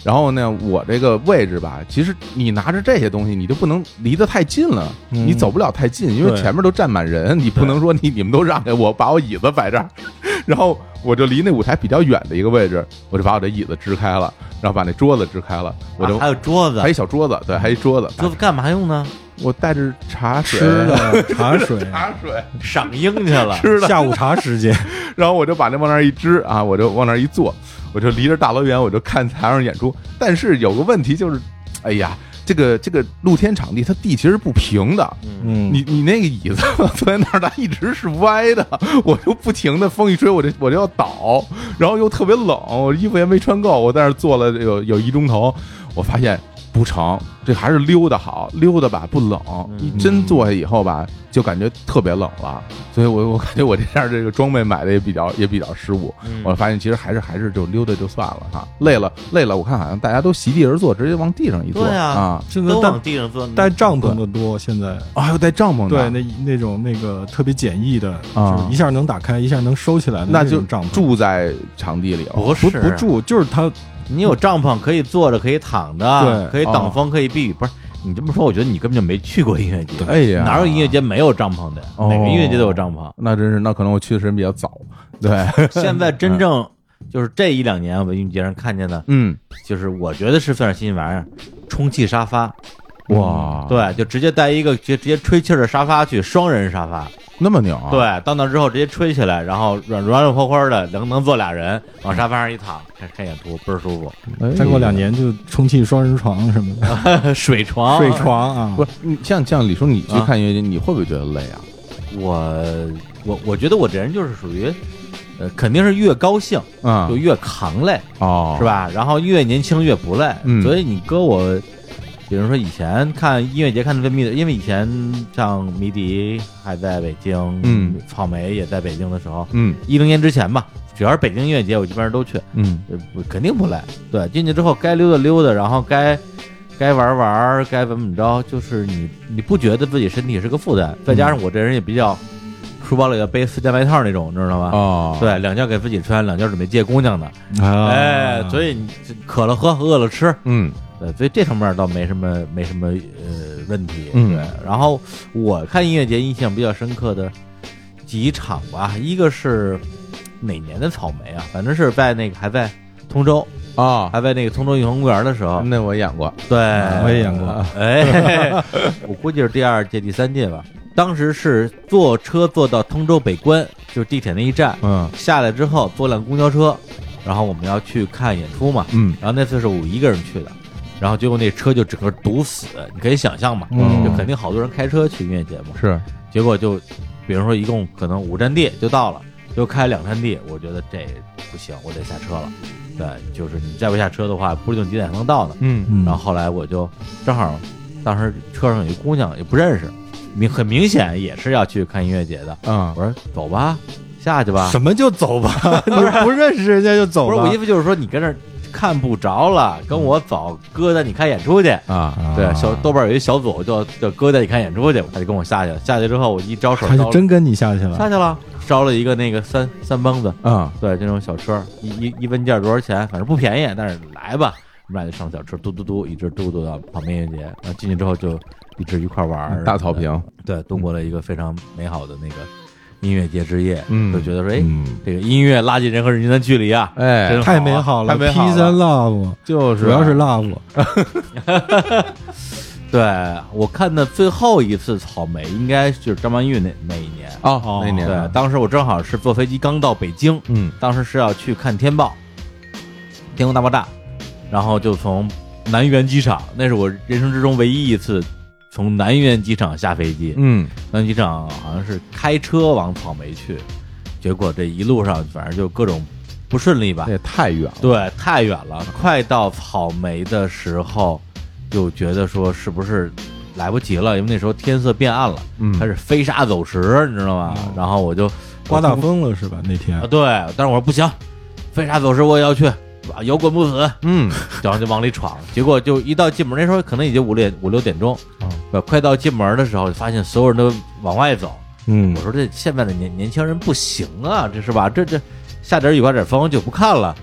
[SPEAKER 2] 然后呢，我这个位置吧，其实你拿着这些东西，你就不能离得太近了，
[SPEAKER 3] 嗯
[SPEAKER 2] 你走不了太近，因为
[SPEAKER 3] 对
[SPEAKER 2] 前面都站满人，你不能说你你们都让给我，把我椅子摆这儿。 然后我就离那舞台比较远的一个位置，我就把我这椅子支开了，然后把那桌子支开了，我就、
[SPEAKER 1] 啊还有桌子
[SPEAKER 2] 还，一小桌子，对，还一桌子，哎
[SPEAKER 1] 桌子干嘛用呢？
[SPEAKER 2] 我带着茶水
[SPEAKER 3] 吃的茶水，
[SPEAKER 2] 茶水
[SPEAKER 1] 赏樱去了，
[SPEAKER 2] 吃的，
[SPEAKER 3] 下午茶时 间，
[SPEAKER 2] 然后我就把那往那儿一支啊，我就往那儿一坐，我就离着大老远我就看台上演出。但是有个问题就是，哎呀，这个这个露天场地它地其实不平的，
[SPEAKER 3] 嗯，
[SPEAKER 2] 你你那个椅子坐在那儿，它一直是歪的，我就不停的风一吹，我就我就要倒，然后又特别冷，我衣服也没穿够，我在那儿坐了有有一钟头，我发现不成，这还是溜达好，溜达吧不冷，你真坐下以后吧，就感觉特别冷了，所以我我感觉我这件儿这个装备买的也比较也比较失误，
[SPEAKER 1] 嗯
[SPEAKER 2] 我发现其实还是还是就溜达就算了哈，累了累了，我看好像大家都席地而坐，直接往地上一坐
[SPEAKER 1] 对啊
[SPEAKER 2] 啊，
[SPEAKER 3] 现在
[SPEAKER 1] 都
[SPEAKER 3] 带
[SPEAKER 1] 往地上坐，
[SPEAKER 3] 带帐篷的多，现在
[SPEAKER 2] 啊还有带帐篷
[SPEAKER 3] 对
[SPEAKER 2] 的。
[SPEAKER 3] 那那种那个特别简易的，
[SPEAKER 2] 啊
[SPEAKER 3] 就是一下能打开，一下能收起来的
[SPEAKER 2] 那
[SPEAKER 3] 那
[SPEAKER 2] 就
[SPEAKER 3] 种帐篷，
[SPEAKER 2] 住啊在场地里了，
[SPEAKER 1] 不
[SPEAKER 3] 不
[SPEAKER 1] 是
[SPEAKER 3] 不，住，就是它
[SPEAKER 1] 你有帐篷可以坐着，可以躺着，
[SPEAKER 3] 对
[SPEAKER 1] 可以
[SPEAKER 2] 啊
[SPEAKER 1] 挡风，可以避雨。不是你这么说，我觉得你根本就没去过音乐节。
[SPEAKER 2] 哎呀
[SPEAKER 1] 哪有音乐节没有帐篷的呀？
[SPEAKER 2] 哦。
[SPEAKER 1] 每个音乐节都有帐篷
[SPEAKER 2] 那真是，那可能我去的时间比较早。对，
[SPEAKER 1] 现在真正就是这一两年我在音乐节上看见的，
[SPEAKER 2] 嗯，
[SPEAKER 1] 就是我觉得是算是新玩意儿，充气沙发。
[SPEAKER 2] 哇，，
[SPEAKER 1] 对，就直接带一个直接直接吹气儿的沙发去，双人沙发。
[SPEAKER 2] 那么牛啊！，
[SPEAKER 1] 对，到那之后直接吹起来，然后软软软和和的，能能坐俩人，往沙发上一躺，看看演出，倍儿舒服。
[SPEAKER 2] 哎
[SPEAKER 3] 再过两，年就充气双人床什么 的，
[SPEAKER 1] 水床，
[SPEAKER 3] 睡床啊，
[SPEAKER 2] 不是你像像李叔，你去
[SPEAKER 1] 啊
[SPEAKER 2] 看音乐节，你会不会觉得累啊？
[SPEAKER 1] 我我我觉得我这人就是属于，呃，肯定是越高兴
[SPEAKER 2] 啊
[SPEAKER 1] 就越扛累，
[SPEAKER 2] 哦，
[SPEAKER 1] 是？吧？然后越年轻越不累，
[SPEAKER 2] 嗯
[SPEAKER 1] 所以你搁我，比如说以前看音乐节看的最密的，因为以前像迷笛还在北京，
[SPEAKER 2] 嗯，
[SPEAKER 1] 草莓也在北京的时候，
[SPEAKER 2] 嗯
[SPEAKER 1] 一零年之前吧，只要是北京音乐节，我基本上都去，
[SPEAKER 2] 嗯
[SPEAKER 1] 呃，不肯定不累。对，进去之后该溜达溜达，然后该该玩玩，该怎么怎么着，就是你你不觉得自己身体是个负
[SPEAKER 2] 嗯
[SPEAKER 1] 担？再加上我这人也比较书包里要背四件外套那种，你知道吗？
[SPEAKER 2] 哦，
[SPEAKER 1] 对，两件给自己穿，两件准备借姑娘的。
[SPEAKER 3] 啊
[SPEAKER 1] 哎，所以你这渴了喝，饿了吃，
[SPEAKER 2] 嗯
[SPEAKER 1] 呃，所以这方面倒没什么没什么呃问题。
[SPEAKER 2] 嗯
[SPEAKER 1] 对，然后我看音乐节印象比较深刻的几场吧，一个是哪年的草莓啊？反正是在那个还在通州，
[SPEAKER 2] 啊，
[SPEAKER 1] 还在那个通州银行公园的时候，
[SPEAKER 2] 那我演过，
[SPEAKER 1] 对，
[SPEAKER 3] 我也演过，
[SPEAKER 1] 哎， 我估计是第二届、第三届吧。当时是坐车坐到通州北关，就是地铁那一站，
[SPEAKER 2] 嗯
[SPEAKER 1] 下来之后坐辆公交车，然后我们要去看演出嘛。
[SPEAKER 2] 嗯
[SPEAKER 1] 然后那次是我一个人去的，然后结果那车就整个堵死，你可以想象嘛，
[SPEAKER 3] 嗯
[SPEAKER 1] 就肯定好多人开车去音乐节嘛。
[SPEAKER 2] 是，
[SPEAKER 1] 结果就，比如说一共可能五站地就到了，就开两站地，我觉得这不行，我得下车了。对，就是你再不下车的话，不一定几点才能到呢。
[SPEAKER 2] 嗯
[SPEAKER 3] 嗯
[SPEAKER 1] 然后后来我就正好，当时车上有一姑娘也不认识，明很明显也是要去看音乐节的。
[SPEAKER 2] 啊
[SPEAKER 1] 我，说走吧，下去嗯吧。
[SPEAKER 3] 什么就走吧，你 不认识人家就走
[SPEAKER 1] 不
[SPEAKER 3] 吧，
[SPEAKER 1] 是我意思就是说你跟那儿看不着了，跟我走，哥带你看演出去。
[SPEAKER 2] 啊，
[SPEAKER 1] 对，小豆瓣有一小组叫叫哥带你看演出去，他就跟我下去了。下去之后我一招手，
[SPEAKER 3] 他
[SPEAKER 1] 招
[SPEAKER 3] 就真跟你下去了
[SPEAKER 1] 下去了，招了一个那个三三蹦子，
[SPEAKER 2] 啊，
[SPEAKER 1] 对，这种小车，一一一问价多少钱，反正不便宜，但是来吧。卖的上小车，嘟嘟嘟一直嘟嘟到跑音乐节，然后进去之后就一直一块玩儿，
[SPEAKER 2] 嗯
[SPEAKER 1] 呃
[SPEAKER 2] 大草坪，
[SPEAKER 1] 对，度过了一个非常美好的那个音乐节之夜，
[SPEAKER 2] 嗯
[SPEAKER 1] 就觉得说，哎，
[SPEAKER 3] 嗯，
[SPEAKER 1] 这个音乐拉近人和人之间的距离啊，
[SPEAKER 2] 哎
[SPEAKER 1] 真，
[SPEAKER 3] 太美好了
[SPEAKER 2] 太美好了
[SPEAKER 3] ，Peace and Love，
[SPEAKER 2] 就是啊
[SPEAKER 3] 主要是 Love，
[SPEAKER 1] 对我看的最后一次草莓应该就是张曼玉那那一年，
[SPEAKER 2] 哦，那年
[SPEAKER 1] 对，当时我正好是坐飞机刚到北京，
[SPEAKER 2] 嗯
[SPEAKER 1] 当时是要去看天爆，天空大爆炸，然后就从南苑机场，那是我人生之中唯一一次从南苑机场下飞机。
[SPEAKER 2] 嗯，
[SPEAKER 1] 南苑机场好像是开车往草莓去，结果这一路上反正就各种不顺利吧
[SPEAKER 2] 那。也太远了，
[SPEAKER 1] 对，太远了，快到草莓的时候，就觉得说是不是来不及了，因为那时候天色变暗了，
[SPEAKER 2] 嗯
[SPEAKER 1] 开始飞沙走石，你知道吗？然后我就
[SPEAKER 3] 嗯刮大风了是吧？那天
[SPEAKER 1] 啊，对，但是我说不行，飞沙走石我也要去，啊摇滚不死，
[SPEAKER 2] 嗯，
[SPEAKER 1] 然后就往里闯，结果就一到进门那时候可能已经五六五六点钟，呃快到进门的时候，就发现所有人都往外走。
[SPEAKER 3] 嗯
[SPEAKER 1] 我，说这现在的年年轻人不行啊，这是吧？这这下点雨刮点风就不看了，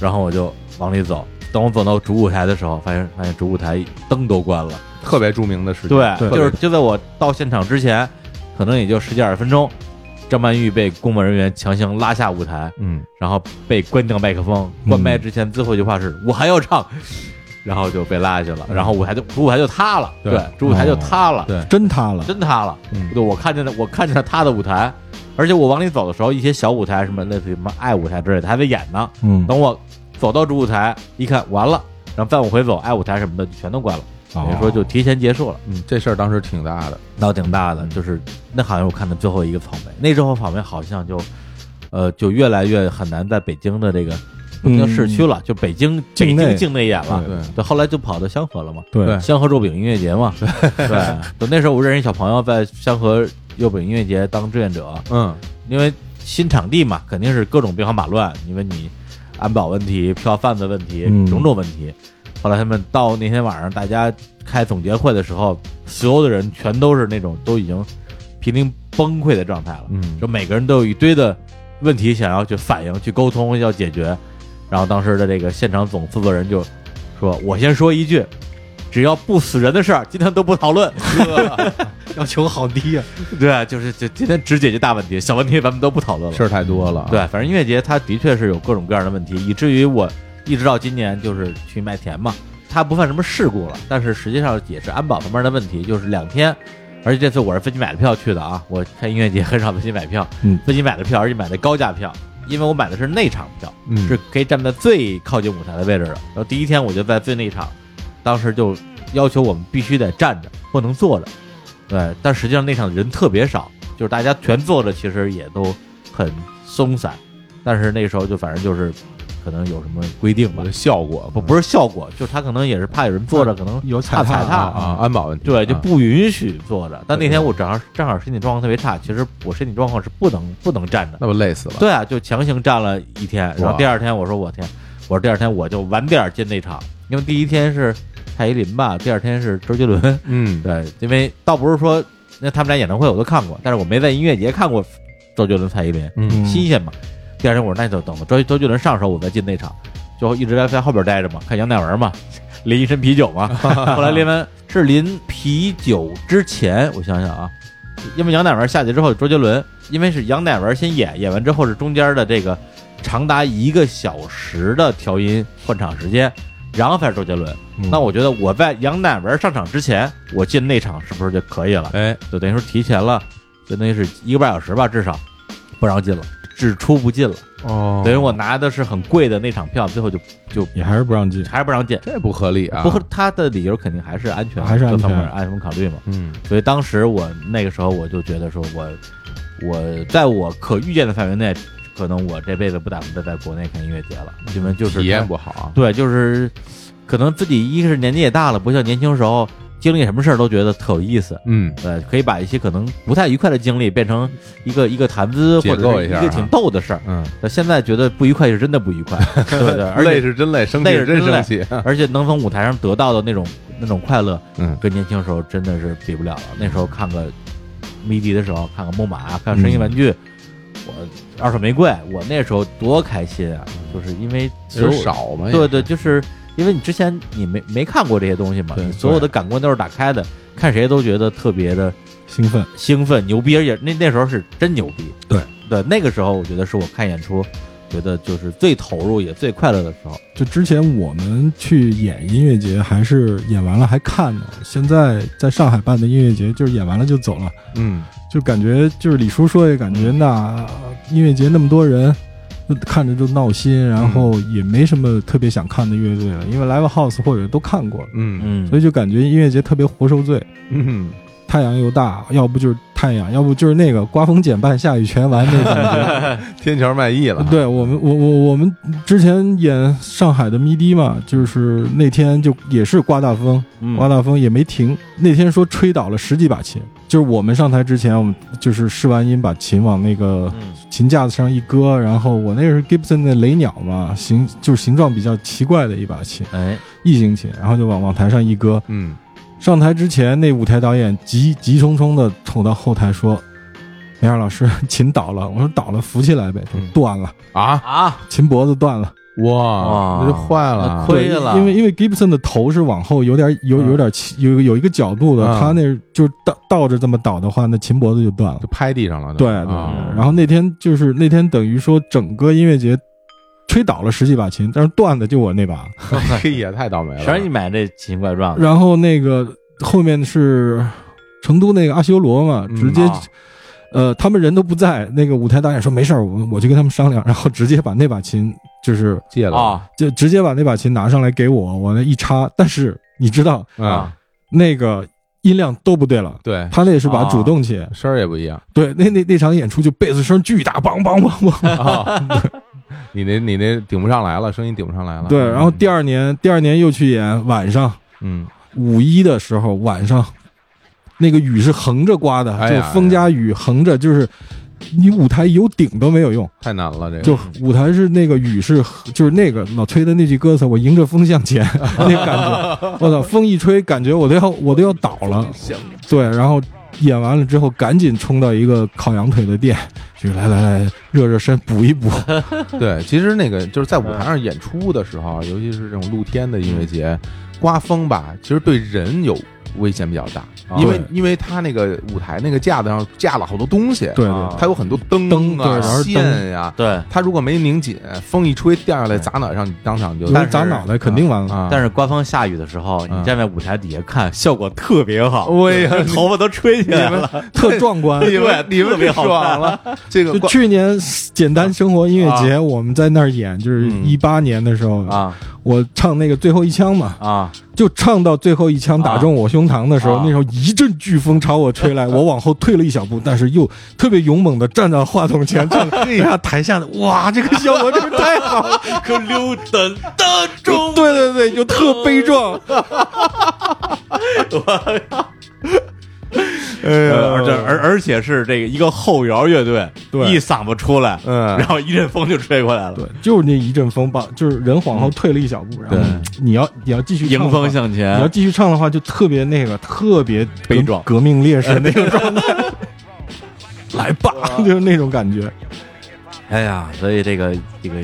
[SPEAKER 1] 然后我就往里走。等我走到主舞台的时候，发现发现主舞台灯都关了。
[SPEAKER 2] 特别著名的事情，
[SPEAKER 1] 对，
[SPEAKER 2] 特别
[SPEAKER 1] 就是就在我到现场之前，可能也就十几二十分钟，张曼玉被工作人员强行拉下舞台，
[SPEAKER 2] 嗯，
[SPEAKER 1] 然后被关掉麦克风。关麦之前最后一句话是“我还要唱”，然后就被拉下去了，然后舞台就主舞台就塌了，
[SPEAKER 2] 对
[SPEAKER 1] 对，主舞台就
[SPEAKER 3] 哦
[SPEAKER 1] 塌了，
[SPEAKER 2] 对
[SPEAKER 3] 真塌了，
[SPEAKER 1] 真塌了。
[SPEAKER 2] 嗯
[SPEAKER 1] 对，我看见了，我看见了他的舞台，而且我往里走的时候，一些小舞台什么类似于什么爱舞台之类的还在演呢。
[SPEAKER 3] 嗯，
[SPEAKER 2] 哦
[SPEAKER 1] 等我走到主舞台一看，完了，然后再往回走，爱舞台什么的就全都关了，
[SPEAKER 3] 哦
[SPEAKER 1] 等于说就提前结束了，
[SPEAKER 2] 嗯，这事儿当时挺大的，
[SPEAKER 1] 闹挺大的。就是那好像我看的最后一个草莓，那之后草莓好像就。呃，就越来越很难在北京的这个北京市区了，就北京
[SPEAKER 3] 境
[SPEAKER 1] 北
[SPEAKER 3] 内
[SPEAKER 1] 京境内演了。
[SPEAKER 2] 对
[SPEAKER 1] 对，后来就跑到香河了嘛。
[SPEAKER 3] 对
[SPEAKER 2] 对
[SPEAKER 1] 香河肉饼音乐节嘛，对，就那时候我认识一小朋友在香河肉饼音乐节当志愿者，
[SPEAKER 2] 嗯，
[SPEAKER 1] 因为新场地嘛，肯定是各种兵荒马乱，因为你安保问题、票贩子问题、
[SPEAKER 3] 嗯
[SPEAKER 1] 种种问题。后来他们到那天晚上大家开总结会的时候，所有的人全都是那种都已经濒临崩溃的状态了，
[SPEAKER 2] 嗯
[SPEAKER 1] 就每个人都有一堆的问题想要去反映、去沟通、要解决。然后当时的这个现场总制作人就说：“我先说一句，只要不死人的事儿，今天都不讨论。
[SPEAKER 3] 要求好低啊呀，”
[SPEAKER 1] 对，啊就是就今天只解决大问题，小问题咱们都不讨论了。
[SPEAKER 2] 嗯事儿太多了，
[SPEAKER 1] 对，，反正音乐节它的确是有各种各样的问题，以至于我一直到今年就是去麦田嘛，它不算什么事故了，但是实际上也是安保方面的问题，就是两天。而且这次我是飞机买的票去的啊，我看音乐节很少飞机买票，
[SPEAKER 3] 嗯
[SPEAKER 1] 飞机买的票，而且买的高价票，因为我买的是内场票，
[SPEAKER 2] 嗯
[SPEAKER 1] 是可以站在最靠近舞台的位置的。然后第一天我就在最内场，当时就要求我们必须得站着，不能坐着。对，但实际上那场人特别少，就是大家全坐着，其实也都很松散。但是那时候就反正就是可能有什么规定吧
[SPEAKER 2] 我的，效果
[SPEAKER 1] 不不是效果，就是他可能也是怕有人坐着，可能
[SPEAKER 3] 有
[SPEAKER 1] 踩
[SPEAKER 3] 踩
[SPEAKER 1] 踏
[SPEAKER 3] 踏
[SPEAKER 2] 啊啊，安保问题，
[SPEAKER 1] 对，就
[SPEAKER 2] 啊
[SPEAKER 1] 不允许坐着。但那天我正好正好身体状况特别差，其实我身体状况是不能不能站的。
[SPEAKER 2] 那不累死了，
[SPEAKER 1] 对啊，就强行站了一天，然后
[SPEAKER 2] 哇
[SPEAKER 1] 第二天我说我天，我说第二天我就晚点进那场，因为第一天是蔡依林吧，第二天是周杰伦，
[SPEAKER 2] 嗯，
[SPEAKER 1] 对，因为倒不是说那他们俩演唱会我都看过，但是我没在音乐节看过周杰伦、蔡依林，
[SPEAKER 2] 嗯
[SPEAKER 1] 新鲜嘛。第二天我说那就等周周杰伦上的时候我再进那场，就一直在在后边待着嘛，看杨乃文嘛，淋一身啤酒 嘛。后来淋完是淋啤酒之前，我想想啊，因为杨乃文下去之后，周杰伦因为是杨乃文先演，演完之后是中间的这个长达一个小时的调音换场时间，然后才是周杰伦。那我觉得我在杨乃文上场之前，我进那场是不是就可以了？
[SPEAKER 2] 哎，
[SPEAKER 1] 就等于说提前了，就等于是一个半小时吧，至少不让进了，只出不进了。
[SPEAKER 2] 哦
[SPEAKER 1] 等于我拿的是很贵的那场票，最后就
[SPEAKER 3] 也还是不让进，
[SPEAKER 1] 还是不让进。
[SPEAKER 2] 这不合理啊，
[SPEAKER 1] 不过他的理由肯定还是安全，
[SPEAKER 3] 还是安全
[SPEAKER 1] 各方面安全考虑嘛。
[SPEAKER 2] 嗯，
[SPEAKER 1] 所以当时我那个时候我就觉得说我，我在我可预见的范围内，可能我这辈子不打算再在国内看音乐节了，因为就是
[SPEAKER 2] 体验
[SPEAKER 1] 它
[SPEAKER 2] 不好啊，
[SPEAKER 1] 对，就是可能自己一个是年纪也大了，不像年轻时候经历什么事儿都觉得特有意思。
[SPEAKER 2] 嗯，
[SPEAKER 1] 呃，可以把一些可能不太愉快的经历变成一个一个谈资，
[SPEAKER 2] 解
[SPEAKER 1] 或者
[SPEAKER 2] 构
[SPEAKER 1] 是
[SPEAKER 2] 一下
[SPEAKER 1] 个
[SPEAKER 2] 啊
[SPEAKER 1] 挺逗的事儿。
[SPEAKER 2] 嗯，
[SPEAKER 1] 那现在觉得不愉快是真的不 愉快，对不对？而
[SPEAKER 2] 累
[SPEAKER 1] 且
[SPEAKER 2] 是真累，生气
[SPEAKER 1] 累是
[SPEAKER 2] 是真
[SPEAKER 1] 真累
[SPEAKER 2] 生气，
[SPEAKER 1] 而且能从舞台上得到的那种那种快乐，
[SPEAKER 2] 嗯
[SPEAKER 1] 跟年轻时候真的是比不了了。那时候看个迷笛的时候，看个木马，看声音
[SPEAKER 2] 嗯
[SPEAKER 1] 玩具，我二手玫瑰，我那时候多开心啊！就是因为所有
[SPEAKER 2] 人少嘛，也
[SPEAKER 3] 哎
[SPEAKER 1] 对对，就是因为你之前你没没看过这些东西嘛，
[SPEAKER 3] 对
[SPEAKER 1] 你所有的感官都是打开的，看谁都觉得特别的
[SPEAKER 3] 兴奋，
[SPEAKER 1] 兴奋、牛逼，而且那那时候是真牛逼。
[SPEAKER 3] 对
[SPEAKER 1] 对，那个时候我觉得是我看演出，觉得就是最投入也最快乐的时候。
[SPEAKER 3] 就之前我们去演音乐节，还是演完了还看呢。现在在上海办的音乐节，就是演完了就走了，
[SPEAKER 2] 嗯，
[SPEAKER 3] 就感觉就是李叔说的感觉，那音乐节那么多人，那看着就闹心，然后也没什么特别想看的乐队了，因为 live house 或者都看过了，
[SPEAKER 2] 嗯
[SPEAKER 1] 嗯，
[SPEAKER 3] 所以就感觉音乐节特别活受罪。
[SPEAKER 2] 嗯，
[SPEAKER 3] 太阳又大，要不就是太阳，要不就是那个刮风减半，下雨全完那感觉。
[SPEAKER 2] 嗯 天桥卖艺了，
[SPEAKER 3] 对我们，我我我们之前演上海的迷笛嘛，就是那天就也是刮大风，
[SPEAKER 1] 嗯
[SPEAKER 3] 刮大风也没停。那天说吹倒了十几把琴，就是我们上台之前，我们就是试完音，把琴往那个
[SPEAKER 1] 嗯
[SPEAKER 3] 琴架子上一搁，然后我那是 Gibson 的雷鸟嘛，形就是形状比较奇怪的一把琴，
[SPEAKER 1] 哎，
[SPEAKER 3] 异形琴，然后就往往台上一搁，
[SPEAKER 2] 嗯，
[SPEAKER 3] 上台之前，那舞台导演急急冲冲的冲到后台说：“梅尔老师， 琴倒了。”我说：“倒了，扶起来呗。”他说
[SPEAKER 2] 嗯
[SPEAKER 3] 断了，
[SPEAKER 2] 啊，
[SPEAKER 1] 啊，
[SPEAKER 3] 琴脖子断了，
[SPEAKER 2] 哇
[SPEAKER 1] 哇，
[SPEAKER 2] 那就坏了，
[SPEAKER 1] 亏了，啊
[SPEAKER 3] 因为因为 Gibson 的头是往后有点有
[SPEAKER 2] 嗯
[SPEAKER 3] 有点起有有一个角度的，
[SPEAKER 2] 嗯
[SPEAKER 3] 他那就是倒倒着这么倒的话，那琴脖子就断了
[SPEAKER 2] 就。拍地上了，
[SPEAKER 3] 对对。
[SPEAKER 2] 啊
[SPEAKER 1] 嗯
[SPEAKER 3] 然后那天就是那天等于说整个音乐节吹倒了十几把琴，但是断的就我那把。
[SPEAKER 2] 嘿哎呀，太倒霉了，
[SPEAKER 1] 全是你买这奇形怪状的，
[SPEAKER 3] 然后那个后面是成都那个阿修罗嘛，
[SPEAKER 2] 嗯
[SPEAKER 3] 直接、
[SPEAKER 1] 啊
[SPEAKER 3] 呃他们人都不在，那个舞台导演说没事儿，我我去跟他们商量，然后直接把那把琴就是
[SPEAKER 2] 借了
[SPEAKER 1] 啊
[SPEAKER 3] 就直接把那把琴拿上来给我，我那一插，但是你知道
[SPEAKER 2] 啊，，
[SPEAKER 3] 那个音量都不对
[SPEAKER 1] 啊
[SPEAKER 3] 了。
[SPEAKER 2] 对，
[SPEAKER 3] 他那是把主动琴，
[SPEAKER 2] 声儿也不一 样
[SPEAKER 3] 对，那那那场演出就贝斯声巨大，梆梆梆梆。
[SPEAKER 2] 啊，你那你那顶不上来了，声音顶不上
[SPEAKER 1] 啊
[SPEAKER 2] 来了，
[SPEAKER 3] 对，然后第二年，第二年又去演晚上，
[SPEAKER 2] 嗯，
[SPEAKER 3] 五一的时候晚上，那个雨是横着刮的，
[SPEAKER 2] 哎
[SPEAKER 3] 就
[SPEAKER 2] 呀
[SPEAKER 3] 风加雨横着，就是你舞台有顶都没有用，
[SPEAKER 2] 太难了，这个
[SPEAKER 3] 就舞台是那个雨是就是那个老崔的那句歌词，我迎着风 向前那个感觉，我操，风一吹，感觉我都要我都要倒了，对，然后。演完了之后，赶紧冲到一个烤羊腿的店，就来来来，热热身，补一补。
[SPEAKER 2] 对，其实那个就是在舞台上演出的时候，尤其是这种露天的音乐节，刮风吧，其实对人有危险比较大，因为
[SPEAKER 3] 对
[SPEAKER 2] 因为他那个舞台那个架子上架了好多东西，
[SPEAKER 3] 对对
[SPEAKER 1] 啊
[SPEAKER 2] 它有很多灯
[SPEAKER 3] 灯对
[SPEAKER 2] 啊、
[SPEAKER 3] 然后灯
[SPEAKER 2] 线呀，
[SPEAKER 3] 啊
[SPEAKER 1] 对。
[SPEAKER 2] 它如果没拧紧，风一吹掉下来砸脑上，你当场就
[SPEAKER 3] 有
[SPEAKER 1] 但是
[SPEAKER 3] 人砸脑袋肯定完了。
[SPEAKER 2] 啊，
[SPEAKER 1] 但是刮风下雨的时候，
[SPEAKER 2] 嗯
[SPEAKER 3] 啊
[SPEAKER 1] 你站在舞台底下看，效果特别好，
[SPEAKER 2] 我也
[SPEAKER 1] 头发都吹起来了。
[SPEAKER 3] 特壮观，
[SPEAKER 2] 你们你们
[SPEAKER 1] 特别好
[SPEAKER 2] 爽了，这个
[SPEAKER 3] 就
[SPEAKER 2] 刮
[SPEAKER 3] 去年简
[SPEAKER 1] 啊
[SPEAKER 3] 单生活音乐节，我们在那儿演，就是
[SPEAKER 2] 嗯
[SPEAKER 3] 一八年的时候，
[SPEAKER 1] 啊
[SPEAKER 3] 我唱那个最后一枪嘛，
[SPEAKER 1] 啊！
[SPEAKER 3] 就唱到最后一枪打中我胸膛的时候，
[SPEAKER 1] 啊
[SPEAKER 3] 那时候一阵飓风朝我 吹来，我往后退了一小步，但是又特别勇猛的站到话筒前， 唱，哎呀，台下的哇，这个效果真是太好了，
[SPEAKER 1] 可溜灯当中，
[SPEAKER 3] 对对对，就特悲壮，哎
[SPEAKER 1] 呃而这而而且是这个一个后摇乐队，
[SPEAKER 3] 对
[SPEAKER 1] 一嗓子出来，
[SPEAKER 2] 嗯
[SPEAKER 1] 然后一阵风就吹过来了，
[SPEAKER 3] 对，就是那一阵风把，就是人往后退了一小步，然后你要你要继续唱
[SPEAKER 1] 嗯迎
[SPEAKER 3] 的话
[SPEAKER 1] 风向
[SPEAKER 3] 你要
[SPEAKER 1] 前，
[SPEAKER 3] 继续唱的话，就特别那个，特别
[SPEAKER 1] 悲
[SPEAKER 3] 革
[SPEAKER 1] 壮呃
[SPEAKER 3] 革命烈士那个状态。来吧， 就是那种感觉。
[SPEAKER 1] 哎呀，所以这个这个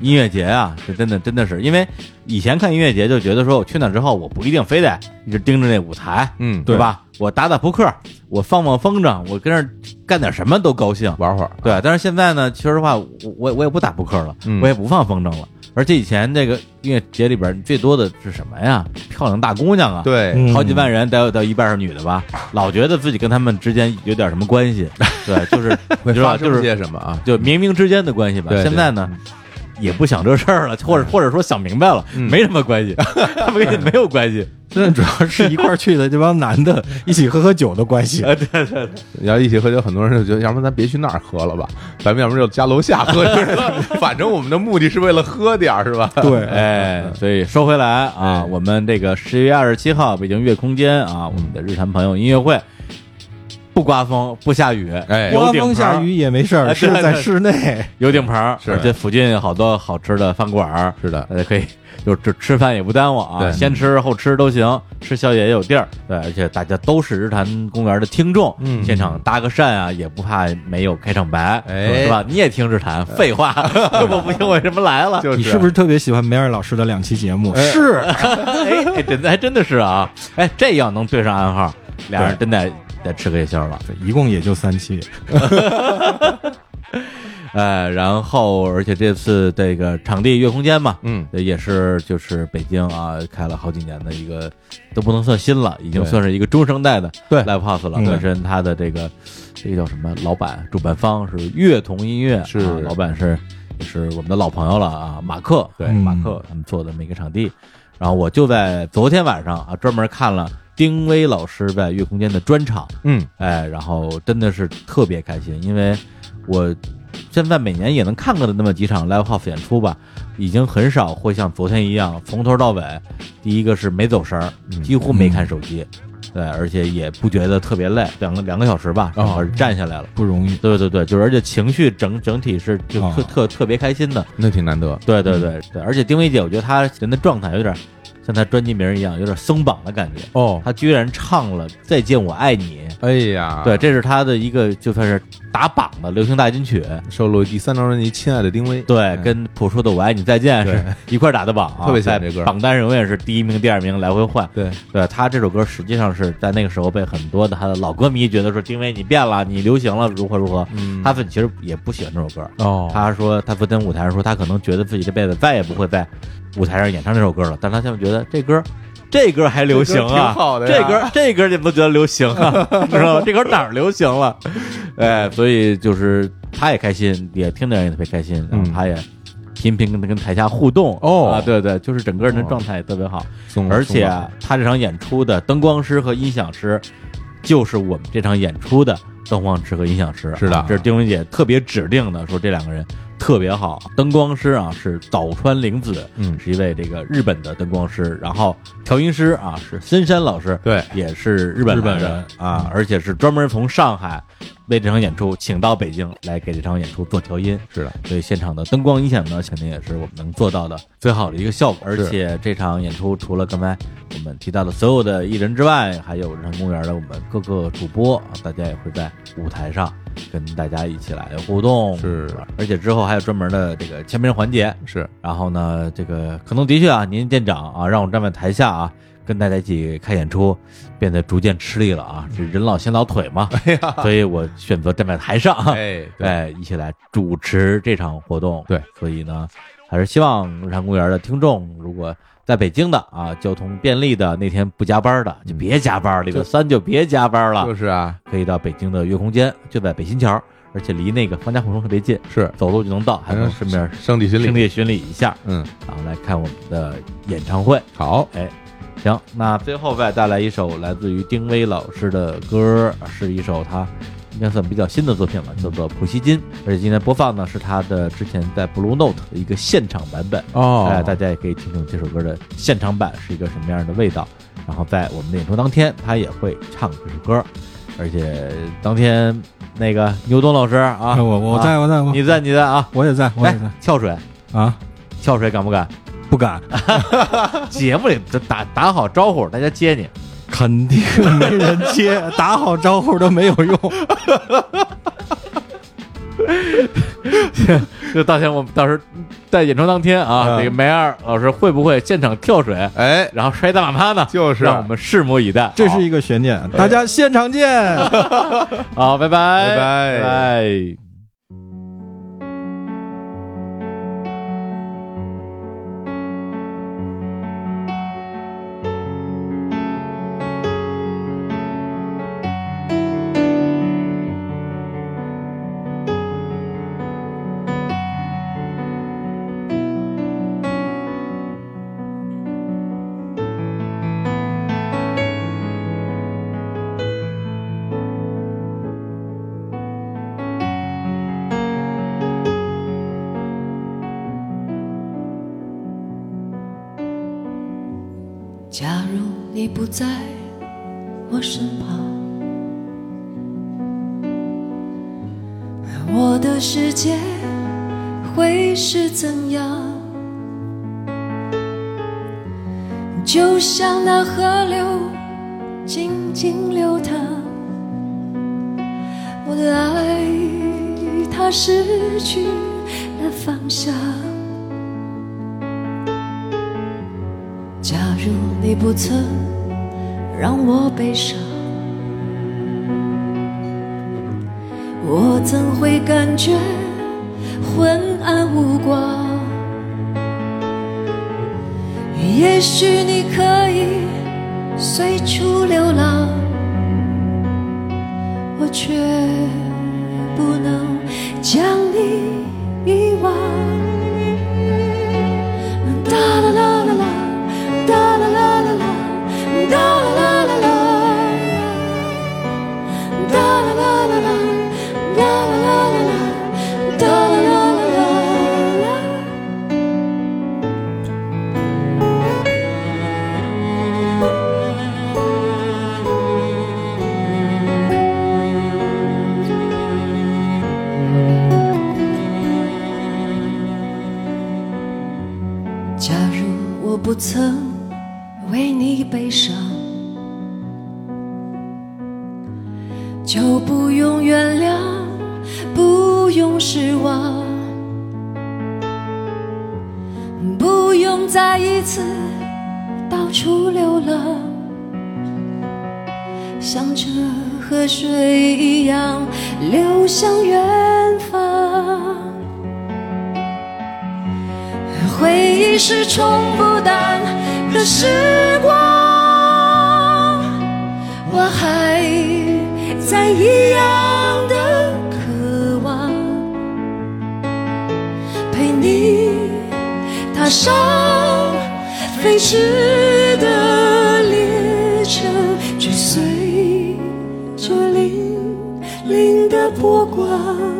[SPEAKER 1] 音乐节啊，是真的真的是，因为以前看音乐节就觉得说，我去那之后，我不一定非得一直盯着那舞台，
[SPEAKER 2] 嗯
[SPEAKER 1] 对吧？我打打扑克，我放放风筝，我跟那儿干点什么都高兴。
[SPEAKER 2] 玩会儿，
[SPEAKER 1] 对，但是现在呢，其实的话，我我我也不打扑克了，
[SPEAKER 2] 嗯
[SPEAKER 1] 我也不放风筝了。而且以前这个音乐节里边最多的是什么呀？漂亮大姑娘啊，，
[SPEAKER 2] 对
[SPEAKER 3] 嗯
[SPEAKER 1] 好几万人，得有到一半是女的吧，老觉得自己跟他们之间有点什么关 系，对，就是你知道，
[SPEAKER 2] 发
[SPEAKER 1] 就
[SPEAKER 2] 生
[SPEAKER 1] 是
[SPEAKER 2] 些什么啊？
[SPEAKER 1] 就冥冥之间的关系吧。
[SPEAKER 2] 对对
[SPEAKER 1] 现在呢，也不想这事儿了，或者或者说想明白了，
[SPEAKER 2] 嗯
[SPEAKER 1] 没什么关 系，他们跟你没有关系。
[SPEAKER 3] 现在主要是一块儿去的这帮男的一起喝喝酒的关
[SPEAKER 2] 嗯
[SPEAKER 1] 呃
[SPEAKER 3] 系。
[SPEAKER 2] 你要一起喝酒，很多人就觉得，要不然咱别去那儿喝了吧， 咱们要不然就家楼下喝就是 了。反正我们的目的是为了喝点儿，是吧？
[SPEAKER 3] 对，
[SPEAKER 1] 哎，所以说回来啊，我们这个十月二十七号北京月空间啊，我们的日坛朋友音乐会。不刮风不下雨，
[SPEAKER 2] 哎
[SPEAKER 1] 有
[SPEAKER 3] 刮
[SPEAKER 1] 顶
[SPEAKER 3] 风
[SPEAKER 1] 棚儿
[SPEAKER 3] 下雨也没事
[SPEAKER 1] 哎
[SPEAKER 3] 儿，是
[SPEAKER 1] 对
[SPEAKER 3] 在
[SPEAKER 1] 对
[SPEAKER 3] 室 内。
[SPEAKER 1] 有顶棚儿，
[SPEAKER 2] 是
[SPEAKER 1] 而且附近有好多好吃的饭馆儿，
[SPEAKER 2] 是的，
[SPEAKER 1] 大家可以就这吃饭也不耽误啊，
[SPEAKER 2] 对
[SPEAKER 1] 先吃后吃都行，吃宵夜也有地儿。对，而且大家都是日坛公园的听众，
[SPEAKER 3] 嗯
[SPEAKER 1] 现场搭个讪啊，也不怕没有开场白，
[SPEAKER 2] 哎呃
[SPEAKER 1] 是吧？你也听日坛，废话， 我不听我为什么来了？
[SPEAKER 2] 就
[SPEAKER 3] 你是不是啊特别喜欢梅尔老师的两期节目？
[SPEAKER 2] 哎
[SPEAKER 3] 是，
[SPEAKER 1] 哎，哎真的还真的是啊，哎，这要能对上暗号，俩人真得得吃个夜宵了。
[SPEAKER 3] 一共也就三期。
[SPEAKER 1] 呃，然后而且这次这个场地月空间嘛，
[SPEAKER 2] 嗯，
[SPEAKER 1] 呃也是就是北京啊开了好几年的一个，都不能算新了，已经
[SPEAKER 2] 对
[SPEAKER 1] 算是一个中生代的
[SPEAKER 3] 对
[SPEAKER 1] live house 了。
[SPEAKER 3] 嗯
[SPEAKER 1] 本身它的这个这个叫什么老板主办方是乐童音乐，
[SPEAKER 2] 是
[SPEAKER 1] 啊、老板是也是我们的老朋友了啊，马克对
[SPEAKER 3] 嗯
[SPEAKER 1] 马克他们做的每个场地，然后我就在昨天晚上啊专门看了丁薇老师在乐空间的专场，
[SPEAKER 2] 嗯，
[SPEAKER 1] 哎，然后真的是特别开心，因为我现在每年也能看到的那么几场 live house 演出吧，已经很少会像昨天一样从头到尾，第一个是没走神儿，几乎没看手机，对，而且也不觉得特别累，两个两个小时吧，正好是站下来了。
[SPEAKER 3] 不容易，
[SPEAKER 1] 对对对，就是而且情绪整整体是就特、
[SPEAKER 3] 哦
[SPEAKER 1] 特特别开心的，
[SPEAKER 2] 那挺难得，
[SPEAKER 1] 对对对对，而且丁薇姐，我觉得她人的状态有点像她专辑名儿一样，有点松绑的感觉。
[SPEAKER 2] 哦，
[SPEAKER 1] 她居然唱了《再见我爱你》，
[SPEAKER 2] 哎呀，
[SPEAKER 1] 对，，这是他的一个就算是打榜的流行大金曲。
[SPEAKER 2] 收录第三张专辑《亲爱的丁薇》，
[SPEAKER 1] 对
[SPEAKER 2] 嗯，
[SPEAKER 1] 跟朴树的《我爱你再见》是一块儿打的榜啊，
[SPEAKER 2] 特别喜
[SPEAKER 1] 在
[SPEAKER 2] 欢这歌
[SPEAKER 1] 榜单上永远是第一名、第二名来回换。
[SPEAKER 2] 对，
[SPEAKER 1] 对他这首歌实际上是在那个时候被很多的他的老歌迷觉得说，丁薇你变了，你流行了，如何如何。
[SPEAKER 2] 嗯
[SPEAKER 1] 他自己其实也不喜欢这首歌，
[SPEAKER 2] 哦
[SPEAKER 1] 他说他昨天舞台上说他可能觉得自己这辈子再也不会在舞台上演唱这首歌了，但是他现在觉得这歌。这歌还流行
[SPEAKER 2] 这歌挺
[SPEAKER 1] 啊！
[SPEAKER 2] 好的呀
[SPEAKER 1] 这歌这歌你们都觉得流行 啊，知道吗？这歌哪儿流行了？ 哎，所以就是他也开心，也听的人也特别开心，然后
[SPEAKER 2] 嗯
[SPEAKER 1] 他也频频跟跟台下互动
[SPEAKER 2] 哦
[SPEAKER 1] 啊，对对，就是整个人的状态也特别好，
[SPEAKER 2] 松了
[SPEAKER 1] 而且啊
[SPEAKER 2] 松了
[SPEAKER 1] 他这场演出的灯光师和音响师，就是我们这场演出的灯光师和音响师啊，
[SPEAKER 2] 是的
[SPEAKER 1] 这是丁文姐特别指定的，说这两个人特别好。灯光师啊是早川玲子，
[SPEAKER 2] 嗯
[SPEAKER 1] 是一位这个日本的灯光师，然后调音师啊是森山老师，
[SPEAKER 2] 对
[SPEAKER 1] 也是日本
[SPEAKER 3] 日本
[SPEAKER 1] 来的
[SPEAKER 3] 人
[SPEAKER 1] 啊，而且是专门从上海为这场演出请到北京来给这场演出做调音，
[SPEAKER 2] 是的，
[SPEAKER 1] 所以现场的灯光音响呢，肯定也是我们能做到的最好的一个效果。而
[SPEAKER 2] 是
[SPEAKER 1] 且这场演出除了刚才我们提到的所有的艺人之外，还有日常公园的我们各个主播，大家也会在舞台上跟大家一起来互动。
[SPEAKER 2] 是，
[SPEAKER 1] 而且之后还有专门的这个签名环节。
[SPEAKER 2] 是
[SPEAKER 1] 然后呢，这个可能的确啊，您店长啊，让我站在台下啊。跟大家一起看演出，变得逐渐吃力了啊！这人老先老腿嘛，所以我选择站在台上。
[SPEAKER 2] 哎，对，
[SPEAKER 1] 哎，一起来主持这场活动。
[SPEAKER 2] 对，
[SPEAKER 1] 所以呢，还是希望日坛公园的听众，如果在北京的啊，交通便利的，那天不加班的就别加班，礼拜三就别加班
[SPEAKER 2] 就
[SPEAKER 1] 了，
[SPEAKER 2] 是啊，
[SPEAKER 1] 可以到北京的月空间，就在北新桥，而且离那个方家胡同特别近，
[SPEAKER 2] 是
[SPEAKER 1] 走路就能到，还能顺便
[SPEAKER 2] 生理心
[SPEAKER 1] 兄弟
[SPEAKER 2] 理，
[SPEAKER 1] 巡礼一下，
[SPEAKER 2] 嗯，
[SPEAKER 1] 然后来看我们的演唱会。
[SPEAKER 2] 好，
[SPEAKER 1] 哎，行，那最后再带来一首来自于丁薇老师的歌，是一首她应该算比较新的作品了，叫做《普希金》，而且今天播放呢是她的之前在 Blue Note 的一个现场版本。
[SPEAKER 2] 哦
[SPEAKER 1] 哎，大家也可以听听这首歌的现场版是一个什么样的味道。然后在我们的演出当天，她也会唱这首歌，而且当天那个牛东老师啊，
[SPEAKER 3] 我我在
[SPEAKER 1] 啊
[SPEAKER 3] 我在我
[SPEAKER 1] 你在你在啊，
[SPEAKER 3] 我也在我
[SPEAKER 1] 来
[SPEAKER 3] 也在
[SPEAKER 1] 跳水，
[SPEAKER 3] 啊，
[SPEAKER 1] 跳水敢不敢？
[SPEAKER 3] 不敢，
[SPEAKER 1] 节目里打打好招呼，大家接你。
[SPEAKER 3] 肯定没人接，打好招呼都没有用。
[SPEAKER 1] 就到时候我们到时候在演出当天啊，
[SPEAKER 3] 嗯
[SPEAKER 1] 这个梅尔老师会不会现场跳水，
[SPEAKER 2] 哎，
[SPEAKER 1] 然后摔大马趴呢？
[SPEAKER 2] 就是
[SPEAKER 1] 让我们拭目以待。
[SPEAKER 3] 这是一个悬念，大家现场见。
[SPEAKER 1] 好，好拜拜，
[SPEAKER 2] 拜
[SPEAKER 1] 拜
[SPEAKER 2] 拜
[SPEAKER 1] 拜。
[SPEAKER 7] 假如你不在我身旁，的世界会是怎样？就像那河流静静流淌，我的爱它失去了方向。假如你不曾让我悲伤，我怎会感觉昏暗无光？也许你可以随处流浪，我却不能将你遗忘。哒啦啦啦啦，哒啦啦啦啦，哒啦啦啦啦，哒啦啦啦啦，哒啦啦啦啦，哒啦啦啦啦。假如我不曾为你悲伤，就不用原谅，不用失望，不用再一次到处流浪，像这河水一样流向远方。回忆是冲不淡的时光，我还在一样的渴望，陪你踏上飞驰的列车，追随着粼粼的波光。